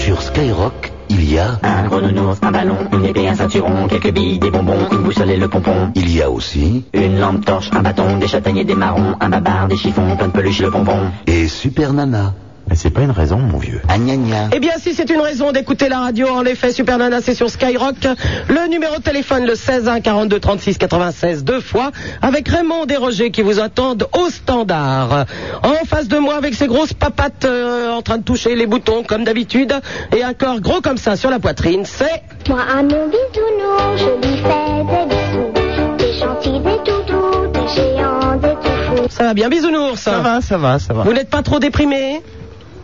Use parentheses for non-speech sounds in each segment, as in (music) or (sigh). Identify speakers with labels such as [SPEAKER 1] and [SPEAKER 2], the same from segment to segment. [SPEAKER 1] Skyrock, il y a...
[SPEAKER 2] Un gros nounours, un ballon, une épée, un ceinturon, quelques billes, des bonbons, une boussole et le pompon.
[SPEAKER 1] Il y a aussi...
[SPEAKER 2] Une lampe torche, un bâton, des châtaigniers, des marrons, un babar, des chiffons, plein de peluches, le bonbon.
[SPEAKER 1] Et Super Nana.
[SPEAKER 3] Mais c'est pas une raison, mon vieux.
[SPEAKER 1] Ah, gna, gna.
[SPEAKER 4] Eh bien, si c'est une raison d'écouter la radio, en effet, Super Nana, c'est sur Skyrock. Le numéro de téléphone, le 16 1 42 36 96, deux fois, avec Raymond et Roger qui vous attendent au standard. En face de moi, avec ses grosses papates euh, en train de toucher les boutons, comme d'habitude, et un corps gros comme ça sur la poitrine, c'est...
[SPEAKER 5] Moi à mon bisounours, je lui fais des bisous. T'es gentil, des toutous, des géants, des tout fous.
[SPEAKER 4] Ça va bien, bisounours
[SPEAKER 3] Ça va, ça va, ça va.
[SPEAKER 4] Vous n'êtes pas trop déprimé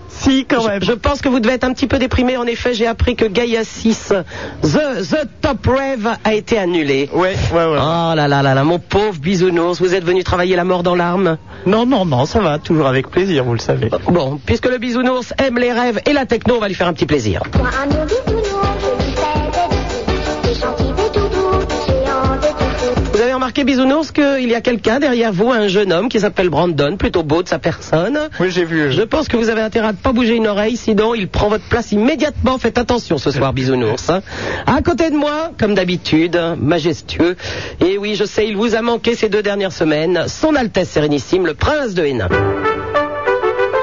[SPEAKER 3] Si, quand
[SPEAKER 4] Je- Je pense que vous devez être un petit peu déprimé. En effet, j'ai appris que Gaia 6, The, The Top Rave, a été annulé.
[SPEAKER 3] Ouais, ouais, ouais.
[SPEAKER 4] Oh là là là là, mon pauvre bisounours, vous êtes venu travailler la mort dans l'arme.
[SPEAKER 3] Non, non, non, ça va, toujours avec plaisir, vous le savez.
[SPEAKER 4] Bon, puisque le bisounours aime les rêves et la techno, on va lui faire un petit plaisir.
[SPEAKER 5] Moi à mon bisounours, je lui fais des bisous. T'es gentil, des toutous, des géants, des tout fous.
[SPEAKER 4] Vous avez remarqué, bisounours, qu'il y a quelqu'un derrière vous, un jeune homme qui s'appelle Brandon, plutôt beau de sa personne.
[SPEAKER 3] Oui, j'ai vu.
[SPEAKER 4] Je pense que vous avez intérêt à ne pas bouger une oreille, sinon il prend votre place immédiatement. Faites attention ce soir, bisounours. hein. À côté de moi, comme d'habitude, majestueux. Et oui, je sais, il vous a manqué ces deux dernières semaines. Son Altesse Sérénissime, le prince de Hénin.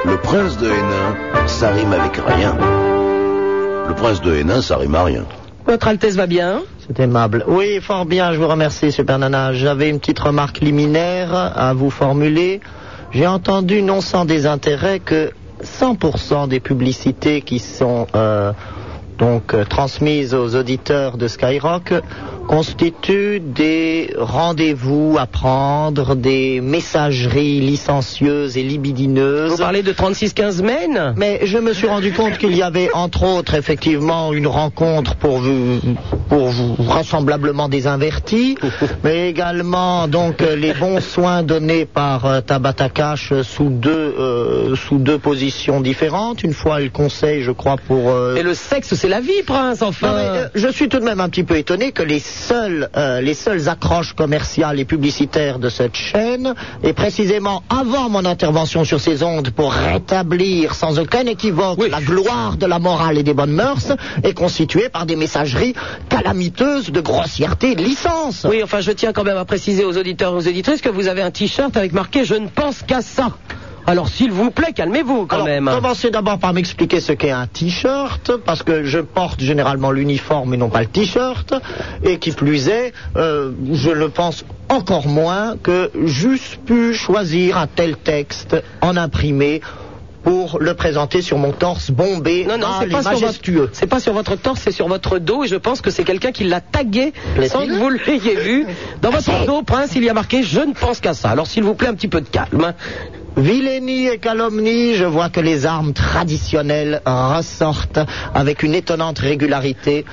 [SPEAKER 1] Le prince de Hénin, ça rime avec rien. Le prince de Hénin, ça rime à rien.
[SPEAKER 4] Votre Altesse va bien
[SPEAKER 6] C'est aimable. Oui, fort bien, je vous remercie, Super Nana. J'avais une petite remarque liminaire à vous formuler. J'ai entendu, non sans désintérêt, que 100% des publicités qui sont euh, donc euh, transmises aux auditeurs de Skyrock constituent des rendez-vous à prendre, des messageries licencieuses et
[SPEAKER 4] Vous
[SPEAKER 6] libidineuses.
[SPEAKER 4] parlez de 36-15 mènes
[SPEAKER 6] Mais je me suis rendu compte qu'il y avait entre autres effectivement une rencontre pour vous, pour vous vraisemblablement des invertis, mais également donc euh, les bons soins donnés par euh, Tabata Cash euh, sous deux euh, sous deux positions différentes. Une fois elle conseille, je crois, pour euh,
[SPEAKER 4] Et le sexe, c'est la vie, prince, enfin.
[SPEAKER 6] non, mais, euh, je suis tout de même un petit peu étonné que les seules, euh, les seules accroches commerciales et publicitaires de cette chaîne, et précisément avant mon intervention sur ces ondes pour rétablir sans aucun équivoque
[SPEAKER 4] Oui.
[SPEAKER 6] la gloire de la morale et des bonnes mœurs, est constituée par des messageries calamiteuses de grossièreté et de licence.
[SPEAKER 4] Oui, enfin, je tiens quand même à préciser aux auditeurs et aux auditrices que vous avez un t-shirt avec marqué Je ne pense qu'à ça. Alors, s'il vous plaît, calmez-vous quand
[SPEAKER 6] Alors,
[SPEAKER 4] même.
[SPEAKER 6] Commencez d'abord par m'expliquer ce qu'est un t-shirt, parce que je porte généralement l'uniforme et non pas le t-shirt, et qui plus est, euh, je le pense encore moins que j'eusse pu choisir un tel texte en imprimé pour le présenter sur mon torse bombé.
[SPEAKER 4] Non, non,
[SPEAKER 6] Ah,
[SPEAKER 4] c'est
[SPEAKER 6] les
[SPEAKER 4] pas, sur
[SPEAKER 6] majestueux.
[SPEAKER 4] votre, c'est pas sur votre torse, c'est sur votre dos. Et je pense que c'est quelqu'un qui l'a tagué sans que vous l'ayez vu. Dans votre dos, Prince, il y a marqué Je ne pense qu'à ça. Alors, s'il vous plaît, un petit peu de calme.
[SPEAKER 6] Vilainie et calomnie, je vois que les armes traditionnelles ressortent avec une étonnante régularité,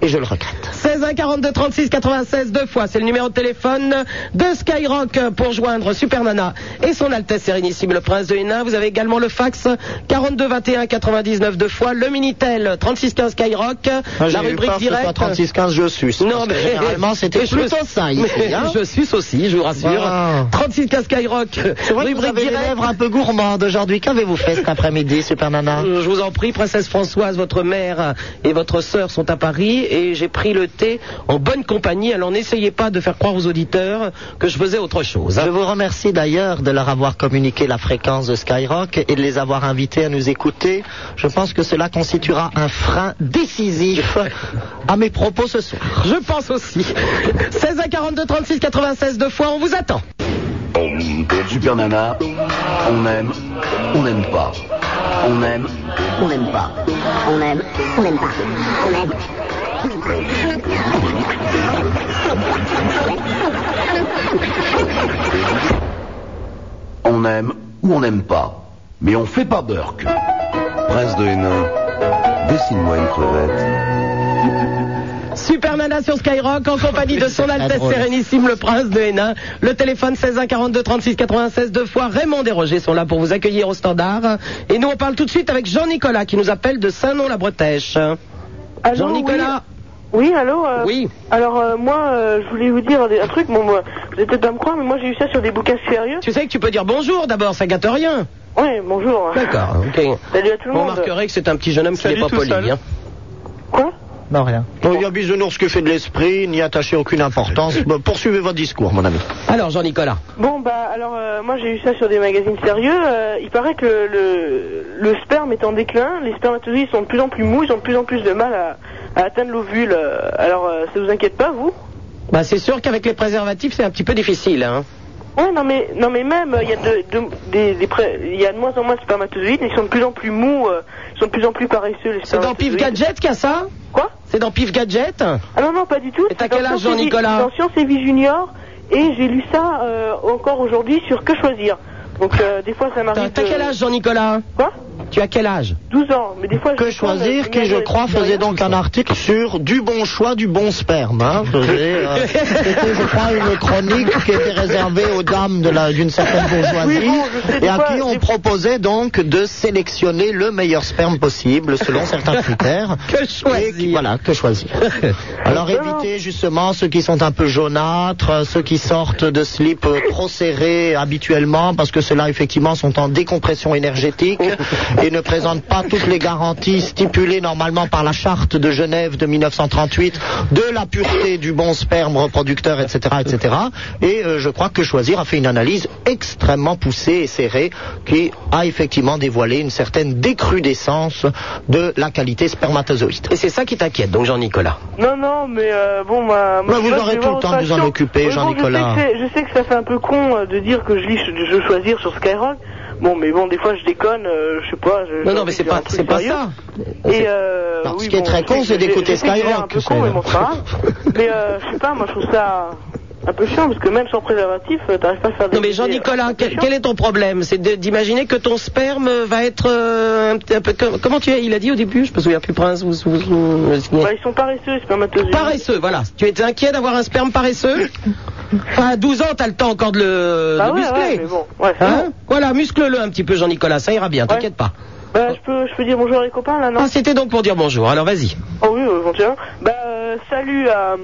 [SPEAKER 6] et je le regrette.
[SPEAKER 4] 16 1 42 36 96 deux fois, c'est le numéro de téléphone de Skyrock pour joindre Super Nana et son Altesse Sérénissime le Prince de Hénin. Vous avez également le fax 42 21 99 deux fois, le Minitel 36 15 Skyrock,
[SPEAKER 6] Moi,
[SPEAKER 4] la
[SPEAKER 6] Ah, j'ai eu
[SPEAKER 4] rubrique
[SPEAKER 6] peur que ce soit
[SPEAKER 4] directe.
[SPEAKER 6] 36-15, je suce.
[SPEAKER 4] Non,
[SPEAKER 6] parce que
[SPEAKER 4] mais
[SPEAKER 6] généralement,
[SPEAKER 4] (laughs)
[SPEAKER 6] c'était
[SPEAKER 4] mais je-
[SPEAKER 6] plutôt ça ici.
[SPEAKER 4] mais
[SPEAKER 6] hein.
[SPEAKER 4] Je suis aussi, je vous rassure.
[SPEAKER 6] Voilà.
[SPEAKER 4] 36 15 Skyrock,
[SPEAKER 6] Ah. C'est vrai que vous
[SPEAKER 4] rubrique
[SPEAKER 6] avez les
[SPEAKER 4] directe.
[SPEAKER 6] lèvres un peu gourmandes aujourd'hui. Qu'avez-vous fait cet après-midi, Super Nana
[SPEAKER 4] Euh, Je vous en prie, princesse Françoise, votre mère et votre sœur sont à Paris et j'ai pris le thé en bonne compagnie. Alors n'essayez pas de faire croire aux auditeurs que je faisais autre chose.
[SPEAKER 6] Je vous remercie d'ailleurs de leur avoir communiqué la fréquence de Skyrock et de les avoir invités à nous écouter. Je pense que cela constituera un frein décisif à mes propos ce soir.
[SPEAKER 4] Je pense aussi. 16 à 42 36 96 deux fois, on vous attend.
[SPEAKER 1] Super Nana, on aime, on n'aime pas. On aime, on n'aime pas.
[SPEAKER 5] On aime, on n'aime pas. On aime.
[SPEAKER 1] On aime ou on n'aime pas. Mais on fait pas Burke. Prince de Hénin, dessine-moi une crevette.
[SPEAKER 4] Super Nana sur Skyrock en compagnie de son
[SPEAKER 6] très
[SPEAKER 4] Altesse
[SPEAKER 6] drôle.
[SPEAKER 4] Sérénissime le Prince de Hénin. Le téléphone 16 1 42 36 96 deux fois. Raymond et Roger sont là pour vous accueillir au standard. Et nous on parle tout de suite avec Jean-Nicolas qui nous appelle de Saint-Nom-la-Bretèche.
[SPEAKER 7] Allô,
[SPEAKER 4] Jean-Nicolas.
[SPEAKER 7] Oui, oui, allô euh,
[SPEAKER 4] Oui.
[SPEAKER 7] Alors, euh, moi, euh, je voulais vous dire un, un truc. Bon, moi, vous êtes peut-être pas me croire, mais moi, j'ai eu ça sur des bouquins sérieux.
[SPEAKER 4] Tu sais que tu peux dire bonjour d'abord, ça gâte rien.
[SPEAKER 7] Ouais, bonjour.
[SPEAKER 4] D'accord, ok.
[SPEAKER 7] Salut à tout le
[SPEAKER 4] On
[SPEAKER 7] monde.
[SPEAKER 4] remarquerait que c'est un petit jeune homme qui
[SPEAKER 3] Salut
[SPEAKER 4] n'est pas
[SPEAKER 3] tout
[SPEAKER 4] poli.
[SPEAKER 3] seul.
[SPEAKER 4] hein.
[SPEAKER 3] Non, rien.
[SPEAKER 6] Bon, Oh, il y a Bisounours qui fait de l'esprit, n'y attachez aucune importance. Bon, poursuivez votre discours, mon ami.
[SPEAKER 4] Alors, Jean-Nicolas.
[SPEAKER 7] Bon, bah alors, euh, moi j'ai eu ça sur des magazines sérieux. euh, il paraît que le, le sperme est en déclin. Les spermatozoïdes sont de plus en plus mous, ils ont de plus en plus de mal à, à atteindre l'ovule. Euh, Alors, euh, ça vous inquiète pas, vous
[SPEAKER 4] Bah, c'est sûr qu'avec les préservatifs, c'est un petit peu difficile. Hein.
[SPEAKER 7] Ouais, non mais, non mais même, euh, il y, a de, de- des, des pré- il y a de moins en moins de spermatozoïdes, ils sont de plus en plus mous, euh, ils sont de plus en plus paresseux, les
[SPEAKER 4] C'est dans Pif
[SPEAKER 7] spermatozoïdes.
[SPEAKER 4] Gadget qu'il y a ça
[SPEAKER 7] Quoi
[SPEAKER 4] C'est dans Pif Gadget
[SPEAKER 7] Ah non, non, pas du tout.
[SPEAKER 4] Et t'as
[SPEAKER 7] C'est dans
[SPEAKER 4] quel âge,
[SPEAKER 7] Science et Vie-
[SPEAKER 4] Jean-Nicolas
[SPEAKER 7] c'est Dans Science et Vie Junior, et j'ai lu ça euh, encore aujourd'hui sur Que choisir. Donc euh, des fois ça
[SPEAKER 4] T'as
[SPEAKER 7] m'arrive.
[SPEAKER 4] t'as
[SPEAKER 7] de-
[SPEAKER 4] quel âge, Jean-Nicolas
[SPEAKER 7] Quoi
[SPEAKER 4] Tu as quel âge
[SPEAKER 7] 12 ans, mais des fois
[SPEAKER 6] Que
[SPEAKER 7] euh,
[SPEAKER 6] choisir qui, je crois, faisait donc un article sur du bon choix du bon sperme. hein. Faisait,
[SPEAKER 4] (laughs)
[SPEAKER 6] euh, C'était, je crois, une chronique qui était réservée aux dames de la- d'une certaine bourgeoisie
[SPEAKER 7] Oui, bon, je sais
[SPEAKER 6] et à
[SPEAKER 7] pas,
[SPEAKER 6] qui on
[SPEAKER 7] j'ai-
[SPEAKER 6] proposait donc de sélectionner le meilleur sperme possible
[SPEAKER 4] (laughs)
[SPEAKER 6] selon certains critères.
[SPEAKER 4] Que
[SPEAKER 6] Et qui-
[SPEAKER 4] choisir
[SPEAKER 6] voilà,
[SPEAKER 4] (laughs)
[SPEAKER 6] que choisir. Alors évitez justement ceux qui sont un peu jaunâtres, euh, ceux qui sortent de slips euh, trop serrés habituellement, parce que ceux-là effectivement sont en décompression énergétique et ne présentent pas toutes les garanties stipulées normalement par la charte de Genève de 1938 de la pureté du bon sperme reproducteur, etc., etc. Et euh, je crois que Choisir a fait une analyse extrêmement poussée et serrée qui a effectivement dévoilé une certaine décrudescence de la qualité spermatozoïde.
[SPEAKER 4] Et c'est ça qui t'inquiète, donc Jean-Nicolas.
[SPEAKER 7] Non, non, mais euh, bon, ma,
[SPEAKER 6] Bah, vous aurez tout le temps de vous en occuper, Jean-Nicolas.
[SPEAKER 7] je, sais que c'est- je sais que ça fait un peu con euh, de dire que je lis je, je choisir sur Skyrock. Bon, mais bon, des fois je déconne, euh, je sais pas. je-
[SPEAKER 4] Non,
[SPEAKER 7] j'ai
[SPEAKER 4] non, mais
[SPEAKER 7] envie
[SPEAKER 4] c'est
[SPEAKER 7] de faire
[SPEAKER 4] pas,
[SPEAKER 7] un truc
[SPEAKER 4] c'est pas
[SPEAKER 7] sérieux.
[SPEAKER 4] ça.
[SPEAKER 7] Et euh,
[SPEAKER 6] Non, ce
[SPEAKER 7] oui,
[SPEAKER 6] qui est
[SPEAKER 7] bon,
[SPEAKER 6] très
[SPEAKER 7] je
[SPEAKER 6] con,
[SPEAKER 7] sais que
[SPEAKER 6] c'est
[SPEAKER 7] j'ai-
[SPEAKER 6] d'écouter
[SPEAKER 7] je sais que j'ai l'air
[SPEAKER 6] Skyrock,
[SPEAKER 7] un peu
[SPEAKER 6] c'est-
[SPEAKER 7] con, mais bon, c'est pas grave. Mais
[SPEAKER 6] (laughs)
[SPEAKER 7] euh, je sais pas, moi je trouve ça un peu chiant parce que même sans préservatif, euh, t'arrives pas à faire des.
[SPEAKER 4] Non mais Jean-Nicolas, quel, quel est ton problème C'est de- d'imaginer que ton sperme va être euh, un, petit- un peu comme- comment tu es Il a dit au début, je me souviens plus Prince ou, ou- ou- ou-
[SPEAKER 7] Bah, ils sont paresseux, les spermatozoïdes.
[SPEAKER 4] paresseux. Voilà. Tu étais inquiet d'avoir un sperme paresseux Enfin, à 12 ans, t'as le temps encore de le
[SPEAKER 7] Ah
[SPEAKER 4] de
[SPEAKER 7] ouais,
[SPEAKER 4] muscler.
[SPEAKER 7] ouais, mais bon, ouais, c'est
[SPEAKER 4] Hein
[SPEAKER 7] bon.
[SPEAKER 4] voilà, muscle-le un petit peu, Jean-Nicolas, ça ira bien, t'inquiète pas.
[SPEAKER 7] Bah, je peux, je peux dire bonjour à les copains là, non
[SPEAKER 4] Ah, c'était donc pour dire bonjour, alors vas-y.
[SPEAKER 7] Oh oui, euh, éventuellement. Bah, euh, salut à.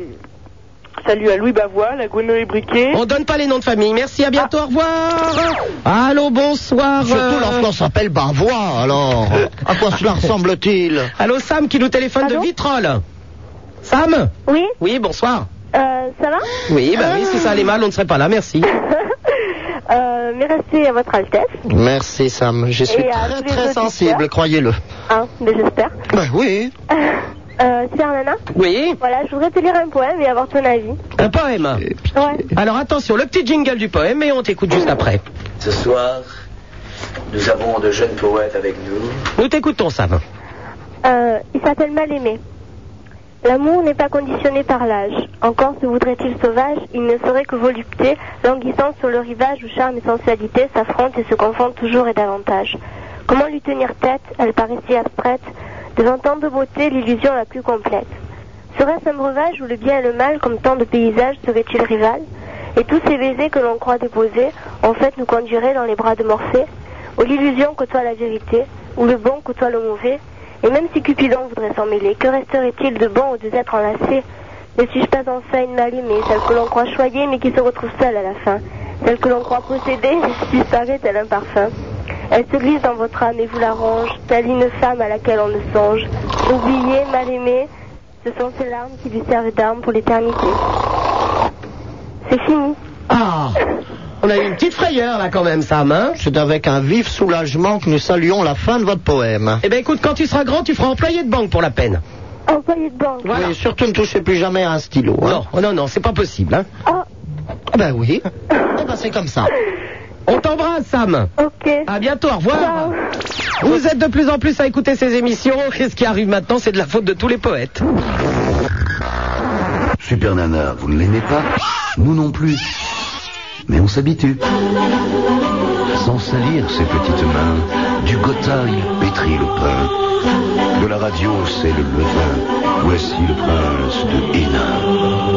[SPEAKER 7] Salut à Louis Bavoil, à Gwenolé Briquet.
[SPEAKER 4] On donne pas les noms de famille, merci, à bientôt,
[SPEAKER 7] Ah.
[SPEAKER 4] au revoir Allô, bonsoir
[SPEAKER 6] Surtout
[SPEAKER 4] euh,
[SPEAKER 6] lorsqu'on s'appelle Bavois, alors. À quoi cela ressemble-t-il
[SPEAKER 4] Allô, Sam qui nous téléphone
[SPEAKER 5] Allô
[SPEAKER 4] de Vitrolles Sam
[SPEAKER 5] Oui,
[SPEAKER 4] Oui, bonsoir
[SPEAKER 5] euh, ça va
[SPEAKER 4] Oui, bah oui, si ça allait mal, on ne serait pas
[SPEAKER 5] (laughs)
[SPEAKER 4] là, merci.
[SPEAKER 5] euh, Mais restez à votre altesse,
[SPEAKER 6] Merci Sam, je suis
[SPEAKER 5] Et à
[SPEAKER 6] très
[SPEAKER 5] tous les
[SPEAKER 6] très
[SPEAKER 5] auditeurs.
[SPEAKER 6] sensible, croyez-le.
[SPEAKER 5] hein, mais j'espère.
[SPEAKER 6] Ben oui.
[SPEAKER 5] (laughs) Euh, Super Nana,
[SPEAKER 4] Oui,
[SPEAKER 5] voilà, je voudrais te lire un poème et avoir ton avis.
[SPEAKER 4] un poème.
[SPEAKER 5] Ouais.
[SPEAKER 4] Alors attention, le petit jingle du poème et on t'écoute juste après.
[SPEAKER 8] Ce soir, nous avons de jeunes poètes avec nous.
[SPEAKER 4] Nous t'écoutons, Sam.
[SPEAKER 5] Euh, il s'appelle Mal-aimé. L'amour n'est pas conditionné par l'âge. Encore se voudrait-il sauvage, il ne serait que volupté, languissant sur le rivage où charme et sensualité s'affrontent et se confondent toujours et davantage. Comment lui tenir tête Elle paraît si abstraite, devant tant de beauté, l'illusion la plus complète. Serait-ce un breuvage où le bien et le mal, comme tant de paysages, seraient-ils rivales Et tous ces baisers que l'on croit déposés, en fait, nous conduiraient dans les bras de Morphée, où l'illusion côtoie la vérité, où le bon côtoie le mauvais, et même si Cupidon voudrait s'en mêler, que resterait-il de bon aux deux êtres enlacés Ne suis-je pas enfin une mal-aimée, celle que l'on croit choyée mais qui se retrouve seule à la fin Celle que l'on croit posséder disparaît tel un parfum Elle se glisse dans votre âme et vous la ronge, telle une femme à laquelle on ne songe. Oubliée, mal aimée, ce sont ces larmes qui lui servent d'armes pour l'éternité. C'est fini.
[SPEAKER 4] Ah On a eu une petite frayeur là quand même, Sam, hein
[SPEAKER 6] C'est avec un vif soulagement que nous saluons la fin de votre poème.
[SPEAKER 4] Eh ben écoute, quand tu seras grand, tu feras employé de banque pour la peine.
[SPEAKER 5] Employé de banque.
[SPEAKER 4] Voilà.
[SPEAKER 6] Et surtout ne touchez plus jamais à un stylo. hein.
[SPEAKER 4] Non, non, non, c'est pas possible, hein
[SPEAKER 5] Ah,
[SPEAKER 6] Ah Ben oui. Eh ben, c'est comme ça.
[SPEAKER 4] On t'embrasse, Sam
[SPEAKER 5] ok.
[SPEAKER 4] À bientôt, au revoir
[SPEAKER 5] Ciao.
[SPEAKER 4] Vous êtes de plus en plus à écouter ces émissions, et ce qui arrive maintenant, c'est de la faute de tous les poètes.
[SPEAKER 1] Super Nana, vous ne l'aimez pas Nous non plus. Mais on s'habitue. Sans salir ses petites mains, du gotha il pétrit le pain. De la radio, c'est le levain. Voici le prince de Hénin.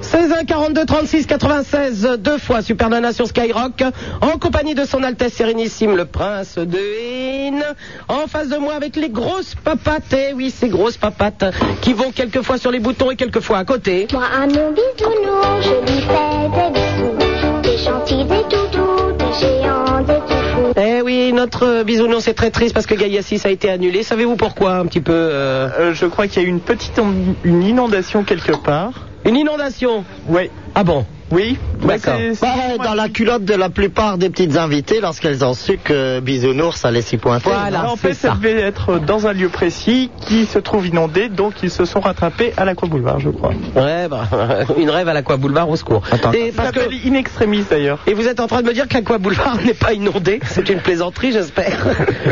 [SPEAKER 4] 16 1 42 36 96 deux fois Super Nana sur Skyrock en compagnie de son Altesse Sérénissime le Prince de Hénin en face de moi avec les grosses papates eh oui ces grosses papates qui vont quelquefois sur les boutons et quelquefois à côté
[SPEAKER 5] Moi à mon bisounours, je lui fais des bisous. Des gentils, des toutous, des géants, des toutous.
[SPEAKER 4] eh oui, notre euh, bisounours est très triste parce que Gaïa 6 a été annulé. Savez-vous pourquoi un petit peu euh,
[SPEAKER 7] Euh, je crois qu'il y a eu une petite on- une inondation quelque part.
[SPEAKER 4] Une inondation
[SPEAKER 7] Ouais.
[SPEAKER 4] Ah bon
[SPEAKER 7] Oui. Bah,
[SPEAKER 4] D'accord.
[SPEAKER 7] c'est- c'est-
[SPEAKER 6] Bah, dans la culotte de la plupart des petites invitées, lorsqu'elles ont su que Bisounours allait s'y pointer.
[SPEAKER 4] Voilà.
[SPEAKER 7] en fait,
[SPEAKER 4] c'est ça.
[SPEAKER 7] ça devait être dans un lieu précis qui se trouve inondé, donc ils se sont rattrapés à l'Aquaboulevard, je crois.
[SPEAKER 4] Ouais, bah, (laughs) une rêve à l'Aqua Boulevard au secours. et,
[SPEAKER 7] Ça
[SPEAKER 4] parce que-
[SPEAKER 7] s'appelle In Extremis d'ailleurs.
[SPEAKER 4] et vous êtes en train de me dire que l'Aqua Boulevard (laughs) n'est pas inondé C'est une plaisanterie, j'espère.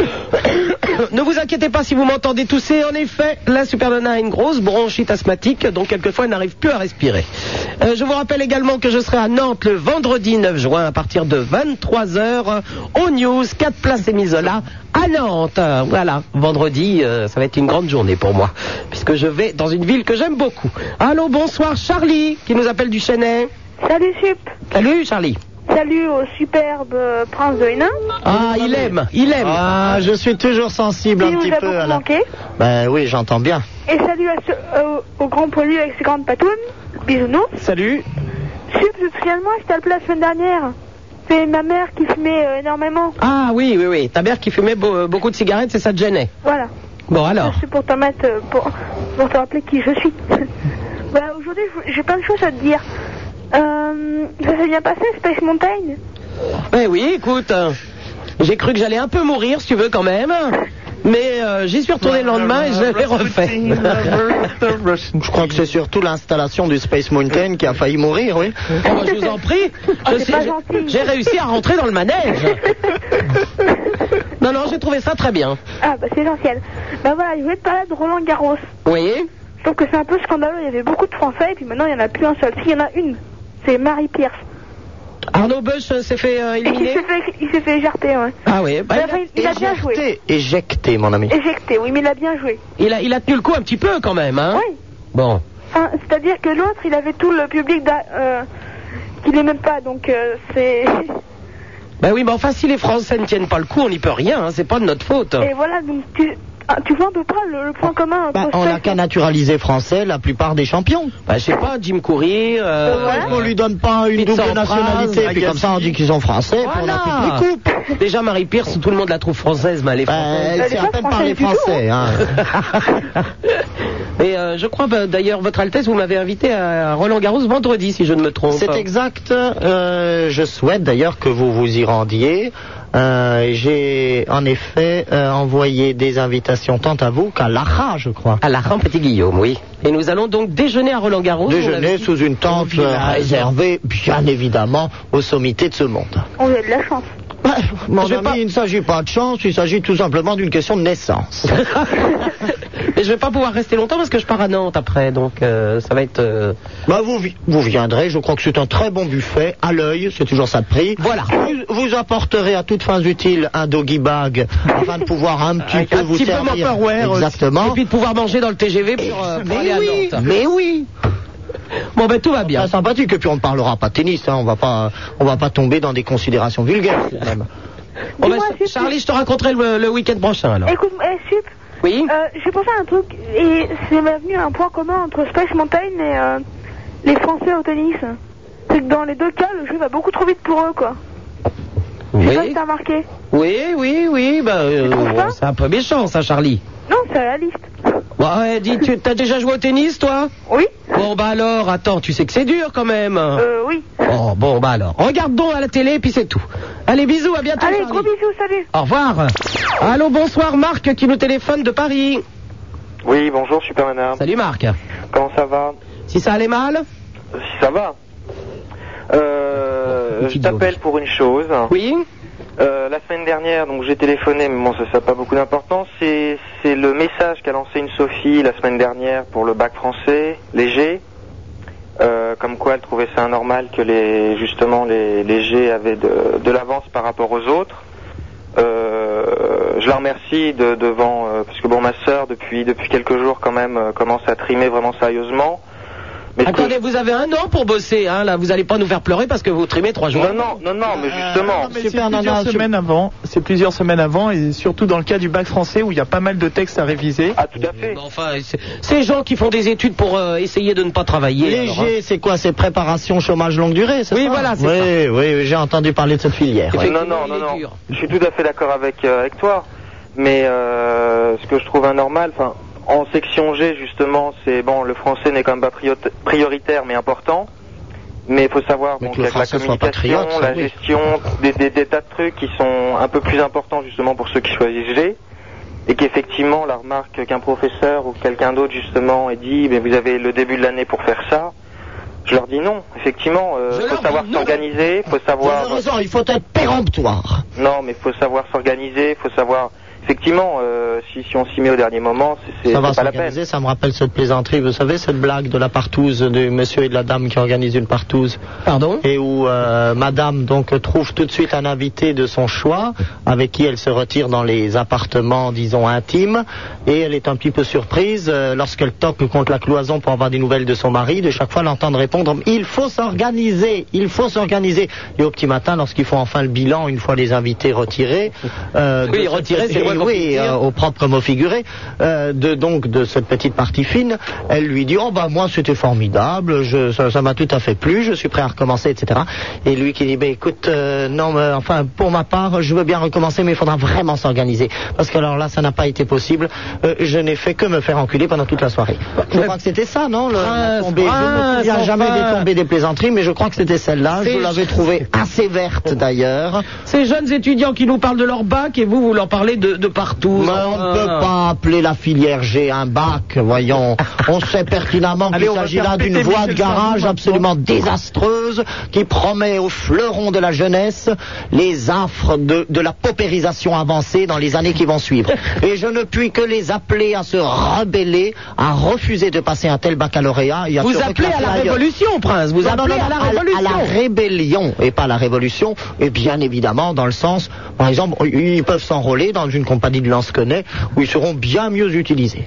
[SPEAKER 4] (coughs) ne vous inquiétez pas si vous m'entendez tousser. En effet, la supernana a une grosse bronchite asthmatique, donc quelquefois elle n'arrive plus à respirer. Euh, je vous rappelle également que je serai à Nantes le vendredi 9 juin à partir de 23h au News, 4 places Emisola à Nantes. Euh, Voilà, vendredi, euh, ça va être une grande journée pour moi, puisque je vais dans une ville que j'aime beaucoup. Allô, bonsoir Charlie, qui nous appelle du Chenet.
[SPEAKER 9] Salut Sup.
[SPEAKER 4] Salut Charlie.
[SPEAKER 9] Salut au superbe euh, prince de Hénin.
[SPEAKER 4] Ah, il aime, il aime.
[SPEAKER 6] Ah, je suis toujours sensible
[SPEAKER 9] Il
[SPEAKER 6] un
[SPEAKER 9] nous
[SPEAKER 6] petit
[SPEAKER 9] a
[SPEAKER 6] peu à
[SPEAKER 9] beaucoup
[SPEAKER 6] la...
[SPEAKER 9] manqué.
[SPEAKER 6] Ben oui, j'entends bien.
[SPEAKER 9] Et salut à ce- euh, au grand poilu avec ses grandes patounes. Bisounours.
[SPEAKER 7] Salut.
[SPEAKER 9] Sup, je te souviens de moi, j'étais à la place la semaine dernière. C'est ma mère qui fumait euh, énormément.
[SPEAKER 4] Ah oui, oui, oui. Ta mère qui fumait beau- euh, beaucoup de cigarettes, c'est ça te gênait.
[SPEAKER 9] Voilà.
[SPEAKER 4] Bon
[SPEAKER 9] (laughs)
[SPEAKER 4] alors.
[SPEAKER 9] C'est pour te remettre, euh, pour, pour te rappeler qui je suis. voilà, aujourd'hui, je- j'ai plein de choses à te dire. Euh, ça s'est bien passé, Space Mountain
[SPEAKER 4] Eh oui, écoute, euh, j'ai cru que j'allais un peu mourir, si tu veux quand même. Mais euh, j'y suis retourné le lendemain et je l'ai refait.
[SPEAKER 6] (laughs) Je crois que c'est surtout l'installation du Space Mountain qui a failli mourir, oui.
[SPEAKER 4] Oh, bah, (laughs) je vous en prie, je
[SPEAKER 9] Ah, c'est
[SPEAKER 4] suis-
[SPEAKER 9] pas
[SPEAKER 4] j'ai-
[SPEAKER 9] gentil.
[SPEAKER 4] j'ai réussi à rentrer dans le
[SPEAKER 9] (laughs)
[SPEAKER 4] manège. Non, non, j'ai trouvé ça très bien.
[SPEAKER 9] Ah, bah c'est essentiel. Bah voilà, je voulais te parler de Roland Garros.
[SPEAKER 4] Vous voyez
[SPEAKER 9] Je trouve que c'est un peu scandaleux, il y avait beaucoup de Français et puis maintenant il n'y en a plus un seul. Si, il y en a une, c'est Marie Pierce.
[SPEAKER 4] Arnaud Bush euh, s'est fait euh,
[SPEAKER 9] Et il
[SPEAKER 4] éliminer.
[SPEAKER 9] s'est fait, il s'est fait éjarter, ouais.
[SPEAKER 4] Ah oui, bah,
[SPEAKER 9] Mais
[SPEAKER 4] il, a,
[SPEAKER 9] enfin, il, il a bien joué.
[SPEAKER 6] Éjecté, éjecté, mon ami.
[SPEAKER 9] Éjecté, oui, mais il a bien joué.
[SPEAKER 4] il, a, il a tenu le coup un petit peu quand même. Hein
[SPEAKER 9] Oui.
[SPEAKER 4] Bon.
[SPEAKER 9] Enfin, C'est-à-dire que l'autre, il avait tout le public d'a- euh, qu'il n'est même pas, donc euh, c'est... (laughs)
[SPEAKER 4] Ben oui, mais enfin, si les Français ne tiennent pas le coup, on n'y peut rien. hein, C'est pas de notre faute.
[SPEAKER 9] Et voilà, donc tu, ah, tu vois à peu près le, le point commun
[SPEAKER 6] Bah,
[SPEAKER 9] entre
[SPEAKER 6] on
[SPEAKER 9] ceux
[SPEAKER 6] n'a
[SPEAKER 9] qui-
[SPEAKER 6] qu'à naturaliser français la plupart des champions.
[SPEAKER 4] Bah, je sais pas, Jim Coury. euh,
[SPEAKER 9] voilà.
[SPEAKER 6] On lui donne pas une
[SPEAKER 4] Pizza en
[SPEAKER 6] double nationalité,
[SPEAKER 4] phrase,
[SPEAKER 6] puis comme ça on dit qu'ils sont français, puis on applique
[SPEAKER 4] Voilà.
[SPEAKER 6] les coupes.
[SPEAKER 4] Ah. Déjà, Marie Pierce, tout le monde la trouve française, mais elle est
[SPEAKER 6] Ben,
[SPEAKER 4] française.
[SPEAKER 6] elle
[SPEAKER 9] Elle
[SPEAKER 6] sait
[SPEAKER 9] est
[SPEAKER 6] à
[SPEAKER 9] pas
[SPEAKER 6] peine parler
[SPEAKER 9] française du
[SPEAKER 6] français. Hein.
[SPEAKER 4] (laughs) Et euh, je crois, ben, d'ailleurs, Votre Altesse, vous m'avez invité à Roland Garros vendredi, si je ne me trompe.
[SPEAKER 6] C'est exact. euh, je souhaite d'ailleurs que vous vous y rendiez. Euh, J'ai en effet euh, envoyé des invitations tant à vous qu'à Lara, je crois.
[SPEAKER 4] À la rampe Petit Guillaume, oui. Et nous allons donc déjeuner à Roland Garros.
[SPEAKER 6] Déjeuner sous une tente euh,
[SPEAKER 4] village.
[SPEAKER 6] réservée, bien évidemment, aux sommités de ce monde.
[SPEAKER 9] On a de la chance.
[SPEAKER 6] Mon
[SPEAKER 4] Je vais
[SPEAKER 6] ami,
[SPEAKER 4] pas-
[SPEAKER 6] il ne s'agit pas de chance, il s'agit tout simplement d'une question de naissance.
[SPEAKER 4] Et je vais pas pouvoir rester longtemps parce que je pars à Nantes après, donc euh, ça va être. euh,
[SPEAKER 6] Bah vous, vi- vous viendrez, je crois que c'est un très bon buffet, à l'œil, c'est toujours ça de prix.
[SPEAKER 4] Voilà.
[SPEAKER 6] Vous, vous apporterez à toutes fins utiles un doggy bag afin de pouvoir un petit peu
[SPEAKER 4] Euh, un
[SPEAKER 6] vous
[SPEAKER 4] petit peu
[SPEAKER 6] servir.
[SPEAKER 4] Tupperware aussi.
[SPEAKER 6] Exactement.
[SPEAKER 4] Et puis de pouvoir manger dans le TGV pour, euh, pour aller
[SPEAKER 6] mais, oui,
[SPEAKER 4] à Nantes.
[SPEAKER 6] mais oui,
[SPEAKER 4] Bon, ben tout va bien.
[SPEAKER 6] Très sympathique. Et puis on ne parlera pas de tennis, hein. on va pas, on va pas tomber dans des considérations vulgaires. tout de même.
[SPEAKER 4] Bon, ben,
[SPEAKER 9] Dis-moi,
[SPEAKER 4] Char-
[SPEAKER 9] Sup,
[SPEAKER 4] Charlie, je te raconterai le, le week-end prochain alors.
[SPEAKER 9] Écoute, eh, Sup,
[SPEAKER 4] Oui.
[SPEAKER 9] euh, j'ai pensé à un truc, et c'est m'est venu un point commun entre Space Mountain et euh, les Français au tennis. C'est que dans les deux cas, le jeu va beaucoup trop vite pour eux, quoi. Je sais pas si
[SPEAKER 4] Oui,
[SPEAKER 9] t'as remarqué.
[SPEAKER 4] oui, oui, oui. Ben, euh,
[SPEAKER 9] trouves pas
[SPEAKER 4] c'est un peu méchant, ça, Charlie.
[SPEAKER 9] Non, c'est réaliste.
[SPEAKER 4] Ouais, ouais, dis, tu as déjà joué au tennis, toi
[SPEAKER 9] Oui
[SPEAKER 4] Bon, bah alors, attends, tu sais que c'est dur quand même.
[SPEAKER 9] Euh, oui.
[SPEAKER 4] Oh, bon, bah alors. Regarde donc à la télé, puis c'est tout. Allez, bisous, à bientôt.
[SPEAKER 9] Allez,
[SPEAKER 4] Charlie.
[SPEAKER 9] gros bisous, salut
[SPEAKER 4] Au revoir. Allô, bonsoir, Marc qui nous téléphone de Paris.
[SPEAKER 10] Oui, bonjour Supermana.
[SPEAKER 4] Salut, Marc.
[SPEAKER 10] Comment ça va
[SPEAKER 4] Si ça allait mal
[SPEAKER 10] Si ça va
[SPEAKER 4] Oh,
[SPEAKER 10] euh,
[SPEAKER 4] petit
[SPEAKER 10] je t'appelle
[SPEAKER 4] dommage.
[SPEAKER 10] pour une chose.
[SPEAKER 4] Oui
[SPEAKER 10] Euh, la semaine dernière, donc j'ai téléphoné, mais bon, ça n'a pas beaucoup d'importance. C'est c'est le message qu'a lancé une Sophie la semaine dernière pour le bac français léger, Euh, comme quoi elle trouvait ça anormal que les justement les légers avaient de, de l'avance par rapport aux autres. Euh, je la remercie de, devant, euh, parce que bon, ma sœur depuis depuis quelques jours quand même euh, commence à trimer vraiment sérieusement. Mais ce que-
[SPEAKER 4] Attendez, vous avez un an pour bosser, hein, là. Vous allez pas nous faire pleurer parce que vous trimez trois jours.
[SPEAKER 10] Non, non, non, non, mais justement.
[SPEAKER 3] Non, Ah, mais
[SPEAKER 6] Super
[SPEAKER 3] c'est
[SPEAKER 6] Nana,
[SPEAKER 3] plusieurs
[SPEAKER 6] je-
[SPEAKER 3] semaines avant. C'est plusieurs semaines avant, et surtout dans le cas du bac français où il y a pas mal de textes à réviser.
[SPEAKER 10] Ah, tout à fait.
[SPEAKER 4] Mais Enfin, c'est- ces gens qui font des études pour euh, essayer de ne pas travailler. alors, hein.
[SPEAKER 6] Léger, c'est quoi C'est préparation chômage longue durée, c'est
[SPEAKER 4] Oui,
[SPEAKER 6] ça
[SPEAKER 4] voilà, c'est
[SPEAKER 6] oui, Oui, oui, j'ai entendu parler de cette filière. ouais.
[SPEAKER 10] Non, non,
[SPEAKER 4] il
[SPEAKER 10] non,
[SPEAKER 4] est
[SPEAKER 10] non.
[SPEAKER 4] dur.
[SPEAKER 10] Je suis tout à fait d'accord avec, euh, avec toi. Mais euh, ce que je trouve anormal, enfin, en section G, justement, c'est bon, le français n'est quand même pas priori- prioritaire, mais important. Mais il faut savoir
[SPEAKER 6] Mais
[SPEAKER 10] bon,
[SPEAKER 6] que le
[SPEAKER 10] qu'avec la
[SPEAKER 6] français soit
[SPEAKER 10] communication,
[SPEAKER 6] patriote, ça,
[SPEAKER 10] la
[SPEAKER 6] oui.
[SPEAKER 10] gestion, des, des- des tas de trucs qui sont un peu plus importants justement pour ceux qui choisissent G. Et qu'effectivement, la remarque qu'un professeur ou quelqu'un d'autre justement ait dit, mais vous avez le début de l'année pour faire ça. Je leur dis non. Effectivement,
[SPEAKER 4] Je
[SPEAKER 10] euh,
[SPEAKER 4] leur
[SPEAKER 10] faut savoir
[SPEAKER 4] dis non.
[SPEAKER 10] s'organiser, faut savoir.
[SPEAKER 6] Malheureusement, il faut être péremptoire.
[SPEAKER 10] Non, mais faut savoir s'organiser, faut savoir. Effectivement, euh, si, si on s'y met au dernier moment, c'est- c'est
[SPEAKER 6] Ça va
[SPEAKER 10] c'est pas la peine.
[SPEAKER 6] s'organiser, ça me rappelle cette plaisanterie, vous savez, cette blague de la partouze, du monsieur et de la dame qui organisent une partouze,
[SPEAKER 4] Pardon
[SPEAKER 6] et où euh, madame donc trouve tout de suite un invité de son choix, avec qui elle se retire dans les appartements, disons, intimes, et elle est un petit peu surprise euh, lorsqu'elle toque contre la cloison pour avoir des nouvelles de son mari, de chaque fois l'entendre répondre « Il faut s'organiser, il faut s'organiser ». Et au petit matin, lorsqu'ils font enfin le bilan, une fois les invités retirés... euh,
[SPEAKER 4] Oui,
[SPEAKER 6] de-
[SPEAKER 4] retirés, c'est le
[SPEAKER 6] Eh
[SPEAKER 4] mot qu'on peut
[SPEAKER 6] Oui,
[SPEAKER 4] dire.
[SPEAKER 6] euh, au propre mot figuré, euh, de donc de cette petite partie fine, elle lui dit oh bah moi c'était formidable, je, ça ça m'a tout à fait plu, je suis prêt à recommencer, etc. Et lui qui dit bah écoute euh, non mais enfin pour ma part je veux bien recommencer mais il faudra vraiment s'organiser parce que alors là ça n'a pas été possible, Euh, je n'ai fait que me faire enculer pendant toute la soirée. Je crois que c'était ça non le
[SPEAKER 4] Prince,
[SPEAKER 6] la tombée. Je
[SPEAKER 4] prince,
[SPEAKER 6] me souviens jamais
[SPEAKER 4] Ah, enfin.
[SPEAKER 6] des tombées des plaisanteries mais je crois que c'était celle-là, je
[SPEAKER 4] C'est-
[SPEAKER 6] l'avais trouvée assez verte d'ailleurs.
[SPEAKER 4] Ces jeunes étudiants qui nous parlent de leur bac et vous, vous leur parlez de, de partout.
[SPEAKER 6] Mais on
[SPEAKER 4] Ah.
[SPEAKER 6] ne peut pas appeler la filière G un bac, voyons. On sait pertinemment
[SPEAKER 3] Allez,
[SPEAKER 6] qu'il
[SPEAKER 3] on va
[SPEAKER 6] s'agit
[SPEAKER 3] faire
[SPEAKER 6] là d'une
[SPEAKER 3] péter
[SPEAKER 6] voie de
[SPEAKER 3] Michel Sardou
[SPEAKER 6] garage
[SPEAKER 3] maintenant.
[SPEAKER 6] absolument désastreuse qui promet aux fleurons de la jeunesse les affres de, de la paupérisation avancée dans les années qui vont suivre. Et je ne puis que les appeler à se rebeller, à refuser de passer un tel baccalauréat. et à
[SPEAKER 4] Vous
[SPEAKER 6] se
[SPEAKER 4] appelez à la
[SPEAKER 6] reclasser ailleurs.
[SPEAKER 4] révolution, prince. Vous
[SPEAKER 6] Non, non,
[SPEAKER 4] appelez
[SPEAKER 6] non,
[SPEAKER 4] à la
[SPEAKER 6] à-
[SPEAKER 4] révolution.
[SPEAKER 6] à la rébellion et pas à la révolution, et bien évidemment dans le sens, par exemple, ils peuvent s'enrôler dans une compagnie de lansquenets où ils seront bien mieux utilisés.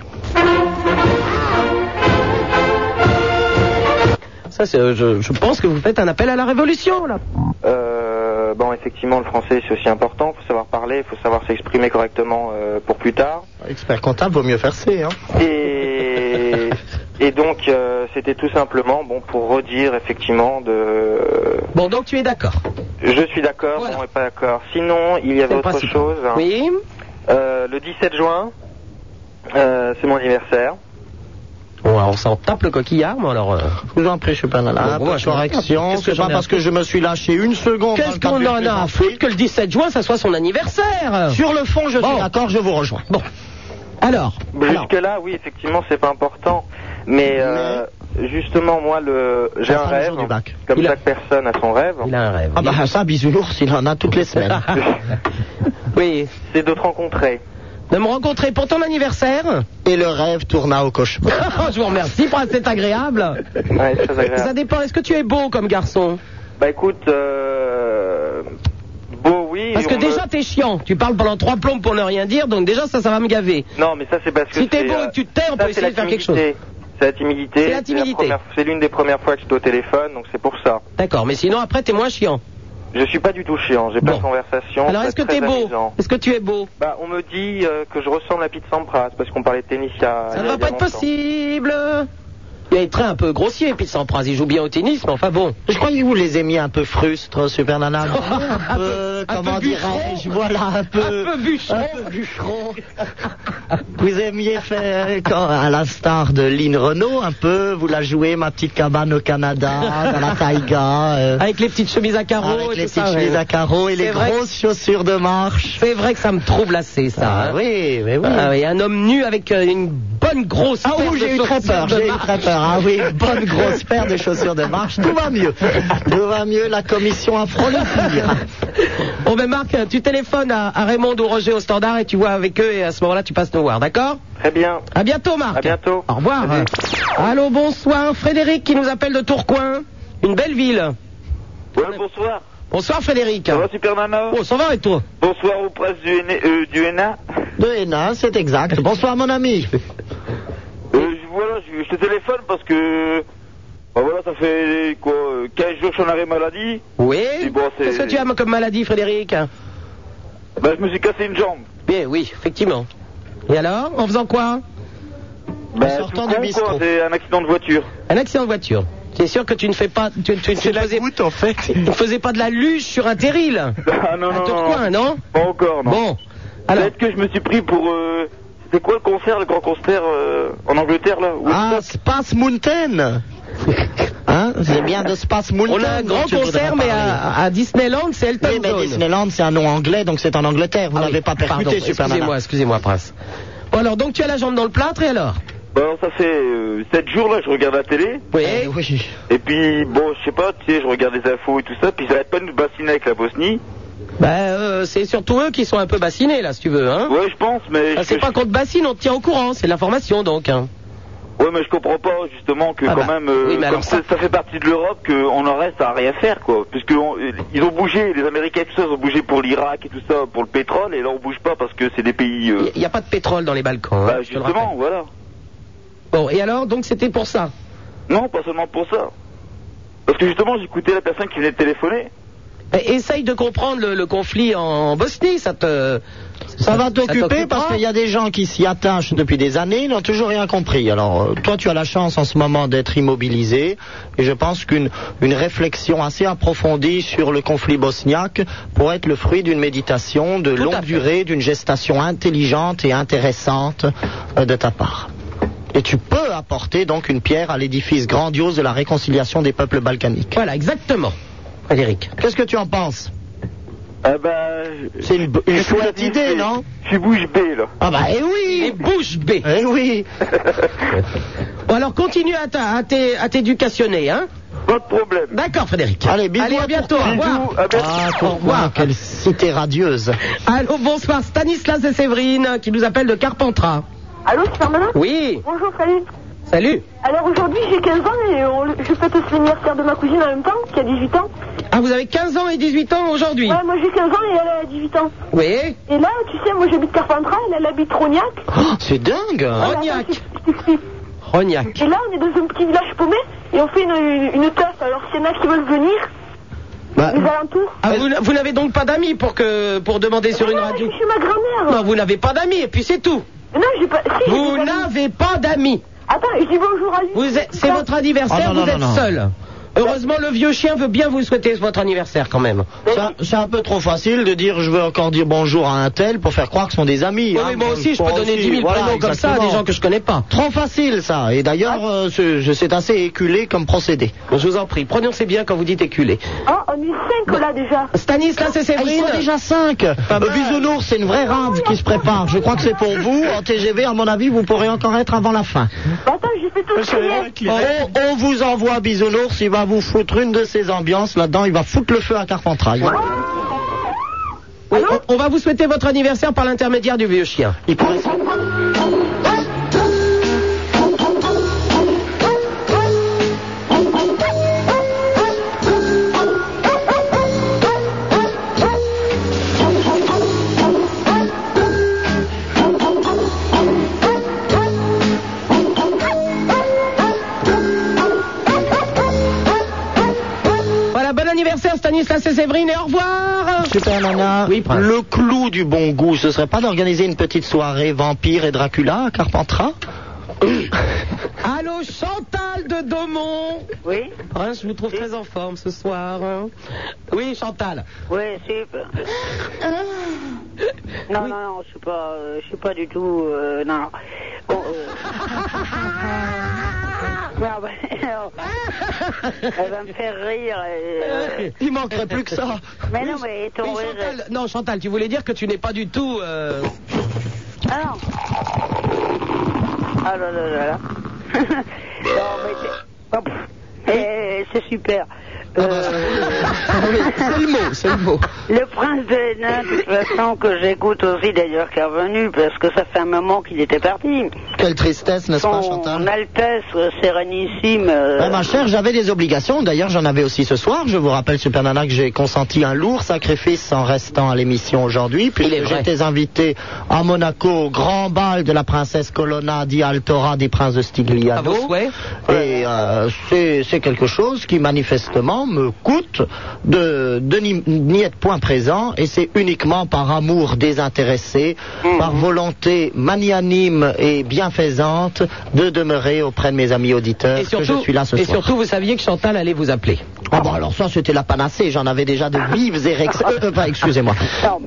[SPEAKER 4] Ça, c'est, euh, je, je pense que vous faites un appel à la révolution, là.
[SPEAKER 10] Euh, bon, effectivement, le français c'est aussi important. Faut savoir parler, faut savoir s'exprimer correctement euh, pour plus tard.
[SPEAKER 6] Expert comptable, vaut mieux faire C. Hein.
[SPEAKER 10] Et, (laughs) et donc, euh, c'était tout simplement bon pour redire effectivement de.
[SPEAKER 4] Bon, donc tu es d'accord.
[SPEAKER 10] Je suis d'accord,
[SPEAKER 4] Voilà.
[SPEAKER 10] on n'est pas d'accord. Sinon, il y
[SPEAKER 4] C'est
[SPEAKER 10] avait
[SPEAKER 4] le
[SPEAKER 10] autre
[SPEAKER 4] principe.
[SPEAKER 10] chose. hein.
[SPEAKER 4] Oui.
[SPEAKER 10] Euh, le 17 juin, euh, c'est mon anniversaire.
[SPEAKER 4] Bon, alors, on s'en tape le coquillard, moi, alors. euh,
[SPEAKER 6] Je vous en prie, je suis pas là.
[SPEAKER 4] Bon, moi, je suis
[SPEAKER 6] correction,
[SPEAKER 4] Qu'est-ce que
[SPEAKER 6] c'est
[SPEAKER 4] j'en
[SPEAKER 6] pas
[SPEAKER 4] ai à
[SPEAKER 6] parce que je me suis lâché une seconde. dans
[SPEAKER 4] Qu'est-ce
[SPEAKER 6] le cadre
[SPEAKER 4] qu'on
[SPEAKER 6] d'une
[SPEAKER 4] en a à
[SPEAKER 6] plaisanterie.
[SPEAKER 4] foutre que le 17 juin, ça soit son anniversaire
[SPEAKER 6] Sur le fond, je
[SPEAKER 4] Bon.
[SPEAKER 6] suis d'accord, je vous rejoins.
[SPEAKER 4] Bon. Alors, alors.
[SPEAKER 10] Jusque-là, oui, effectivement, c'est pas important. Mais, euh, justement, moi, le, j'ai
[SPEAKER 6] Ça
[SPEAKER 10] un
[SPEAKER 6] sera le
[SPEAKER 10] rêve.
[SPEAKER 6] jour du bac.
[SPEAKER 10] Comme
[SPEAKER 4] Il a-
[SPEAKER 10] chaque personne a son rêve.
[SPEAKER 4] Il a un
[SPEAKER 10] (laughs)
[SPEAKER 4] rêve.
[SPEAKER 6] Ah bah ça, bisounours, il en a toutes les (laughs) semaines.
[SPEAKER 4] oui.
[SPEAKER 10] C'est de te rencontrer.
[SPEAKER 4] De me rencontrer pour ton anniversaire
[SPEAKER 6] Et le rêve tourna au cauchemar.
[SPEAKER 4] (laughs) Je vous remercie, prince, c'est agréable.
[SPEAKER 10] Ouais, c'est très
[SPEAKER 4] Ça
[SPEAKER 10] agréable.
[SPEAKER 4] dépend, est-ce que tu es beau comme garçon
[SPEAKER 10] Bah écoute, euh, beau, oui.
[SPEAKER 4] Parce
[SPEAKER 10] on
[SPEAKER 4] que
[SPEAKER 10] me-
[SPEAKER 4] déjà, t'es chiant. Tu parles pendant trois plombes pour ne rien dire, donc déjà, ça, ça va me gaver.
[SPEAKER 10] Non, mais ça, c'est parce que.
[SPEAKER 4] Si t'es
[SPEAKER 10] c'est,
[SPEAKER 4] beau
[SPEAKER 10] euh,
[SPEAKER 4] et que tu te tais, on
[SPEAKER 10] ça,
[SPEAKER 4] peut
[SPEAKER 10] c'est
[SPEAKER 4] essayer
[SPEAKER 10] la
[SPEAKER 4] de faire quelque chose.
[SPEAKER 10] timidité. C'est la timidité.
[SPEAKER 4] C'est la timidité.
[SPEAKER 10] première- C'est l'une des premières fois que je suis au téléphone, donc c'est pour ça.
[SPEAKER 4] D'accord, mais sinon, après, t'es moins chiant.
[SPEAKER 10] Je suis pas du tout chiant, j'ai pas
[SPEAKER 4] Bon.
[SPEAKER 10] de conversation.
[SPEAKER 4] Alors,
[SPEAKER 10] c'est
[SPEAKER 4] est-ce que
[SPEAKER 10] très
[SPEAKER 4] t'es beau
[SPEAKER 10] amusant.
[SPEAKER 4] Est-ce que tu es beau
[SPEAKER 10] Bah, on me dit euh, que je ressemble à Pete Sampras parce qu'on parlait de tennis il y a.
[SPEAKER 4] Ça
[SPEAKER 10] il
[SPEAKER 4] ne
[SPEAKER 10] y a
[SPEAKER 4] va pas être
[SPEAKER 10] longtemps.
[SPEAKER 4] possible. Il a des traits un peu grossiers, puis sans prince. Il joue bien au tennis, mais enfin bon.
[SPEAKER 6] Je croyais que vous les aimiez un peu frustres, Super Nana.
[SPEAKER 4] Un
[SPEAKER 6] Un
[SPEAKER 4] peu-
[SPEAKER 6] peu,
[SPEAKER 4] un
[SPEAKER 6] comment
[SPEAKER 4] peu bûcheron.
[SPEAKER 6] dirais-je, voilà, un peu...
[SPEAKER 4] Un peu bûcheron.
[SPEAKER 6] un peu bûcheron. Ah, vous aimiez faire, quand, à la star de Lynn Renault, un peu, vous la jouez, ma petite cabane au Canada, dans la taïga, euh,
[SPEAKER 4] Avec les petites chemises à carreaux.
[SPEAKER 6] avec
[SPEAKER 4] et
[SPEAKER 6] les
[SPEAKER 4] tout ça,
[SPEAKER 6] petites
[SPEAKER 4] ouais.
[SPEAKER 6] chemises à carreaux et les
[SPEAKER 4] C'est vrai que-
[SPEAKER 6] grosses chaussures de marche.
[SPEAKER 4] C'est vrai que ça me trouve assez, ça.
[SPEAKER 6] Ah
[SPEAKER 4] hein.
[SPEAKER 6] oui, mais oui.
[SPEAKER 4] Ah oui, un homme nu avec euh, une bonne grosse.
[SPEAKER 6] Ah
[SPEAKER 4] paire
[SPEAKER 6] oui,
[SPEAKER 4] de
[SPEAKER 6] j'ai eu très
[SPEAKER 4] chaussures
[SPEAKER 6] peur,
[SPEAKER 4] de
[SPEAKER 6] j'ai eu
[SPEAKER 4] marche.
[SPEAKER 6] très peur. Ah oui, une bonne grosse paire de chaussures de marche, tout va mieux. Tout va mieux, la commission a frôlé
[SPEAKER 4] (laughs) Bon ben Marc, tu téléphones à, à Raymond ou Roger au standard et tu vois avec eux et à ce moment-là tu passes nous voir, d'accord
[SPEAKER 10] Très bien.
[SPEAKER 4] À bientôt Marc.
[SPEAKER 10] À bientôt.
[SPEAKER 4] Au revoir.
[SPEAKER 10] Salut.
[SPEAKER 4] Allô, bonsoir, Frédéric qui nous appelle de Tourcoing, une belle ville.
[SPEAKER 10] bonsoir.
[SPEAKER 4] Bonsoir Frédéric.
[SPEAKER 10] Super Nana
[SPEAKER 4] Bon, ça va et toi
[SPEAKER 10] Bonsoir au prince du, NA.
[SPEAKER 6] De Hénin, c'est exact. Bonsoir mon ami.
[SPEAKER 10] voilà, je, te téléphone parce que
[SPEAKER 7] Ben voilà, ça fait quoi, euh, 15 jours que je suis en arrêt maladie.
[SPEAKER 4] Oui
[SPEAKER 7] Puis bon, c'est-
[SPEAKER 4] Qu'est-ce que tu as comme maladie, Frédéric
[SPEAKER 10] Bah,
[SPEAKER 7] Ben, je me suis cassé une jambe.
[SPEAKER 4] Bien, oui, effectivement. Et alors En faisant quoi
[SPEAKER 10] Bah,
[SPEAKER 7] Ben, tout con, quoi, c'est un accident de voiture.
[SPEAKER 4] Un accident de voiture. C'est sûr que tu ne fais pas. Tu, tu, tu ne faisais,
[SPEAKER 11] en fait.
[SPEAKER 4] tu ne faisais pas de la luge sur un terril
[SPEAKER 7] Ah non, non,
[SPEAKER 4] À
[SPEAKER 7] non,
[SPEAKER 4] Tourcoing, non
[SPEAKER 7] Pas encore, non.
[SPEAKER 4] Bon. Alors.
[SPEAKER 7] Peut-être que je me suis pris pour. Euh, c'est quoi le concert, le grand concert euh, en Angleterre, là Woodstock
[SPEAKER 6] Ah, Space Mountain Hein C'est bien de Space Mountain.
[SPEAKER 4] On a un grand
[SPEAKER 6] dont tu voudrais
[SPEAKER 4] concert, mais
[SPEAKER 6] parler.
[SPEAKER 4] à, à Disneyland, c'est Elton
[SPEAKER 6] Oui, mais
[SPEAKER 4] John.
[SPEAKER 6] Disneyland, c'est un nom anglais, donc c'est en Angleterre. Vous
[SPEAKER 4] Ah oui,
[SPEAKER 6] n'avez pas
[SPEAKER 4] pardon,
[SPEAKER 6] percuté, Super
[SPEAKER 4] Excusez-moi,
[SPEAKER 6] Nana.
[SPEAKER 4] excusez-moi, Prince. Bon, alors, donc tu as la jambe dans le plâtre, et alors
[SPEAKER 7] Ben, alors, ça fait 7 jours, là, je regarde la télé.
[SPEAKER 4] Oui.
[SPEAKER 6] Eh oui.
[SPEAKER 7] Et puis, bon, je sais pas, tu sais, je regarde les infos et tout ça. Puis, j'arrête pas de nous bassiner avec la Bosnie.
[SPEAKER 4] Ben, euh, c'est surtout eux qui sont un peu bassinés, là, si tu veux, hein.
[SPEAKER 7] Ouais, je pense, mais.
[SPEAKER 4] Ben,
[SPEAKER 7] je-
[SPEAKER 4] c'est pas qu'on te bassine, on te tient au courant, c'est de l'information, donc. hein.
[SPEAKER 7] Ouais, mais je comprends pas justement que
[SPEAKER 4] Ah
[SPEAKER 7] quand
[SPEAKER 4] bah,
[SPEAKER 7] même, euh,
[SPEAKER 4] oui,
[SPEAKER 7] comme
[SPEAKER 4] mais alors
[SPEAKER 7] ça,
[SPEAKER 4] ça-
[SPEAKER 7] ça fait partie de l'Europe, qu'on en reste à rien faire, quoi. Puisque on- euh, ils ont bougé, les Américains, tout ça, ils ont bougé pour l'Irak et tout ça, pour le pétrole, et là on bouge pas parce que c'est des pays. euh,
[SPEAKER 4] Il n'y a pas de pétrole dans les Balkans. hein,
[SPEAKER 7] bah,
[SPEAKER 4] je te le rappelle.
[SPEAKER 7] justement, voilà.
[SPEAKER 4] Bon, et alors, donc c'était pour ça.
[SPEAKER 7] Non, pas seulement pour ça. Parce que justement, j'écoutais la personne qui venait de téléphoner.
[SPEAKER 4] Ben, essaye de comprendre le, le conflit en Bosnie, ça te.
[SPEAKER 6] Ça va t'occuper parce
[SPEAKER 4] t'occupera
[SPEAKER 6] qu'il y a des gens qui s'y attachent depuis des années, ils n'ont toujours rien compris. Alors, euh, toi, tu as la chance en ce moment d'être immobilisé, et je pense qu'une une réflexion assez approfondie sur le conflit bosniaque pourrait être le fruit d'une méditation de
[SPEAKER 4] Tout à
[SPEAKER 6] longue
[SPEAKER 4] fait.
[SPEAKER 6] durée, d'une gestation intelligente et intéressante euh, de ta part. Et tu peux apporter donc une pierre à l'édifice grandiose de la réconciliation des peuples balkaniques.
[SPEAKER 4] Voilà, exactement, Frédéric.
[SPEAKER 6] Qu'est-ce que tu en penses
[SPEAKER 7] Ah bah. je-
[SPEAKER 6] C'est une,
[SPEAKER 7] je
[SPEAKER 6] une
[SPEAKER 7] suis
[SPEAKER 6] chouette
[SPEAKER 7] bouche
[SPEAKER 6] idée,
[SPEAKER 7] bée.
[SPEAKER 4] Hein
[SPEAKER 6] non
[SPEAKER 7] Je suis bouche bée, là.
[SPEAKER 6] Ah bah eh
[SPEAKER 4] Et
[SPEAKER 6] oui
[SPEAKER 4] bouche bée.
[SPEAKER 6] Eh
[SPEAKER 7] (laughs)
[SPEAKER 6] oui
[SPEAKER 4] Bon, alors continue à ta- à t'é- à t'éducationner, hein.
[SPEAKER 7] Pas de problème.
[SPEAKER 4] D'accord, Frédéric.
[SPEAKER 6] Allez, bisous
[SPEAKER 4] Allez, à
[SPEAKER 6] à
[SPEAKER 4] bientôt. Au
[SPEAKER 6] Tourcoing.
[SPEAKER 4] revoir.
[SPEAKER 7] Bisous, à bientôt.
[SPEAKER 6] Ah,
[SPEAKER 4] Au
[SPEAKER 6] pourquoi
[SPEAKER 4] revoir.
[SPEAKER 6] Quelle cité radieuse
[SPEAKER 4] Allô, bonsoir, Stanislas et Séverine qui nous appellent de Carpentras.
[SPEAKER 9] Allô, Super Nana
[SPEAKER 4] Oui,
[SPEAKER 9] Bonjour, salut.
[SPEAKER 4] salut.
[SPEAKER 9] Alors aujourd'hui, j'ai 15 ans et on- je fête aussi l'anniversaire de ma cousine en même temps, qui a 18 ans.
[SPEAKER 4] Ah, vous avez 15 ans et 18 ans aujourd'hui
[SPEAKER 9] Ouais, moi j'ai 15 ans et elle a 18 ans.
[SPEAKER 4] Oui.
[SPEAKER 9] Et là, tu sais, moi j'habite Carpentras, elle, elle habite Rognac.
[SPEAKER 6] Oh, C'est dingue
[SPEAKER 4] Rognac.
[SPEAKER 9] Je t'explique.
[SPEAKER 4] Rognac.
[SPEAKER 9] Et là, on est dans un petit village paumé et on fait une, une, une teuf. Alors, s'il y en a qui veulent venir,
[SPEAKER 6] Bah,
[SPEAKER 9] les alentours.
[SPEAKER 4] Ah, vous, vous n'avez donc pas d'amis pour que pour demander sur une
[SPEAKER 9] Non,
[SPEAKER 4] radio
[SPEAKER 9] Je suis chez ma grand-mère.
[SPEAKER 4] Non, vous n'avez pas d'amis et puis c'est tout.
[SPEAKER 9] Non, j'ai pas. Si, j'ai
[SPEAKER 4] Vous
[SPEAKER 9] des amis.
[SPEAKER 4] n'avez pas d'amis.
[SPEAKER 9] Attends, je dis bonjour à lui.
[SPEAKER 4] Vous êtes- c'est
[SPEAKER 9] Non.
[SPEAKER 4] votre anniversaire,
[SPEAKER 6] Ah, non,
[SPEAKER 4] vous
[SPEAKER 6] non,
[SPEAKER 4] êtes
[SPEAKER 6] non, non.
[SPEAKER 4] seul. Heureusement, le vieux chien veut bien vous souhaiter votre anniversaire quand même.
[SPEAKER 6] ça- c'est un peu trop facile de dire je veux encore dire bonjour à un tel pour faire croire que ce sont des amis.
[SPEAKER 4] Oui,
[SPEAKER 6] hein.
[SPEAKER 4] mais moi aussi, je peux
[SPEAKER 6] Moi
[SPEAKER 4] donner
[SPEAKER 6] aussi,
[SPEAKER 4] 10 000
[SPEAKER 6] voilà,
[SPEAKER 4] prénoms comme ça à des
[SPEAKER 6] exactement.
[SPEAKER 4] gens que je connais pas.
[SPEAKER 6] Trop facile ça. Et d'ailleurs,
[SPEAKER 9] Ah.
[SPEAKER 6] euh, ce- je- c'est assez éculé comme procédé.
[SPEAKER 4] Bon, je vous en prie, prononcez bien quand vous dites éculé.
[SPEAKER 9] Ah, on est 5 là déjà.
[SPEAKER 4] Stanislas et
[SPEAKER 6] Ah, Ils
[SPEAKER 4] Séverine.
[SPEAKER 6] sont déjà 5
[SPEAKER 4] Pas mal.
[SPEAKER 6] Bisounours, c'est une vraie rave qui se prépare. Je crois que c'est pour vous. En TGV, à mon avis, vous pourrez encore être avant la fin.
[SPEAKER 9] Bah, attends, j'ai fait tout ce qu'il y a.
[SPEAKER 6] On, on vous envoie Bisounours, il va vous foutre une de ses ambiances là-dedans, il va foutre le feu à Carpentras. Il va-
[SPEAKER 4] Oui, on, on va vous souhaiter votre anniversaire par l'intermédiaire du vieux chien.
[SPEAKER 6] il pourrait-
[SPEAKER 4] Voilà, bon anniversaire Stanislas et Séverine et au revoir.
[SPEAKER 6] Super Nana,
[SPEAKER 4] Ah. Oui, prince.
[SPEAKER 6] le clou du bon goût, ce serait pas d'organiser une petite soirée vampire et Dracula à Carpentras
[SPEAKER 4] Allô, Chantal de Daumont.
[SPEAKER 12] Oui,
[SPEAKER 4] Prince, je vous trouve très en forme ce soir. hein. Oui, Chantal.
[SPEAKER 12] oui, super. Non, non, non, je suis pas, euh, je suis pas du tout, euh, non. Bon, euh... Non, bah, alors, (laughs) elle va me faire rire. et, euh,
[SPEAKER 6] Il manquerait plus que ça.
[SPEAKER 12] Mais non, mais ton
[SPEAKER 4] Oui,
[SPEAKER 12] rire.
[SPEAKER 4] Chantal, non, Chantal, tu voulais dire que tu n'es pas du tout. euh,
[SPEAKER 12] Ah non. Ah là là là (laughs) là. non, mais c'est. Oh, pff. Eh, c'est super. Euh,
[SPEAKER 6] Ah bah, c'est le mot, c'est le mot.
[SPEAKER 12] Le prince de Hénin, de toute façon, que j'écoute aussi d'ailleurs, qui est revenu, parce que ça fait un moment qu'il était parti.
[SPEAKER 6] Quelle tristesse, n'est-ce pas,
[SPEAKER 12] Son
[SPEAKER 6] Chantal
[SPEAKER 12] Altesse euh, Sérénissime. euh,
[SPEAKER 6] Ouais, ma chère, Eh ben, j'avais des obligations. D'ailleurs, j'en avais aussi ce soir. Je vous rappelle, Super Nana, que j'ai consenti un lourd sacrifice en restant à l'émission aujourd'hui, puisque j'étais invité à Monaco au grand bal de la princesse Colonna di Altora des princes de
[SPEAKER 7] Ah
[SPEAKER 6] Stigliano. Et euh, c'est c'est quelque chose qui, manifestement, me coûte de, de n'y- n'y être point présent. Et c'est uniquement par amour désintéressé,
[SPEAKER 4] Mmh.
[SPEAKER 6] par volonté magnanime et bienfaisante de demeurer auprès de mes amis auditeurs
[SPEAKER 4] Et
[SPEAKER 6] que je
[SPEAKER 4] surtout,
[SPEAKER 6] suis là ce
[SPEAKER 4] et
[SPEAKER 6] soir.
[SPEAKER 4] surtout, vous saviez que Chantal allait vous appeler.
[SPEAKER 6] Ah bon, alors ça, c'était la panacée. J'en avais déjà de vives érections. Euh, euh, pas, excusez-moi.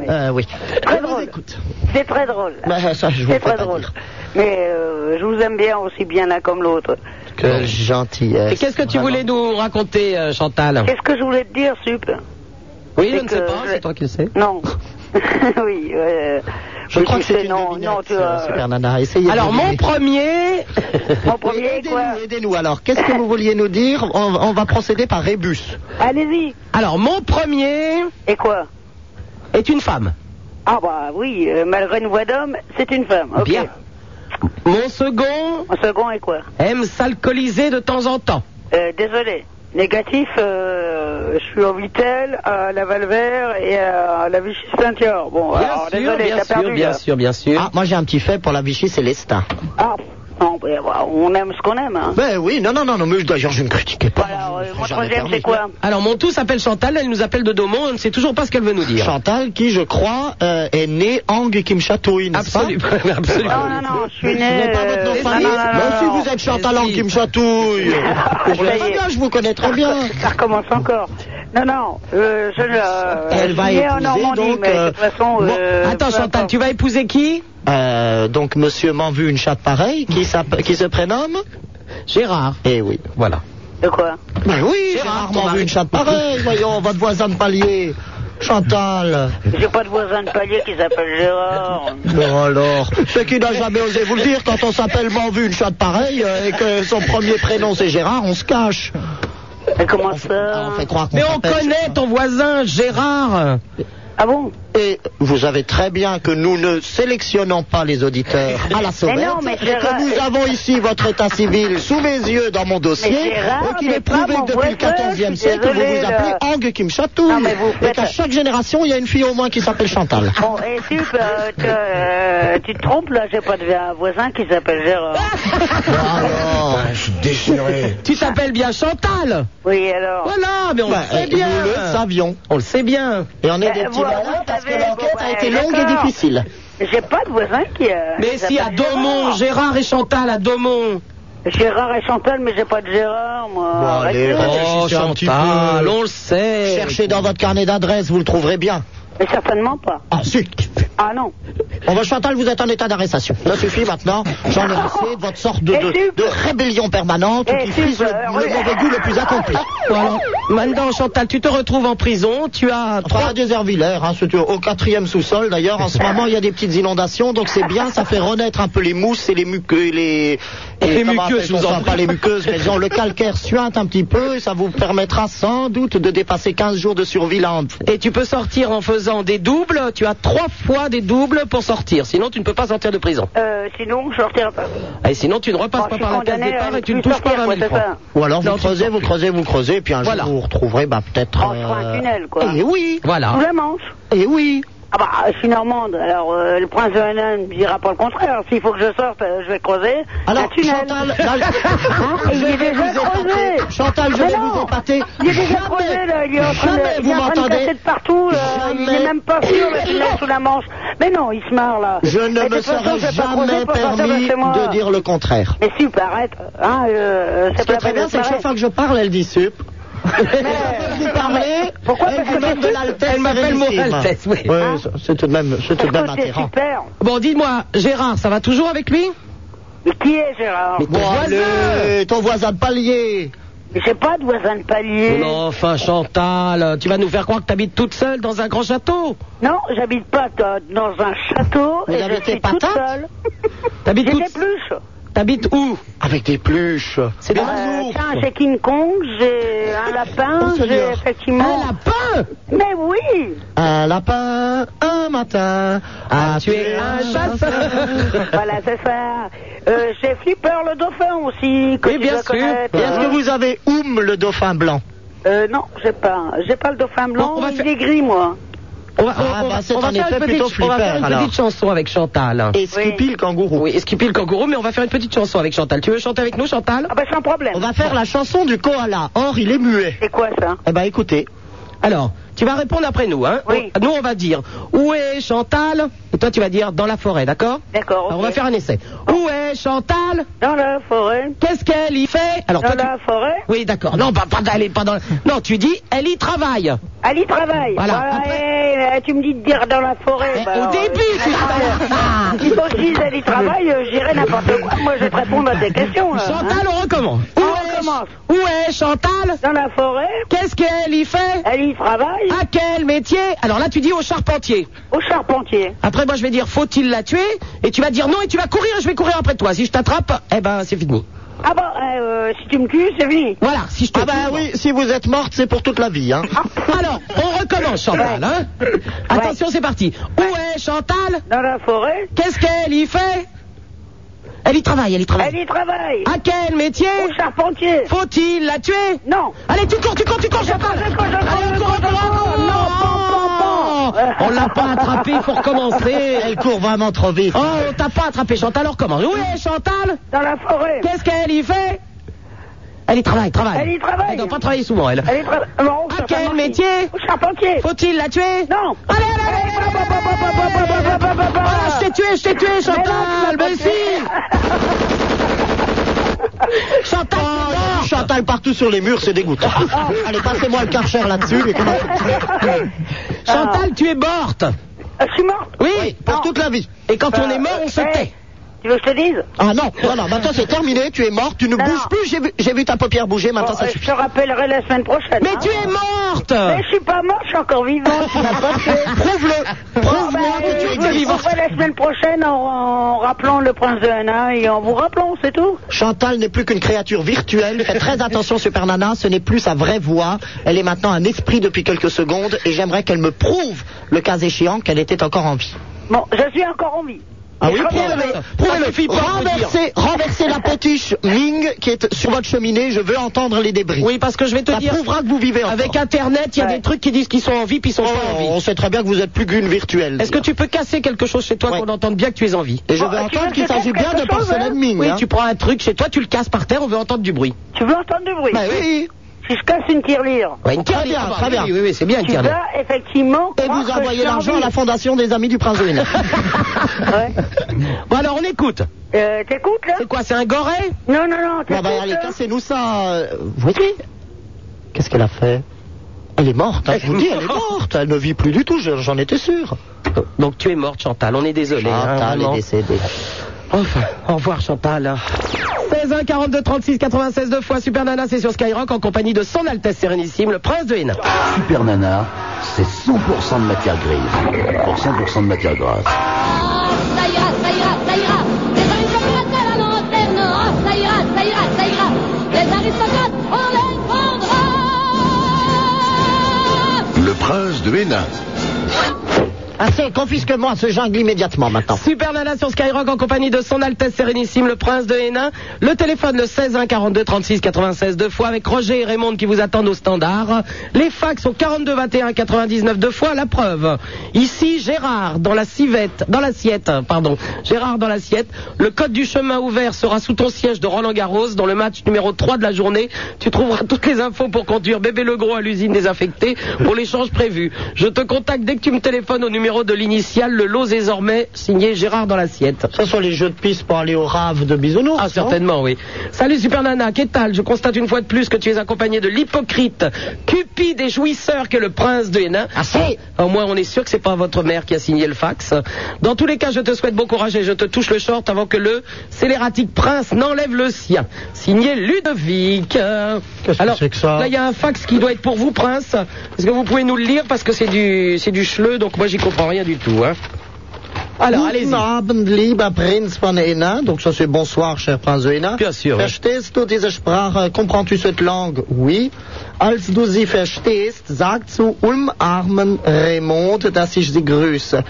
[SPEAKER 6] Euh, oui.
[SPEAKER 12] Très drôle. C'est très drôle.
[SPEAKER 6] Ben, ça, je vous le
[SPEAKER 12] C'est
[SPEAKER 6] fais
[SPEAKER 12] très
[SPEAKER 6] pas
[SPEAKER 12] drôle. Mais euh, je vous aime bien aussi bien l'un comme l'autre.
[SPEAKER 6] Quelle gentillesse.
[SPEAKER 4] Et qu'est-ce que tu voulais nous raconter, euh, Chantal
[SPEAKER 12] Qu'est-ce que je voulais te dire, Sup
[SPEAKER 4] Oui, je
[SPEAKER 12] C'est
[SPEAKER 4] ne sais
[SPEAKER 12] que
[SPEAKER 4] pas,
[SPEAKER 12] je-
[SPEAKER 4] c'est toi qui le sais.
[SPEAKER 12] Non. (laughs) oui. euh,
[SPEAKER 6] Je
[SPEAKER 12] oui,
[SPEAKER 6] crois
[SPEAKER 12] tu
[SPEAKER 6] que c'est
[SPEAKER 12] sais,
[SPEAKER 6] une
[SPEAKER 12] non,
[SPEAKER 6] devinette,
[SPEAKER 12] non, tu
[SPEAKER 6] euh,
[SPEAKER 12] as-
[SPEAKER 6] Super Nana. Essayez de
[SPEAKER 4] Alors, mon
[SPEAKER 6] deviner.
[SPEAKER 4] premier,
[SPEAKER 12] Mon premier,
[SPEAKER 6] Aidez-nous,
[SPEAKER 12] quoi
[SPEAKER 6] aidez-nous. Alors, qu'est-ce que vous vouliez nous dire on, on va procéder par rébus.
[SPEAKER 12] Allez-y.
[SPEAKER 4] alors, mon premier
[SPEAKER 12] Et quoi
[SPEAKER 4] est une femme.
[SPEAKER 12] Ah bah oui, euh, malgré une voix d'homme, c'est une femme. ok.
[SPEAKER 4] Bien. Mon second
[SPEAKER 12] En second et quoi
[SPEAKER 4] aime s'alcooliser de temps en temps.
[SPEAKER 12] Euh, Désolé. Négatif, euh, je suis au Vitel, à la Valvert et à la Vichy Saint-Yor. Bon,
[SPEAKER 4] Bien
[SPEAKER 12] alors
[SPEAKER 4] sûr,
[SPEAKER 12] désolé,
[SPEAKER 4] bien
[SPEAKER 12] t'as
[SPEAKER 4] sûr,
[SPEAKER 12] perdu. hein.
[SPEAKER 4] bien
[SPEAKER 12] là.
[SPEAKER 4] sûr, bien sûr.
[SPEAKER 6] Ah, moi, j'ai un petit fait pour la Vichy Célestin.
[SPEAKER 12] Ah, non, mais, bah, on aime ce qu'on aime. Hein.
[SPEAKER 6] Ben oui, non, non, non, non, mais d'ailleurs, je ne (laughs) critiquais pas.
[SPEAKER 12] Alors, euh,
[SPEAKER 6] je
[SPEAKER 12] mon
[SPEAKER 6] n'aurais jamais
[SPEAKER 12] troisième,
[SPEAKER 6] permis.
[SPEAKER 12] c'est quoi
[SPEAKER 4] Alors, mon tout s'appelle Chantal, elle nous appelle de Daumont, on ne sait toujours pas ce qu'elle veut nous dire.
[SPEAKER 6] Chantal, qui, je crois, euh, est née Ang Kim Chatouille, n'est-ce pas
[SPEAKER 4] Absolument, absolument.
[SPEAKER 12] Non, non, non, je suis né.
[SPEAKER 6] Vous n'êtes pas votre nom de
[SPEAKER 12] euh,
[SPEAKER 6] famille
[SPEAKER 12] non, non, non,
[SPEAKER 6] Mais si
[SPEAKER 12] non,
[SPEAKER 6] vous êtes Chantal
[SPEAKER 4] Mais
[SPEAKER 6] Ang
[SPEAKER 4] si. (laughs)
[SPEAKER 6] Kim Chatouille
[SPEAKER 4] Ah
[SPEAKER 12] non.
[SPEAKER 6] Je, le sais bien, je vous connais très bien
[SPEAKER 12] Ça recommence encore. Non, non, euh, je ne. euh,
[SPEAKER 6] Elle va
[SPEAKER 12] je suis né en
[SPEAKER 6] épouser,
[SPEAKER 12] Normandie,
[SPEAKER 6] donc,
[SPEAKER 12] mais
[SPEAKER 6] euh,
[SPEAKER 12] de toute façon.
[SPEAKER 6] bon,
[SPEAKER 12] euh,
[SPEAKER 4] Attends,
[SPEAKER 12] peu
[SPEAKER 4] Chantal,
[SPEAKER 12] importe.
[SPEAKER 4] tu vas épouser qui
[SPEAKER 6] Euh, donc, monsieur m'en vu une chatte pareille, qui, s'appe- qui se prénomme
[SPEAKER 4] Gérard.
[SPEAKER 6] Eh oui.
[SPEAKER 4] Voilà.
[SPEAKER 12] De quoi
[SPEAKER 6] Ben oui, j'ai
[SPEAKER 4] Gérard,
[SPEAKER 6] rarement
[SPEAKER 4] ton
[SPEAKER 6] vu
[SPEAKER 4] mari.
[SPEAKER 6] une chatte
[SPEAKER 4] (laughs)
[SPEAKER 6] pareille. Voyons, votre voisin de palier. Chantal.
[SPEAKER 12] J'ai pas de voisin de palier qui s'appelle Gérard.
[SPEAKER 6] Bon alors, ce qui n'a jamais osé vous le dire, quand on s'appelle m'en vu une chatte pareille euh, et que son premier prénom c'est Gérard, on se cache.
[SPEAKER 12] Et comment
[SPEAKER 6] Ah,
[SPEAKER 12] ça
[SPEAKER 6] on fait croire qu'on
[SPEAKER 4] Euh, Mais on
[SPEAKER 6] s'appelle-
[SPEAKER 4] connaît ton voisin, Gérard.
[SPEAKER 12] Ah bon
[SPEAKER 6] Et vous savez très bien que nous ne sélectionnons pas les auditeurs à la sauvette,
[SPEAKER 12] non, mais
[SPEAKER 6] et
[SPEAKER 12] Gérard-
[SPEAKER 6] que nous avons ici votre état civil sous mes yeux dans mon dossier,
[SPEAKER 12] Mais Gérard
[SPEAKER 6] et qu'il
[SPEAKER 12] n'est
[SPEAKER 6] est prouvé
[SPEAKER 12] pas mon
[SPEAKER 6] que depuis le
[SPEAKER 12] voisin,
[SPEAKER 6] 14e
[SPEAKER 12] je suis
[SPEAKER 6] siècle que vous
[SPEAKER 12] désolée,
[SPEAKER 6] vous appelez
[SPEAKER 12] là.
[SPEAKER 6] Ang Kim Chatou,
[SPEAKER 12] Non, mais vous
[SPEAKER 6] et
[SPEAKER 12] faites-
[SPEAKER 6] qu'à chaque génération il y a une fille au moins qui s'appelle Chantal.
[SPEAKER 12] Bon, et Sup, euh, tu, euh, tu te trompes là, j'ai pas de un voisin qui s'appelle Gérard. (laughs)
[SPEAKER 6] Alors,
[SPEAKER 1] je suis
[SPEAKER 6] (laughs)
[SPEAKER 1] déchiré.
[SPEAKER 4] Tu t'appelles bien Chantal.
[SPEAKER 12] Oui, alors. Bah,
[SPEAKER 4] Voilà, mais on
[SPEAKER 6] ben,
[SPEAKER 4] le sait
[SPEAKER 6] euh,
[SPEAKER 4] bien.
[SPEAKER 6] nous le savions.
[SPEAKER 4] On le sait bien.
[SPEAKER 6] Et on est
[SPEAKER 12] Ben,
[SPEAKER 6] des petits
[SPEAKER 12] vous-
[SPEAKER 6] malins
[SPEAKER 12] vous
[SPEAKER 6] parce que
[SPEAKER 12] savez,
[SPEAKER 6] l'enquête
[SPEAKER 12] bon,
[SPEAKER 6] a
[SPEAKER 12] ben,
[SPEAKER 6] été longue et
[SPEAKER 12] d'accord.
[SPEAKER 6] difficile.
[SPEAKER 12] J'ai pas de voisin qui. euh,
[SPEAKER 4] Mais
[SPEAKER 12] qui
[SPEAKER 4] si, à
[SPEAKER 12] s'appelle
[SPEAKER 4] Daumont,
[SPEAKER 12] Gérard.
[SPEAKER 4] Gérard et Chantal à Daumont.
[SPEAKER 12] Gérard et Chantal, mais j'ai pas de Gérard, moi.
[SPEAKER 6] Bon, allez,
[SPEAKER 12] Arrêtez.
[SPEAKER 6] réfléchissez un petit
[SPEAKER 4] Oh, Chantal,
[SPEAKER 6] peu.
[SPEAKER 4] on le sait.
[SPEAKER 6] Cherchez dans votre carnet d'adresse, vous le trouverez bien.
[SPEAKER 12] Mais certainement pas.
[SPEAKER 6] Ah, zut
[SPEAKER 12] Ah non.
[SPEAKER 6] On va Chantal, vous êtes en état d'arrestation. Ça suffit maintenant. J'en ai assez de votre sorte de,
[SPEAKER 12] Et
[SPEAKER 6] de-
[SPEAKER 12] super.
[SPEAKER 6] de rébellion permanente
[SPEAKER 12] Et
[SPEAKER 6] qui frise le,
[SPEAKER 12] super,
[SPEAKER 6] le
[SPEAKER 12] oui.
[SPEAKER 6] mauvais goût le plus accompli.
[SPEAKER 4] Voilà. Maintenant, Chantal, tu te retrouves en prison. Tu as
[SPEAKER 6] Enfin, à Déservillers, hein, c'est au quatrième sous-sol. D'ailleurs,
[SPEAKER 4] (laughs)
[SPEAKER 6] en ce moment, il y a des petites inondations, donc c'est bien, ça fait renaître un peu les mousses et les muqueuses, les...
[SPEAKER 4] Et les
[SPEAKER 6] comment
[SPEAKER 4] muqueuses,
[SPEAKER 6] appelle-t-on
[SPEAKER 4] je vous en
[SPEAKER 6] ça
[SPEAKER 4] prie.
[SPEAKER 6] Pas les muqueuses, mais disons, le calcaire suinte un petit peu, et ça vous permettra sans doute de dépasser 15 jours de survie là en-
[SPEAKER 4] Et tu peux sortir en faisant des doubles. Tu as trois fois des doubles pour sortir. Sinon, tu ne peux pas sortir de prison.
[SPEAKER 12] Euh, sinon, je sortirai pas.
[SPEAKER 4] Et sinon, tu ne repasses
[SPEAKER 12] Bon, euh, je
[SPEAKER 4] pas
[SPEAKER 12] suis
[SPEAKER 4] par la case
[SPEAKER 12] condamnée à
[SPEAKER 4] départ
[SPEAKER 12] ne
[SPEAKER 4] et tu ne
[SPEAKER 12] plus
[SPEAKER 4] touches pas
[SPEAKER 12] sortir,
[SPEAKER 4] 20 000
[SPEAKER 12] quoi, c'est
[SPEAKER 4] francs.
[SPEAKER 12] ça.
[SPEAKER 6] Ou alors
[SPEAKER 4] Non,
[SPEAKER 6] vous
[SPEAKER 4] tu
[SPEAKER 6] creusez, vous creusez, vous creusez, puis un
[SPEAKER 4] Voilà.
[SPEAKER 6] jour vous retrouverez bah, peut-être...
[SPEAKER 12] Oh, je ferai un tunnel, quoi.
[SPEAKER 6] Eh oui
[SPEAKER 4] Voilà.
[SPEAKER 12] Sous la Manche.
[SPEAKER 6] Eh oui
[SPEAKER 12] Ah bah, je suis normande, alors euh, le prince de Hénin ne me dira pas le contraire. S'il faut que je sorte, euh, je vais creuser un
[SPEAKER 6] Alors,
[SPEAKER 12] tunnel. (laughs) Hein
[SPEAKER 6] Chantal, là,
[SPEAKER 12] il
[SPEAKER 6] je
[SPEAKER 12] est
[SPEAKER 6] vais
[SPEAKER 12] déjà
[SPEAKER 6] vous épater.
[SPEAKER 12] creusé.
[SPEAKER 6] Chantal, je
[SPEAKER 12] Mais
[SPEAKER 6] vais
[SPEAKER 12] non.
[SPEAKER 6] vous épater.
[SPEAKER 12] Il est déjà
[SPEAKER 6] Jamais,
[SPEAKER 12] creusé, là, il est en train de,
[SPEAKER 6] jamais
[SPEAKER 12] il
[SPEAKER 6] vous
[SPEAKER 12] est en train de casser
[SPEAKER 6] m'entendez.
[SPEAKER 12] de partout, euh, il
[SPEAKER 6] Jamais.
[SPEAKER 12] n'est même pas sûr le tunnel sous la Manche. Mais non, il se marre, là.
[SPEAKER 6] Je ne
[SPEAKER 12] Mais de
[SPEAKER 6] me
[SPEAKER 12] toute façon,
[SPEAKER 6] serais
[SPEAKER 12] je vais pas creuser
[SPEAKER 6] jamais
[SPEAKER 12] pour sortir
[SPEAKER 6] permis
[SPEAKER 12] chez moi.
[SPEAKER 6] de dire le contraire.
[SPEAKER 12] Mais si, bah, arrête, hein, euh,
[SPEAKER 6] Ce
[SPEAKER 12] c'est
[SPEAKER 6] qui
[SPEAKER 12] pas
[SPEAKER 6] est
[SPEAKER 12] la
[SPEAKER 6] très
[SPEAKER 12] peine
[SPEAKER 6] bien,
[SPEAKER 12] de
[SPEAKER 6] c'est que chaque
[SPEAKER 12] parler.
[SPEAKER 6] (laughs) fois que je parle, elle dit sup. Vous parlez,
[SPEAKER 12] Pourquoi
[SPEAKER 6] elle
[SPEAKER 12] Parce
[SPEAKER 6] vous
[SPEAKER 12] que
[SPEAKER 6] donne
[SPEAKER 12] c'est
[SPEAKER 6] de
[SPEAKER 12] sup.
[SPEAKER 6] l'altesse
[SPEAKER 4] Elle m'appelle mon
[SPEAKER 6] sérénissime.
[SPEAKER 4] altesse, oui.
[SPEAKER 12] Hein
[SPEAKER 6] c'est- c'est tout de même, c'est tout de même
[SPEAKER 12] Parce que c'est
[SPEAKER 6] atterrant.
[SPEAKER 12] super.
[SPEAKER 4] Bon, dis-moi, Gérard, ça va toujours avec lui
[SPEAKER 12] Mais qui est Gérard
[SPEAKER 4] Mais-
[SPEAKER 6] Bon,
[SPEAKER 4] Voisin
[SPEAKER 6] allez, ton voisin de palier.
[SPEAKER 12] Mais J'ai pas de voisin de palier.
[SPEAKER 4] Non, enfin, Chantal, tu vas nous faire croire que t'habites toute seule dans un grand château.
[SPEAKER 12] Non, j'habite pas euh, dans un château
[SPEAKER 6] Vous
[SPEAKER 12] et je
[SPEAKER 6] habitez
[SPEAKER 12] suis toute
[SPEAKER 6] patate
[SPEAKER 12] seule.
[SPEAKER 4] T'habites
[SPEAKER 12] J'ai
[SPEAKER 4] toute,
[SPEAKER 12] des pluches.
[SPEAKER 4] t'habites T'habites où
[SPEAKER 6] Avec des pluches.
[SPEAKER 4] C'est des
[SPEAKER 12] Euh, tiens, j'ai King Kong, j'ai un lapin, j'ai effectivement.
[SPEAKER 4] Un lapin
[SPEAKER 12] Mais oui
[SPEAKER 6] Un lapin, un matin, a tué un
[SPEAKER 4] (laughs)
[SPEAKER 6] chasseur.
[SPEAKER 12] Voilà, c'est ça. Euh, j'ai Flipper le dauphin aussi. Que
[SPEAKER 6] Oui,
[SPEAKER 12] tu
[SPEAKER 6] bien
[SPEAKER 12] dois
[SPEAKER 6] sûr.
[SPEAKER 12] connaître.
[SPEAKER 6] Est-ce que vous avez Oum, le
[SPEAKER 12] (laughs)
[SPEAKER 6] dauphin blanc
[SPEAKER 12] Euh, non, j'ai pas. J'ai pas le dauphin blanc,
[SPEAKER 4] On- on va
[SPEAKER 12] il
[SPEAKER 4] faire-
[SPEAKER 12] est gris, moi.
[SPEAKER 4] On va,
[SPEAKER 6] Ah,
[SPEAKER 4] on- on-
[SPEAKER 6] bah, c'est
[SPEAKER 4] on va
[SPEAKER 6] en
[SPEAKER 4] faire
[SPEAKER 6] effet
[SPEAKER 4] une
[SPEAKER 6] plutôt
[SPEAKER 4] petite, on va faire une
[SPEAKER 6] flipper, alors.
[SPEAKER 4] petite chanson avec Chantal.
[SPEAKER 6] Et Skippy, le kangourou.
[SPEAKER 4] Oui, Skippy le kangourou, mais on va faire une petite chanson avec Chantal. Tu veux chanter avec nous, Chantal
[SPEAKER 12] Ah bah, sans problème.
[SPEAKER 6] On va faire la chanson du koala. Or, il est muet.
[SPEAKER 12] C'est quoi ça
[SPEAKER 6] Eh ben, écoutez.
[SPEAKER 4] Alors, tu vas répondre après nous, hein
[SPEAKER 12] Oui.
[SPEAKER 4] On- nous, on va dire Où est Chantal Et toi, tu vas dire Dans la forêt, d'accord
[SPEAKER 12] D'accord.
[SPEAKER 4] Alors, on
[SPEAKER 12] ok.
[SPEAKER 4] va faire un essai. Où est Chantal
[SPEAKER 12] Dans la forêt.
[SPEAKER 4] Qu'est-ce qu'elle y fait Alors,
[SPEAKER 12] Dans
[SPEAKER 4] toi, tu-
[SPEAKER 12] la forêt.
[SPEAKER 4] Oui, d'accord. Non, pas, pas, elle est pas dans. Non, tu dis Elle y travaille.
[SPEAKER 12] Elle y travaille.
[SPEAKER 4] Voilà,
[SPEAKER 12] eh, eh, tu me dis de dire dans la forêt.
[SPEAKER 4] Eh,
[SPEAKER 12] bah,
[SPEAKER 4] au
[SPEAKER 12] alors,
[SPEAKER 4] début,
[SPEAKER 12] euh,
[SPEAKER 4] tu
[SPEAKER 12] ah, Si toi aussi, elle y travaille, euh, j'irai n'importe quoi. Moi, je vais te répondre à tes questions. là,
[SPEAKER 4] Chantal,
[SPEAKER 12] hein.
[SPEAKER 4] on recommence.
[SPEAKER 12] On
[SPEAKER 4] Où est-
[SPEAKER 12] recommence.
[SPEAKER 4] Où est Chantal
[SPEAKER 12] Dans la forêt.
[SPEAKER 4] Qu'est-ce qu'elle y fait
[SPEAKER 12] Elle y travaille.
[SPEAKER 4] À quel métier Alors là, tu dis au charpentier.
[SPEAKER 12] Au charpentier.
[SPEAKER 4] Après, moi, je vais dire faut-il la tuer Et tu vas dire non et tu vas courir et je vais courir après toi. Si je t'attrape, eh ben, c'est fini.
[SPEAKER 12] Ah bon, eh, euh, si tu me tues, c'est fini.
[SPEAKER 4] Voilà, si je te.
[SPEAKER 6] Ah ben
[SPEAKER 4] couvre.
[SPEAKER 6] oui, si vous êtes morte, c'est pour toute la vie, hein.
[SPEAKER 4] Alors, on recommence, Chantal. Hein Attention, c'est parti. Où est Chantal
[SPEAKER 12] Dans la forêt.
[SPEAKER 4] Qu'est-ce qu'elle y fait Elle y travaille, elle y travaille.
[SPEAKER 12] Elle y travaille.
[SPEAKER 4] À quel métier
[SPEAKER 12] Au charpentier.
[SPEAKER 4] Faut-il la tuer
[SPEAKER 12] Non.
[SPEAKER 4] Allez, tu cours, tu cours, tu cours, Chantal
[SPEAKER 12] cours, je cours, je cours,
[SPEAKER 4] Allez, on
[SPEAKER 12] je cours,
[SPEAKER 4] court, on court,
[SPEAKER 12] je
[SPEAKER 4] on court.
[SPEAKER 12] cours. Non, pan, pan, pan.
[SPEAKER 4] On l'a pas attrapé, il faut recommencer.
[SPEAKER 6] Elle court vraiment trop vite.
[SPEAKER 4] Oh, on t'a pas attrapé, Chantal, on recommence. Où est Chantal
[SPEAKER 12] Dans la forêt.
[SPEAKER 4] Qu'est-ce qu'elle y fait Elle y travaille, travaille.
[SPEAKER 12] Elle y travaille.
[SPEAKER 4] Elle doit pas travailler souvent, elle.
[SPEAKER 12] Elle y travaille. Ah, Non, au
[SPEAKER 4] À quel
[SPEAKER 12] charpentier.
[SPEAKER 4] métier
[SPEAKER 12] Au charpentier.
[SPEAKER 4] Faut-il la tuer
[SPEAKER 12] Non.
[SPEAKER 4] Allez, allez, allez, allez, allez, allez, allez, allez, allez, allez, allez. Voilà, je t'ai tué, je t'ai tué, Chantal, mais si Chantal, tu
[SPEAKER 6] Oh, il y a
[SPEAKER 4] dors.
[SPEAKER 6] du Chantal partout sur les murs, c'est dégoûtant.
[SPEAKER 12] Ah,
[SPEAKER 6] Allez, passez-moi le karcher là-dessus. mais comment-
[SPEAKER 4] Chantal, tu es morte.
[SPEAKER 12] Euh, Ah, Je suis morte.
[SPEAKER 4] Oui.
[SPEAKER 6] Pour toute la vie.
[SPEAKER 4] Et quand on est mort, on se
[SPEAKER 12] Eh,
[SPEAKER 4] tait.
[SPEAKER 12] Tu veux que je te dise
[SPEAKER 6] Ah non, non, non, maintenant c'est terminé, tu es morte, tu ne
[SPEAKER 12] Non.
[SPEAKER 6] bouges plus, j'ai vu, j'ai vu ta paupière bouger, maintenant
[SPEAKER 12] Bon,
[SPEAKER 6] ça
[SPEAKER 12] euh,
[SPEAKER 6] suffit.
[SPEAKER 12] Je te rappellerai la semaine prochaine.
[SPEAKER 4] Mais
[SPEAKER 12] hein.
[SPEAKER 4] tu es morte
[SPEAKER 12] Mais je suis pas mort, je suis encore vivant. Tu m'as pas tué.
[SPEAKER 6] Prouve-le,
[SPEAKER 12] Bon, ben,
[SPEAKER 6] prouve-moi que tu
[SPEAKER 12] je vous
[SPEAKER 6] es vivante.
[SPEAKER 12] retrouverai la semaine prochaine en, en rappelant le prince de Hana et en vous rappelant, c'est tout.
[SPEAKER 6] Chantal n'est plus qu'une créature virtuelle. Faites
[SPEAKER 12] (laughs)
[SPEAKER 6] très attention, Super Nana, ce n'est plus sa vraie voix. Elle est maintenant un esprit depuis quelques secondes et j'aimerais qu'elle me prouve, le cas échéant, qu'elle était encore en vie.
[SPEAKER 12] Bon, je suis encore en vie.
[SPEAKER 6] Ah
[SPEAKER 12] Et
[SPEAKER 6] oui,
[SPEAKER 12] je reviens
[SPEAKER 6] prouvez-le,
[SPEAKER 12] avec-
[SPEAKER 6] prouvez-le.
[SPEAKER 4] Ça suffit pas de
[SPEAKER 6] Renversez, renversez la potiche Ming qui est sur votre cheminée, je veux entendre les débris.
[SPEAKER 4] Oui, parce que je vais te
[SPEAKER 6] Ça
[SPEAKER 4] dire,
[SPEAKER 6] prouvera que vous vivez encore.
[SPEAKER 4] avec Internet, il y a
[SPEAKER 12] Ouais.
[SPEAKER 4] des trucs qui disent qu'ils sont en vie puis ils sont
[SPEAKER 6] Oh,
[SPEAKER 4] pas en vie.
[SPEAKER 6] on sait très bien que vous êtes plus qu'une virtuelle.
[SPEAKER 4] Est-ce que tu peux casser quelque chose chez toi
[SPEAKER 6] Ouais.
[SPEAKER 4] qu'on entende bien que tu es en vie euh,
[SPEAKER 6] Et je veux
[SPEAKER 12] Bon, tu veux
[SPEAKER 6] entendre
[SPEAKER 12] que
[SPEAKER 6] qu'il
[SPEAKER 12] je fasse
[SPEAKER 6] s'agit bien de
[SPEAKER 12] quelque chose,
[SPEAKER 6] porcelaine
[SPEAKER 12] hein
[SPEAKER 6] Ming.
[SPEAKER 4] Oui,
[SPEAKER 6] hein.
[SPEAKER 4] tu prends un truc chez toi, tu le casses par terre, on veut entendre du bruit.
[SPEAKER 12] Tu veux entendre du bruit
[SPEAKER 6] Bah oui.
[SPEAKER 12] Si je casse une tirelire,
[SPEAKER 4] Ouais, une
[SPEAKER 6] Très
[SPEAKER 4] tirelire,
[SPEAKER 6] bien,
[SPEAKER 4] bah,
[SPEAKER 6] très bien.
[SPEAKER 4] Oui, oui, oui, c'est bien une
[SPEAKER 12] tu
[SPEAKER 4] tirelire.
[SPEAKER 12] vas effectivement.
[SPEAKER 6] Et vous envoyez l'argent à la fondation des amis du prince de Hénin.
[SPEAKER 12] (laughs) Ouais.
[SPEAKER 4] Bon, alors on écoute.
[SPEAKER 12] Euh, T'écoutes là
[SPEAKER 4] C'est quoi, c'est un goré
[SPEAKER 12] Non, non, non.
[SPEAKER 6] Bon,
[SPEAKER 12] t'écoutes,
[SPEAKER 6] bah, allez,
[SPEAKER 12] là
[SPEAKER 6] cassez-nous ça. euh, Vous voyez Qu'est-ce qu'elle a fait Elle est morte, hein, je vous le dis, elle est morte. Elle ne vit plus du tout, je- j'en étais sûr.
[SPEAKER 4] Donc tu es morte, Chantal, on est désolé. hein,
[SPEAKER 6] Chantal est
[SPEAKER 4] vraiment.
[SPEAKER 6] décédée.
[SPEAKER 4] Enfin, au revoir, Chantal. 16 1 42 36 96 deux fois Super Nana, c'est sur Skyrock en compagnie de son Altesse Sérénissime, le Prince de Hénin.
[SPEAKER 1] Super Nana, c'est 100% de matière grise pour 100% de matière grasse.
[SPEAKER 13] ça ira, ça ira, ça ira. Les aristocrates à la lanterne, ah, ça ira, ça ira, ça ira. Les aristocrates, on les prendra.
[SPEAKER 1] Le prince de Hénin.
[SPEAKER 6] Assez, confisque-moi ce jungle immédiatement maintenant.
[SPEAKER 4] Super Nana sur Skyrock en compagnie de son Altesse Sérénissime, le Prince de Hénin. Le téléphone le 16 1 42 36 96 deux fois avec Roger et Raymond qui vous attendent au standard. Les fax au 42 21 99 deux fois la preuve. Ici Gérard dans la civette, dans l'assiette, euh, pardon. Gérard dans l'assiette. Le code du chemin ouvert sera sous ton siège de Roland Garros dans le match numéro 3 de la journée. Tu trouveras toutes les infos pour conduire bébé Legros à l'usine désaffectée pour l'échange prévu. Je te contacte dès que tu me téléphones au numéro de l'initiale le lot désormais signé Gérard dans l'assiette.
[SPEAKER 6] Ce sont les jeux de piste pour aller au rave de bisounours.
[SPEAKER 4] Ah,
[SPEAKER 6] non
[SPEAKER 4] certainement, oui. Salut Super Nana, qu'est-ce que Je constate une fois de plus que tu es accompagné de l'hypocrite, cupide et jouisseur qu'est le prince de Hénin.
[SPEAKER 6] Ah, si.
[SPEAKER 4] Au moins, on est sûr que c'est pas votre mère qui a signé le fax. Dans tous les cas, je te souhaite bon courage et je te touche le short avant que le scélératique prince n'enlève le sien. Signé Ludovic. Euh,
[SPEAKER 6] Qu'est-ce que
[SPEAKER 4] Alors,
[SPEAKER 6] c'est que ça
[SPEAKER 4] là, il y a un fax qui doit être pour vous, prince. Est-ce que vous pouvez nous le lire parce que c'est du, c'est du chleu, donc moi j'y comprends rien du tout, hein. Alors,
[SPEAKER 6] allez-y. Guten Abend, lieber Prinz von Hena. Donc, ça, c'est bonsoir, cher prince de Hena.
[SPEAKER 4] Bien sûr, oui.
[SPEAKER 6] Verstehst du diese Sprache? Comprends-tu cette langue? Oui. Als du sie verstehst, sag zu Ulm Armen Raymond, dass ich sie grüße.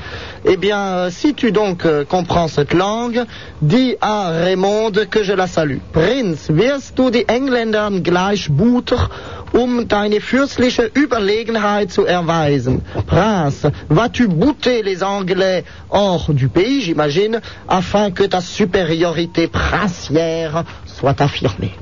[SPEAKER 6] Eh bien, euh, si tu donc euh, comprends cette langue, dis à Raymond que je la salue. Prinz, wirst du die Engländern gleich Buter, um deine fürstliche Überlegenheit zu erweisen? Prinz, vas-tu bouter les Anglais hors du pays, j'imagine, afin que ta supériorité princière soit affirmée?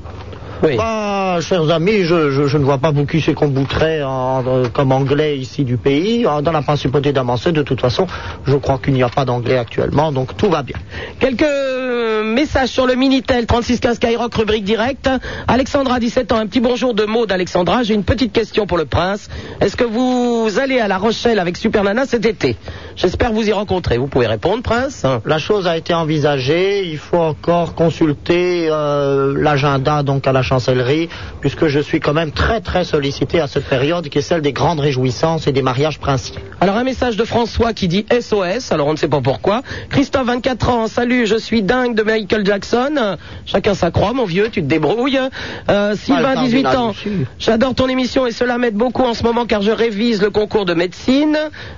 [SPEAKER 4] Oui.
[SPEAKER 6] Bah, chers amis, je, je- je ne vois pas vous qui c'est qu'on bouterait en, euh, comme anglais ici du pays. Euh, Dans la principauté d'Amancé, de toute façon, je crois qu'il n'y a pas d'anglais actuellement, donc tout va bien.
[SPEAKER 4] Quelques euh, messages sur le Minitel 3615 Skyrock, rubrique directe. Alexandra, 17 ans, un petit bonjour de mots d'Alexandra. J'ai une petite question pour le prince. Est-ce que vous allez à La Rochelle avec Super Nana cet été J'espère vous y rencontrer. Vous pouvez répondre, prince.
[SPEAKER 6] La chose a été envisagée, il faut encore consulter euh, l'agenda donc à la chancellerie, puisque je suis quand même très très sollicité à cette période qui est celle des grandes réjouissances et des mariages princiers.
[SPEAKER 4] Alors un message de François qui dit SOS, alors on ne sait pas pourquoi. Christophe, 24 ans, salut, je suis dingue de Michael Jackson. Chacun sa croix, mon vieux, tu te débrouilles. Euh, Sylvain,
[SPEAKER 6] cardinal
[SPEAKER 4] 18 ans,
[SPEAKER 6] dessus.
[SPEAKER 4] j'adore ton émission et cela m'aide beaucoup en ce moment car je révise le concours de médecine.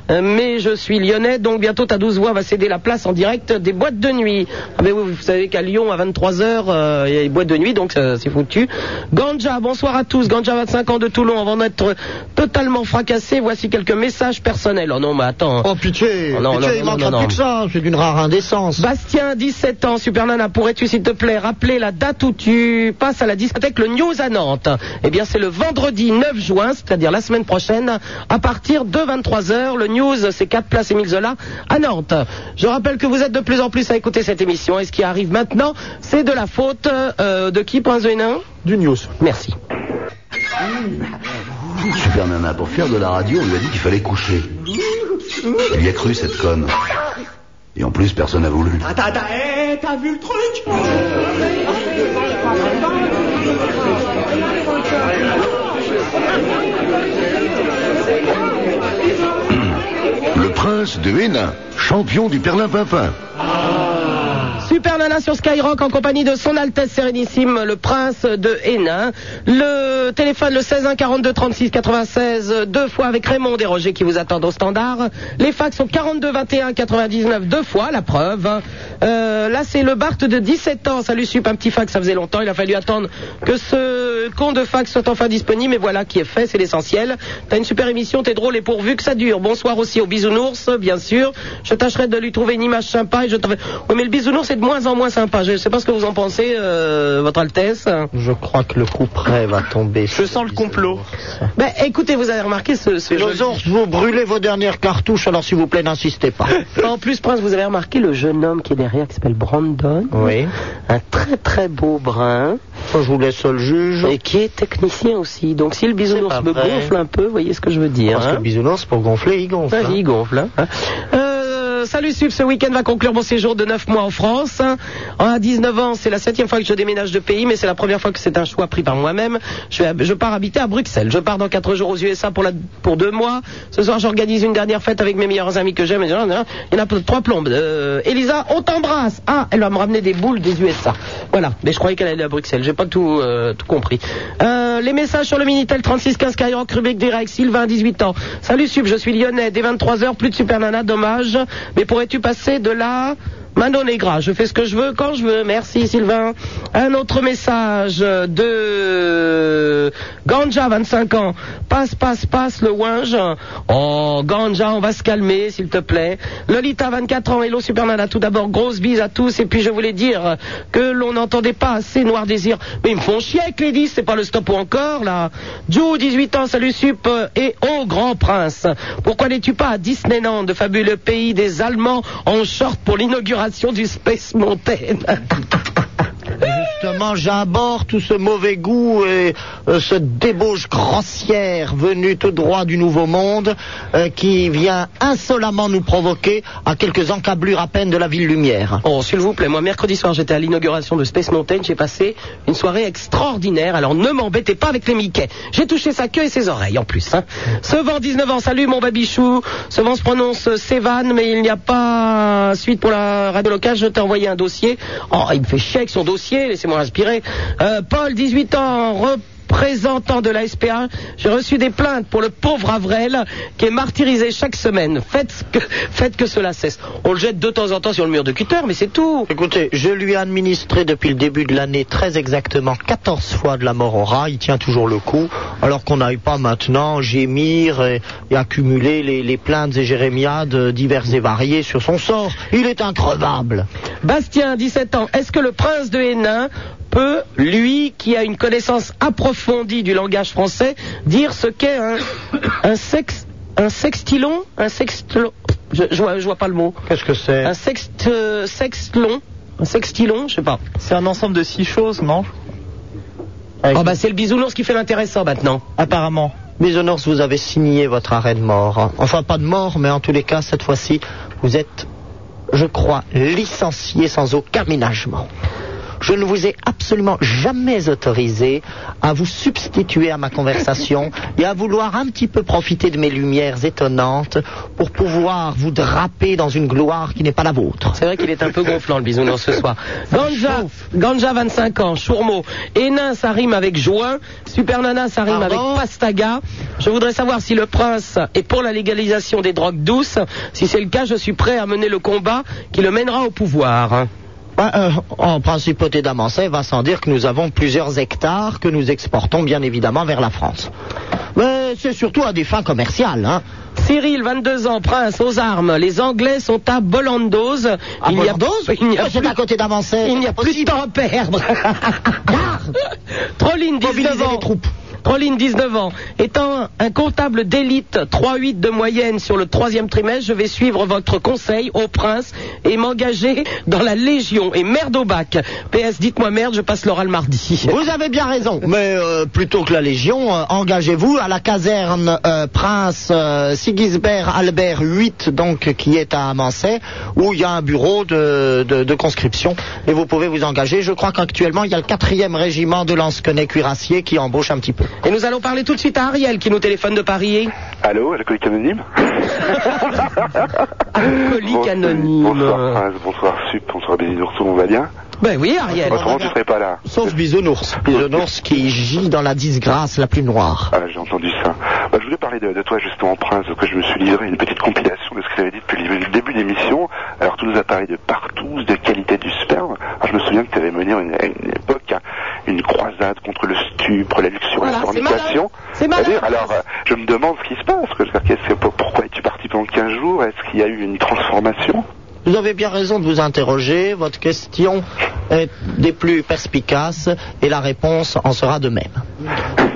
[SPEAKER 4] Euh, mais je suis lyonnais, donc bientôt ta 12 voix va céder la place en direct des boîtes de nuit. Ah, mais vous, vous savez qu'à Lyon, à 23h, euh, il y a les boîtes de nuit, donc euh, c'est foutu. Ganja, bonsoir à tous. Ganja, 25 ans de Toulon, avant d'être totalement fracassé, voici quelques messages personnels. Oh non, mais attends.
[SPEAKER 6] Oh pitié,
[SPEAKER 4] Oh non,
[SPEAKER 6] pitié
[SPEAKER 4] non,
[SPEAKER 6] il
[SPEAKER 4] non,
[SPEAKER 6] manquera
[SPEAKER 4] non,
[SPEAKER 6] plus
[SPEAKER 4] non.
[SPEAKER 6] que ça, hein, c'est d'une rare indécence.
[SPEAKER 4] Bastien, 17 ans, Super Nana, pourrais-tu s'il te plaît rappeler la date où tu passes à la discothèque Le News à Nantes Eh bien, c'est le vendredi 9 juin, c'est-à-dire la semaine prochaine, à partir de 23h. Le News, c'est 4 places Émile Zola à Nantes. Je rappelle que vous êtes de plus en plus à écouter cette émission et ce qui arrive maintenant, c'est de la faute euh, de qui, Prince de Hénin
[SPEAKER 6] Du News.
[SPEAKER 4] Merci.
[SPEAKER 1] Super Nana, pour faire de la radio, on lui a dit qu'il fallait coucher. Il y a cru, cette conne. Et en plus, personne n'a voulu.
[SPEAKER 14] Attends, attends, hé, t'as vu le truc
[SPEAKER 1] Le prince de Hénin, champion du Perlin-Pimpin.
[SPEAKER 4] Super Nana sur Skyrock en compagnie de son Altesse Sérénissime, le Prince de Hénin. Le téléphone le 16 1 42 36 96 deux fois avec Raymond et Roger qui vous attendent au standard. Les fax sont 42 21 99 deux fois, la preuve. Euh, là c'est le Bart de 17 ans. Salut Sup, un petit fax, ça faisait longtemps. Il a fallu attendre que ce compte de fax soit enfin disponible. Mais voilà qui est fait, c'est l'essentiel. T'as une super émission, t'es drôle et pourvu que ça dure. Bonsoir aussi au bisounours, bien sûr. Je tâcherai de lui trouver une image sympa et je t'en- Oui, mais le bisounours c'est de moins en moins sympa. Je sais pas ce que vous en pensez, euh, votre Altesse.
[SPEAKER 6] Je crois que le coup près va tomber. Je sens le complot.
[SPEAKER 4] Ben, écoutez, vous avez remarqué ce, ce
[SPEAKER 6] Nos
[SPEAKER 4] joli-
[SPEAKER 6] ours, vous brûlez vos dernières cartouches, alors s'il vous plaît, n'insistez
[SPEAKER 4] (laughs)
[SPEAKER 6] pas.
[SPEAKER 4] En plus, Prince, vous avez remarqué le jeune homme qui est derrière, qui s'appelle Brandon.
[SPEAKER 6] Oui.
[SPEAKER 4] Un très très beau brun.
[SPEAKER 6] je vous laisse le juge.
[SPEAKER 4] Et qui est technicien aussi. Donc si le bisounours
[SPEAKER 6] pas
[SPEAKER 4] me
[SPEAKER 6] vrai.
[SPEAKER 4] gonfle un peu, vous voyez ce que je veux dire.
[SPEAKER 6] Parce que
[SPEAKER 4] hein.
[SPEAKER 6] le bisounours, pour gonfler, il gonfle.
[SPEAKER 4] Ah, il gonfle. hein. Euh, Salut Sub, ce week-end va conclure mon séjour de 9 mois en France. hein. Oh, À 19 ans, c'est la septième fois que je déménage de pays, mais c'est la première fois que c'est un choix pris par moi-même. Je, vais hab- je pars habiter à Bruxelles. Je pars dans 4 jours aux USA pour, la, pour 2 mois. Ce soir, j'organise une dernière fête avec mes meilleurs amis que j'aime. Il y en a- il y en a trois plombes. Euh, Elisa, on t'embrasse. Ah, elle va me ramener des boules des USA. Voilà, mais je croyais qu'elle allait à Bruxelles. J'ai pas tout, euh, tout compris. Euh, les messages sur le Minitel 3615 Skyrock, Rubik Direct, Sylvain, 18 ans. Salut Sub, je suis lyonnais. Dès 23h, plus de Super Nana, dommage. Mais pourrais-tu passer de la Mano Negra Je fais ce que je veux quand je veux. Merci Sylvain. Un autre message de Ganja, 25 ans. Passe, passe, passe le Winge. Oh, Ganja, on va se calmer, s'il te plaît. Lolita, 24 ans. Hello Super Nana. Tout d'abord, grosse bise à tous. Et puis, je voulais dire que l'on n'entendait pas assez Noir Désir. Mais ils me font chier avec les 10, c'est pas le stop ou encore, là. Joe, 18 ans, salut Sup, euh, et oh grand prince. Pourquoi n'es-tu pas à Disneyland, de fabuleux pays des Allemands, en short pour l'inauguration du Space Mountain (laughs)
[SPEAKER 6] Justement, comment j'aborde tout ce mauvais goût et euh, ce débauche grossière venue tout droit du Nouveau Monde euh, qui vient insolemment nous provoquer à quelques encablures à peine de la ville lumière.
[SPEAKER 4] Oh, s'il vous plaît, moi, mercredi soir, j'étais à l'inauguration de Space Mountain, j'ai passé une soirée extraordinaire, alors ne m'embêtez pas avec les Mickey. J'ai touché sa queue et ses oreilles, en plus. Hein. Ce vent 19 ans, salut mon babichou. Ce vent se prononce euh, Sévan, mais il n'y a pas suite pour la radio locale, je t'ai envoyé un dossier. Oh, il me fait chier avec son dossier, laissez-moi respirer. Euh, Paul, 18 ans, représentant de la SPA, j'ai reçu des plaintes pour le pauvre Avrel qui est martyrisé chaque semaine. Faites que, faites que cela cesse. On le jette de temps en temps sur le mur de cutter, mais c'est tout.
[SPEAKER 6] Écoutez, je lui ai administré depuis le début de l'année très exactement 14 fois de la mort au rat. Il tient toujours le coup. Alors qu'on n'aille pas maintenant gémir et, et accumuler les, les plaintes et jérémiades euh, diverses et variées sur son sort. Il est increvable.
[SPEAKER 4] Bastien, 17 ans, est-ce que le prince de Hénin peut, lui qui a une connaissance approfondie du langage français, dire ce qu'est un, un sex- un sextilon Un sextilon je, je, vois, je vois pas le mot.
[SPEAKER 6] Qu'est-ce que c'est
[SPEAKER 4] Un sext, euh, sextlon Un sextilon Je sais pas.
[SPEAKER 3] C'est un ensemble de six choses, non
[SPEAKER 4] Oh bah c'est le bisounours qui fait l'intéressant maintenant.
[SPEAKER 3] Apparemment.
[SPEAKER 6] Bisounours, vous avez signé votre arrêt de mort. Enfin, pas de mort, mais en tous les cas, cette fois-ci, vous êtes, je crois, licencié sans aucun ménagement. Je ne vous ai absolument jamais autorisé à vous substituer à ma (laughs) conversation et à vouloir un petit peu profiter de mes lumières étonnantes pour pouvoir vous draper dans une gloire qui n'est pas la vôtre.
[SPEAKER 4] C'est vrai qu'il est un peu gonflant le bisounours ce soir. Ganja, Ganja 25 ans, Chourmeau. Hénin, ça rime avec joint. Super Nana, ça rime
[SPEAKER 6] Pardon
[SPEAKER 4] avec pastaga. Je voudrais savoir si le prince est pour la légalisation des drogues douces. Si c'est le cas, je suis prêt à mener le combat qui le mènera au pouvoir.
[SPEAKER 6] Ben, euh, en principauté d'Amancet, va sans dire que nous avons plusieurs hectares que nous exportons bien évidemment vers la France. Mais c'est surtout à des fins commerciales. Hein.
[SPEAKER 4] Cyril, 22 ans, prince, aux armes. Les Anglais sont à Bollandos.
[SPEAKER 6] À
[SPEAKER 4] Il n'y a-
[SPEAKER 6] Bollandos
[SPEAKER 4] Il n'y a
[SPEAKER 6] Mais c'est
[SPEAKER 4] plus-
[SPEAKER 6] à côté d'Amancet.
[SPEAKER 4] Il n'y a plus de temps à
[SPEAKER 6] (laughs)
[SPEAKER 4] perdre. Trolline, 19
[SPEAKER 6] Mobilisez
[SPEAKER 4] ans.
[SPEAKER 6] les troupes.
[SPEAKER 4] Trolline, 19 ans. Étant un comptable d'élite, 3,8 de moyenne sur le troisième trimestre, je vais suivre votre conseil au prince et m'engager dans la Légion. Et merde au bac. PS, dites-moi merde, je passe l'oral mardi.
[SPEAKER 6] Vous avez bien raison. Mais euh, plutôt que la Légion, euh, engagez-vous à la caserne euh, Prince euh, Sigisbert Albert VIII, donc, qui est à Amancet, où il y a un bureau de, de- de conscription. Et vous pouvez vous engager. Je crois qu'actuellement, il y a le 4e régiment de lansquenets cuirassiers qui embauche un petit peu.
[SPEAKER 4] Et nous allons parler tout de suite à Ariel qui nous téléphone de Paris.
[SPEAKER 15] Allô, alcoolique anonyme
[SPEAKER 4] Alcoolique
[SPEAKER 15] Bon-
[SPEAKER 4] anonyme.
[SPEAKER 15] Bonsoir Prince, bonsoir Sup, bonsoir Bénédicte, on va bien
[SPEAKER 4] Ben oui, Ariel.
[SPEAKER 15] Autrement tu serais pas là.
[SPEAKER 6] Sauf Bisounours. Bisounours qui gît dans la disgrâce la plus noire.
[SPEAKER 15] Ah, j'ai entendu ça. Bah, je voulais parler de, de toi justement Prince, parce que je me suis livré une petite compilation de ce que tu avais dit depuis le début de l'émission. Alors tu nous as parlé de partout, de qualité du sperme. Alors, je me souviens que tu avais mené à une, à une époque hein, une croisade contre le stupre, la luxure,
[SPEAKER 4] Voilà,
[SPEAKER 15] la
[SPEAKER 4] c'est
[SPEAKER 15] fornication.
[SPEAKER 4] malin. C'est malin.
[SPEAKER 15] C'est-à-dire, Alors euh, je me demande ce qui se passe. que- qu'est-ce que- Pourquoi es-tu parti pendant 15 jours Est-ce qu'il y a eu une transformation
[SPEAKER 6] Vous avez bien raison de vous interroger. Votre question est des plus perspicaces et la réponse en sera de même.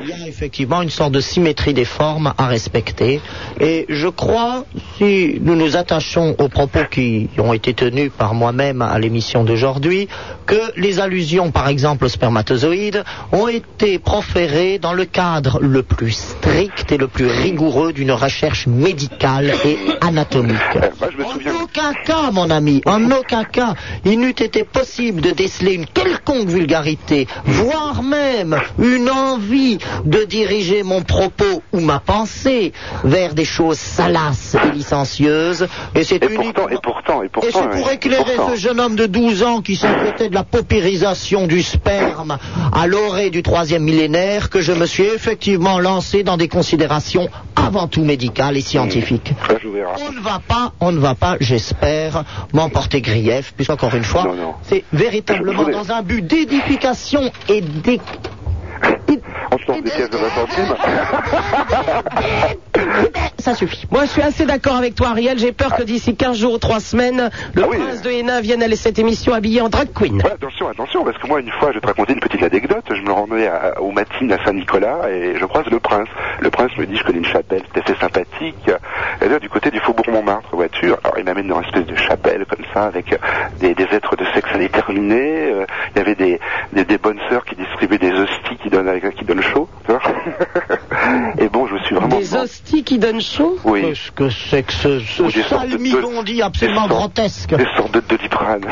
[SPEAKER 6] Il y a effectivement une sorte de symétrie des formes à respecter. Et je crois, si nous nous attachons aux propos qui ont été tenus par moi-même à l'émission d'aujourd'hui, que les allusions, par exemple, aux spermatozoïdes, ont été proférées dans le cadre le plus strict et le plus rigoureux d'une recherche médicale et anatomique.
[SPEAKER 15] Eh, Moi je me souviens...
[SPEAKER 6] En aucun cas, mon ami, en aucun cas, il n'eût été possible de déceler une quelconque vulgarité, voire même une envie de diriger mon propos ou ma pensée vers des choses salaces et licencieuses. Et c'est
[SPEAKER 15] Et pourtant, et
[SPEAKER 6] uniquement...
[SPEAKER 15] pourtant, et pourtant.
[SPEAKER 6] Et c'est pour
[SPEAKER 15] ouais,
[SPEAKER 6] éclairer
[SPEAKER 15] pourtant.
[SPEAKER 6] ce jeune homme de 12 ans qui s'inquiétait de la paupérisation du sperme à l'orée du troisième millénaire que je me suis effectivement lancé dans des considérations avant tout médicales et scientifiques.
[SPEAKER 15] Ouais, Hmm. je vous verrai.
[SPEAKER 6] On ne va pas, on ne va pas, j'espère, m'emporter grief, puisqu'encore une fois,
[SPEAKER 15] Non, non.
[SPEAKER 6] c'est véritablement
[SPEAKER 15] Je- je-
[SPEAKER 6] dans un but d'édification et d'é-
[SPEAKER 15] On se lance des pièces de 20 centimes.
[SPEAKER 6] Ça suffit.
[SPEAKER 4] Eh, Moi, je suis assez d'accord avec toi, Ariel. J'ai peur que d'ici 15 jours ou 3 semaines, le
[SPEAKER 16] Ah
[SPEAKER 4] prince de Hénin vienne à cette émission habillé en drag queen.
[SPEAKER 15] Ouais, attention, attention, parce que moi, une fois, je vais te raconter une petite anecdote. Je me rendais à- au matin à Saint-Nicolas et je croise le prince. Le prince me dit, je connais une chapelle, c'est assez sympathique. Elle est du côté du faubourg Montmartre, voiture. Alors, il m'amène dans une espèce de chapelle, comme ça, avec euh, des, des êtres de sexe indéterminé. Euh, Il y avait des, des, des bonnes sœurs qui distribuaient des hosties qui donnent, qui donnent chaud. tu vois. (laughs) et bon, je me suis vraiment...
[SPEAKER 4] Des hosties qui donnent chaud
[SPEAKER 15] Oui.
[SPEAKER 6] Qu'est-ce que c'est que ce,
[SPEAKER 15] Ou des
[SPEAKER 6] ce
[SPEAKER 15] sortes de-
[SPEAKER 6] salmigondis absolument
[SPEAKER 15] des sortes-
[SPEAKER 6] grotesque
[SPEAKER 15] Des sortes de doliprane.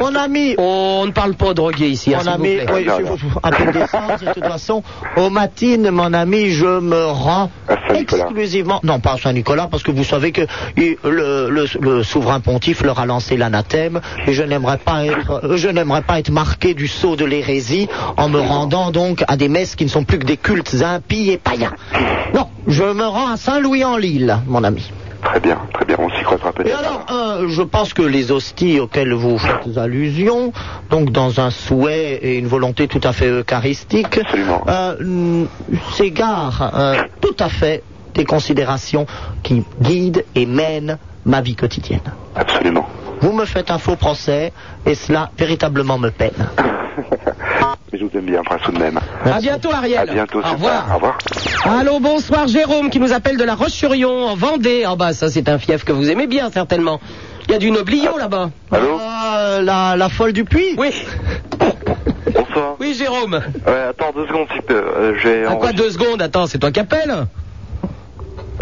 [SPEAKER 6] Mon ami
[SPEAKER 4] On ne parle pas aux drogués ici, hein,
[SPEAKER 6] Mon
[SPEAKER 4] s'il vous
[SPEAKER 6] ami,
[SPEAKER 4] plaît.
[SPEAKER 6] oui,
[SPEAKER 4] Ah,
[SPEAKER 6] si
[SPEAKER 4] non,
[SPEAKER 6] vous
[SPEAKER 4] non.
[SPEAKER 6] vous- un peu de décence, de toute façon, au matin, mon ami, je me rends exclusivement, non pas à Saint-Nicolas, parce que vous savez que il- le, le- le souverain pontife leur a lancé l'anathème, et je n'aimerais pas être, je n'aimerais pas être marqué du sceau de l'hérésie en me rendant donc à des messes qui ne sont plus que des cultes impies et païens. Non, je me rends à Saint-Louis-en-Lille, mon ami.
[SPEAKER 15] Très bien, très bien, on s'y croisera
[SPEAKER 6] Et
[SPEAKER 15] peut-être.
[SPEAKER 6] alors, euh, je pense que les hosties auxquelles vous faites allusion, donc dans un souhait et une volonté tout à fait eucharistique, euh, n- s'égarent euh, tout à fait des considérations qui guident et mènent ma vie quotidienne.
[SPEAKER 15] Absolument.
[SPEAKER 6] Vous me faites un faux procès et cela véritablement me peine.
[SPEAKER 15] Mais je vous aime bien, prince, tout de même.
[SPEAKER 4] À bientôt, Ariel.
[SPEAKER 15] À bientôt,
[SPEAKER 4] Au
[SPEAKER 15] super.
[SPEAKER 4] revoir.
[SPEAKER 15] Au revoir.
[SPEAKER 4] Allô, bonsoir Jérôme qui nous appelle de la Roche-sur-Yon en Vendée. Ah bah ça c'est un fief que vous aimez bien certainement. Il y a du noblion là-bas.
[SPEAKER 16] Allô
[SPEAKER 6] Ah, la, la folle du puits
[SPEAKER 4] Oui.
[SPEAKER 16] Bonsoir.
[SPEAKER 4] Oui, Jérôme.
[SPEAKER 16] Ouais, attends deux secondes, si peu. Euh, j'ai
[SPEAKER 4] À quoi deux secondes Attends, c'est toi qui appelles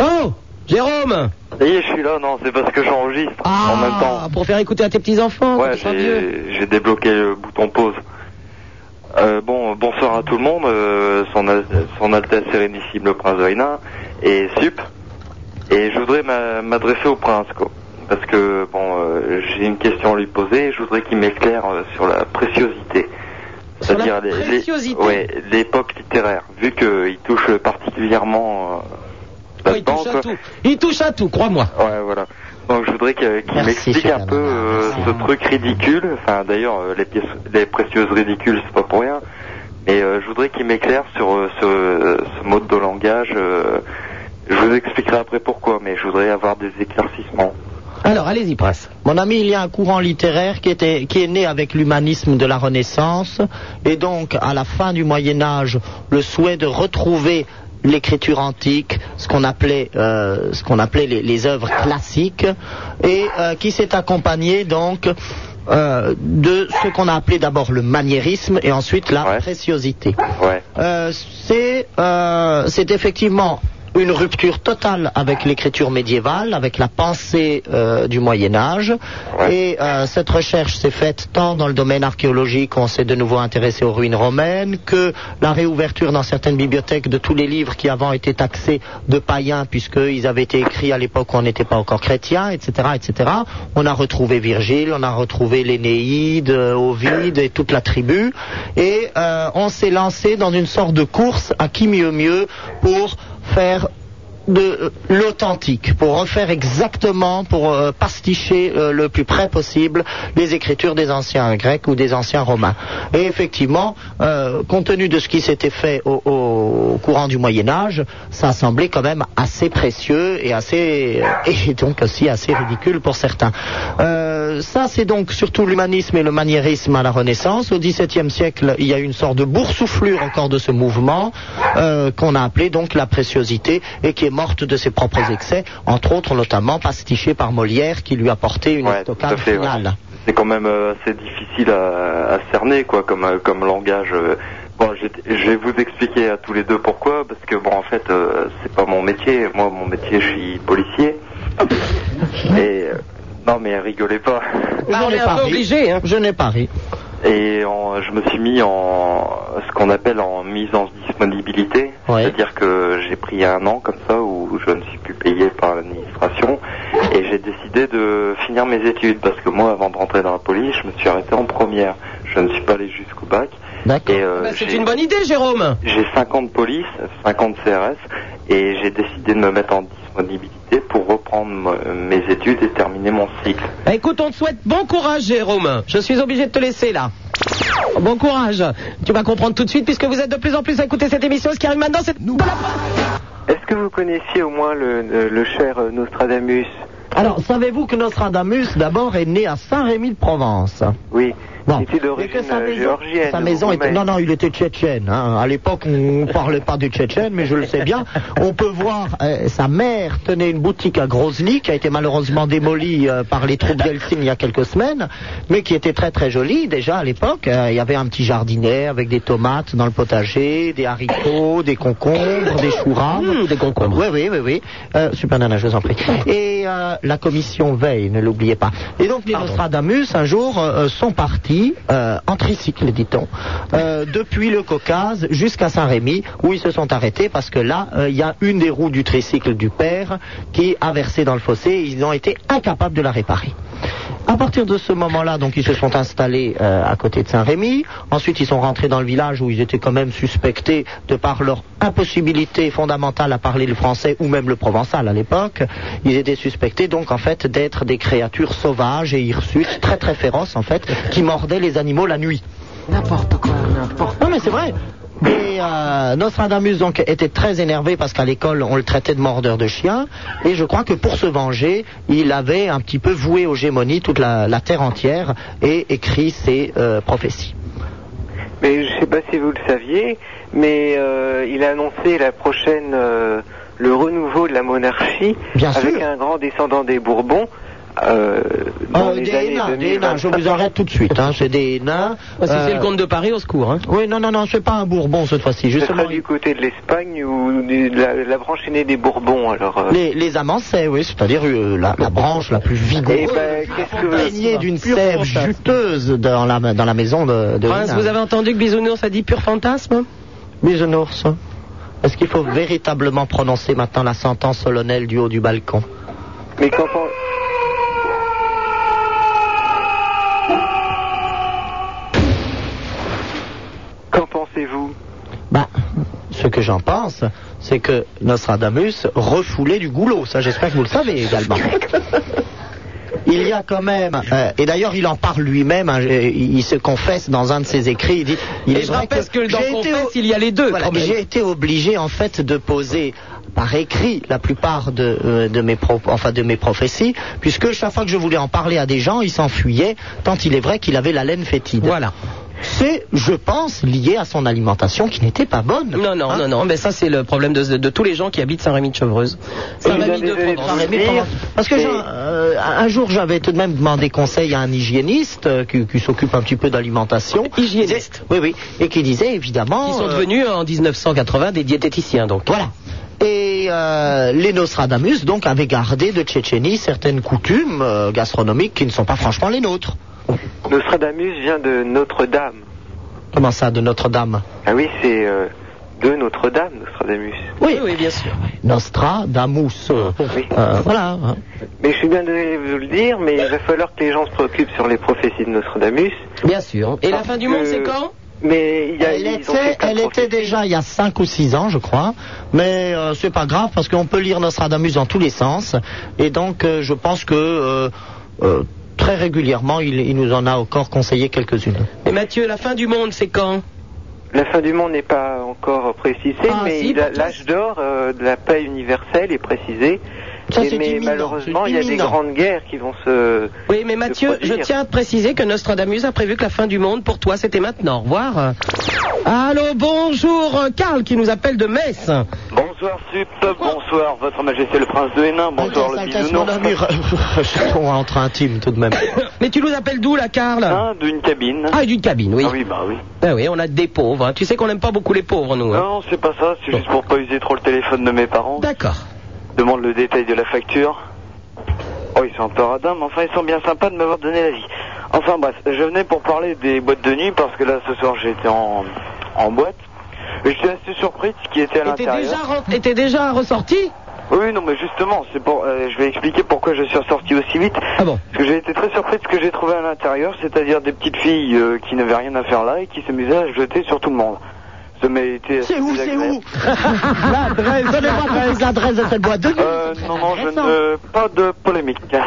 [SPEAKER 4] Oh Jérôme
[SPEAKER 16] Ça y est, je suis là, non, c'est parce que j'enregistre en même temps.
[SPEAKER 4] Ah, Pour faire écouter à tes petits-enfants
[SPEAKER 16] Ouais, j'ai j'ai débloqué le bouton pause. Euh, bon, bonsoir à tout le monde, euh, son, Al- son Altesse Sérénissime le Prince de Hénin et Sup. Et je voudrais m'a- m'adresser au Prince, quoi. Parce que, bon, euh, j'ai une question à lui poser et je voudrais qu'il m'éclaire euh, sur la préciosité. C'est-à-dire les- les- ouais, l'époque littéraire, vu qu'il touche particulièrement euh, là-dedans, quoi.
[SPEAKER 4] Il touche à tout, crois-moi.
[SPEAKER 16] Ouais, voilà. Donc je voudrais que- qu'il m'explique un peu euh, ce truc ridicule. Enfin, d'ailleurs, euh, les pièces, les précieuses ridicules, c'est pas pour rien. Mais euh, je voudrais qu'il m'éclaire sur euh, ce, euh, ce mode de langage. euh, je vous expliquerai après pourquoi, mais je voudrais avoir des éclaircissements.
[SPEAKER 4] Alors, allez-y, Prince.
[SPEAKER 6] Mon ami, il y a un courant littéraire qui, était, qui est né avec l'humanisme de la Renaissance, et donc à la fin du Moyen Âge, le souhait de retrouver l'écriture antique, ce qu'on appelait, euh, ce qu'on appelait les, les œuvres classiques, et euh, qui s'est accompagné donc euh, de ce qu'on a appelé d'abord le maniérisme et ensuite la préciosité.
[SPEAKER 16] Ouais.
[SPEAKER 6] Euh, c'est euh, c'est effectivement une rupture totale avec l'écriture médiévale, avec la pensée euh, du Moyen Âge. Et euh, cette recherche s'est faite tant dans le domaine archéologique, on s'est de nouveau intéressé aux ruines romaines, que la réouverture dans certaines bibliothèques de tous les livres qui avant étaient taxés de païens, puisqu'ils avaient été écrits à l'époque où on n'était pas encore chrétien, etc., etc. On a retrouvé Virgile, on a retrouvé l'Énéide, euh, Ovide et toute la tribu. Et euh, on s'est lancé dans une sorte de course à qui mieux mieux pour faire de euh, l'authentique, pour refaire exactement, pour euh, pasticher euh, le plus près possible les écritures des anciens grecs ou des anciens romains. Et effectivement, euh, compte tenu de ce qui s'était fait au, au courant du Moyen Âge, ça semblait quand même assez précieux et assez euh, et donc aussi assez ridicule pour certains. Euh, ça, c'est donc surtout l'humanisme et le maniérisme à la Renaissance. Au XVIIe siècle, il y a eu une sorte de boursouflure encore de ce mouvement euh, qu'on a appelé donc la préciosité et qui est morte de ses propres excès, entre autres notamment pastiché par Molière qui lui apportait une estocade
[SPEAKER 16] fait, ouais.
[SPEAKER 6] finale.
[SPEAKER 16] C'est quand même euh, assez difficile à, à cerner, quoi, comme, euh, comme langage. euh. Bon, j'ai- je vais vous expliquer à tous les deux pourquoi, parce que, bon, en fait, euh, c'est pas mon métier. Moi, mon métier, je suis policier. Et, euh, non, mais rigolez pas.
[SPEAKER 6] Je n'ai pas ri. Je n'ai pas ri.
[SPEAKER 16] Et en- je me suis mis en ce qu'on appelle en mise en disponibilité, c'est-à-dire que j'ai pris un an comme ça où je ne suis plus payé par l'administration et j'ai décidé de finir mes études parce que moi avant de rentrer dans la police je me suis arrêté en première, je ne suis pas allé jusqu'au bac. Et, euh,
[SPEAKER 4] Bah, C'est
[SPEAKER 16] j'ai-
[SPEAKER 4] une bonne idée, Jérôme.
[SPEAKER 16] j'ai 50 polices, 50 CRS, et j'ai décidé de me mettre en disponibilité pour reprendre mo- mes études et terminer mon cycle.
[SPEAKER 4] Bah, écoute, on te souhaite bon courage, Jérôme. Je suis obligé de te laisser là. Bon courage. Tu vas comprendre tout de suite puisque vous êtes de plus en plus à écouter cette émission. Ce qui arrive maintenant, c'est de la
[SPEAKER 10] Est-ce que vous connaissiez au moins le, le- le cher euh, Nostradamus
[SPEAKER 6] Alors, savez-vous que Nostradamus, d'abord, est né à Saint-Rémy-de-Provence
[SPEAKER 10] Oui.
[SPEAKER 6] Bon.
[SPEAKER 10] Il était
[SPEAKER 6] Et que
[SPEAKER 10] d'origine
[SPEAKER 6] sa
[SPEAKER 10] euh,
[SPEAKER 6] maison,
[SPEAKER 10] géorgienne.
[SPEAKER 6] sa maison était...
[SPEAKER 10] roumaine.
[SPEAKER 6] Non, non, il était tchétchène. hein. À l'époque, on ne parlait pas du tchétchène, mais je le sais bien. On peut voir, euh, sa mère tenait une boutique à Grozny, qui a été malheureusement démolie euh, par les troupes d'Eltsine il y a quelques semaines, mais qui était très très jolie déjà à l'époque. Euh, il y avait un petit jardinet avec des tomates dans le potager, des haricots, des concombres, des choux rames. Mmh, des concombres. Oui, oui, oui, oui. Euh, super Nana, je vous en prie. Et euh, la commission veille, ne l'oubliez pas. Et donc, les Nostradamus, un jour, euh, sont partis euh, en tricycle, dit-on, euh, depuis le Caucase jusqu'à Saint-Rémy, où ils se sont arrêtés parce que là, euh, il y a une des roues du tricycle du père qui a versé dans le fossé et ils ont été incapables de la réparer. À partir de ce moment-là, donc ils se sont installés euh, à côté de Saint-Rémy. Ensuite, ils sont rentrés dans le village où ils étaient quand même suspectés de par leur impossibilité fondamentale à parler le français ou même le provençal à l'époque. Ils étaient suspectés donc en fait d'être des créatures sauvages et hirsutes, très très féroces en fait, qui mordaient les animaux la nuit. N'importe quoi, n'importe. Non mais c'est vrai. Et euh, Nostradamus donc était très énervé parce qu'à l'école on le traitait de mordeur de chien et je crois que pour se venger il avait un petit peu voué aux gémonies toute la, la terre entière et écrit ses euh, prophéties.
[SPEAKER 10] Mais je sais pas si vous le saviez, mais euh, il a annoncé la prochaine euh, le renouveau de la monarchie avec un grand descendant des Bourbons. euh, dans
[SPEAKER 6] Oh,
[SPEAKER 10] les
[SPEAKER 6] des
[SPEAKER 10] années
[SPEAKER 6] nains,
[SPEAKER 10] 2020.
[SPEAKER 6] des nains, Euh, je vous arrête tout de suite. hein, c'est des nains.
[SPEAKER 7] Ah,
[SPEAKER 10] Ouais, si c'est le comte
[SPEAKER 6] de Paris, au secours. Oui, non, non, non, c'est pas un Bourbon cette fois-ci.
[SPEAKER 10] Ce
[SPEAKER 6] Justement,
[SPEAKER 10] sera du côté de l'Espagne ou du- de la, la branche aînée des Bourbons, alors. euh.
[SPEAKER 6] les, les amancets, oui, c'est-à-dire euh, la, la branche la plus
[SPEAKER 10] Eh
[SPEAKER 6] vigoureuse.
[SPEAKER 10] ben, qu'est-ce que vous-
[SPEAKER 6] imprégnée d'une
[SPEAKER 4] Pure
[SPEAKER 6] sève
[SPEAKER 4] fantasme.
[SPEAKER 6] juteuse dans la, dans la maison de, de
[SPEAKER 4] Prince,
[SPEAKER 6] Hénin.
[SPEAKER 4] vous avez entendu que Bisounours a dit pur fantasme
[SPEAKER 6] Bisounours. hein. Est-ce qu'il faut véritablement prononcer maintenant la sentence solennelle du haut du balcon
[SPEAKER 10] Mais qu'en pen- Qu'en pensez-vous
[SPEAKER 6] Bah, ce que j'en pense, c'est que Nostradamus refoulait du goulot. Ça, j'espère que vous le savez également. Il y a quand même, euh, et d'ailleurs il en parle lui-même, hein, euh, il se confesse dans un de ses écrits, il dit, il
[SPEAKER 4] Et je rappelle que dans
[SPEAKER 6] j'ai été
[SPEAKER 4] Confesse, il y a les deux,
[SPEAKER 6] Voilà,
[SPEAKER 4] quand même.
[SPEAKER 6] j'ai été obligé en fait de poser par écrit la plupart de, euh, de mes pro- enfin de mes prophéties, puisque chaque fois que je voulais en parler à des gens, ils s'enfuyaient, tant il est vrai qu'il avait la laine fétide. Voilà. C'est, je pense, lié à son alimentation qui n'était pas bonne.
[SPEAKER 4] Non, non, non, non, mais ça c'est le problème de, de tous les gens qui habitent Saint-Rémy-de-Chevreuse. Saint-Rémy de Provence.
[SPEAKER 6] Saint-Rémy de Provence. Parce que j'ai- euh, un jour, j'avais tout de même demandé conseil à un hygiéniste euh, qui, qui s'occupe un petit peu d'alimentation. Hygiéniste. Oui, oui. Et qui disait évidemment.
[SPEAKER 4] Ils sont
[SPEAKER 6] euh,
[SPEAKER 4] devenus en 1980 des diététiciens donc.
[SPEAKER 6] Voilà. Et euh, les Nostradamus, donc, avaient gardé de Tchétchénie certaines coutumes euh, gastronomiques qui ne sont pas franchement les nôtres.
[SPEAKER 10] Nostradamus vient de Notre-Dame.
[SPEAKER 6] Comment ça, de Notre-Dame
[SPEAKER 10] Ah oui, c'est euh, de Notre-Dame, Nostradamus.
[SPEAKER 6] Oui,
[SPEAKER 4] oui, bien sûr.
[SPEAKER 6] Nostradamus. euh, euh, voilà. hein.
[SPEAKER 10] Mais je suis bien désolé de vous le dire, mais il va falloir que les gens se préoccupent sur les prophéties de Nostradamus.
[SPEAKER 4] Bien sûr. Et
[SPEAKER 6] Ah,
[SPEAKER 4] la fin du monde,
[SPEAKER 6] euh,
[SPEAKER 4] c'est quand
[SPEAKER 10] Mais il y a,
[SPEAKER 6] Elle
[SPEAKER 10] ils ont fait
[SPEAKER 6] était, elle était déjà il y a 5 ou 6 ans, je crois. Mais euh, c'est pas grave parce qu'on peut lire Nostradamus dans tous les sens. Et donc, euh, je pense que euh, euh, très régulièrement, il, il nous en a encore conseillé quelques-unes. (coughs)
[SPEAKER 4] Et Mathieu, la fin du monde, c'est quand
[SPEAKER 10] La fin du monde n'est pas encore précisée,
[SPEAKER 4] Ah,
[SPEAKER 10] mais
[SPEAKER 4] si,
[SPEAKER 10] il a-
[SPEAKER 4] pourtant,
[SPEAKER 10] l'âge d'or euh, de la paix universelle est précisé.
[SPEAKER 4] Ça,
[SPEAKER 10] Et-
[SPEAKER 4] c'est
[SPEAKER 10] mais
[SPEAKER 4] imminent,
[SPEAKER 10] malheureusement,
[SPEAKER 4] c'est
[SPEAKER 10] il y a des
[SPEAKER 4] imminent.
[SPEAKER 10] grandes guerres qui vont se.
[SPEAKER 4] Oui, mais Mathieu, je tiens à te préciser que Nostradamus a prévu que la fin du monde, pour toi, c'était maintenant. Au revoir. Allô, bonjour, euh, Karl qui nous appelle de Metz.
[SPEAKER 17] Bonsoir Sup, bonsoir Votre Majesté le Prince de Hénin, bonsoir
[SPEAKER 4] Ah,
[SPEAKER 17] le bisounours.
[SPEAKER 6] Je
[SPEAKER 4] euh, (laughs)
[SPEAKER 6] suis entre intime tout de même.
[SPEAKER 4] Mais tu nous appelles d'où, la Karl
[SPEAKER 17] Ah, d'une cabine.
[SPEAKER 4] Ah, d'une cabine, oui.
[SPEAKER 17] Ah oui, bah oui.
[SPEAKER 4] Ah oui, on a des pauvres. hein. Tu sais qu'on n'aime pas beaucoup les pauvres, nous. hein.
[SPEAKER 17] Non, c'est pas ça, c'est juste pour pas user trop le téléphone de mes parents.
[SPEAKER 4] D'accord.
[SPEAKER 17] Demande le détail de la facture. Oh, ils sont un peu radins, mais enfin, ils sont bien sympas de m'avoir donné l'avis. Enfin bref, je venais pour parler des boîtes de nuit parce que là, ce soir, j'étais en, en boîte. Et J'étais assez surpris de ce qui était à
[SPEAKER 4] Et t'es
[SPEAKER 17] l'intérieur.
[SPEAKER 4] déjà, re- et t'es déjà ressorti
[SPEAKER 17] Oui, non, mais justement, c'est pour. euh, je vais expliquer pourquoi je suis ressorti aussi vite.
[SPEAKER 4] Ah bon
[SPEAKER 17] Parce que j'ai été très surpris de ce que j'ai trouvé à l'intérieur, c'est-à-dire des petites filles euh, qui n'avaient rien à faire là et qui s'amusaient à se jeter sur tout le monde. Ça m'a été.
[SPEAKER 6] C'est où, c'est où
[SPEAKER 17] (laughs) L'adresse,
[SPEAKER 6] Donnez-moi
[SPEAKER 17] l'adresse.
[SPEAKER 6] l'adresse. l'adresse de cette boîte de nuit.
[SPEAKER 17] Euh, non, non, je ne. Pas de polémique.
[SPEAKER 6] Bon,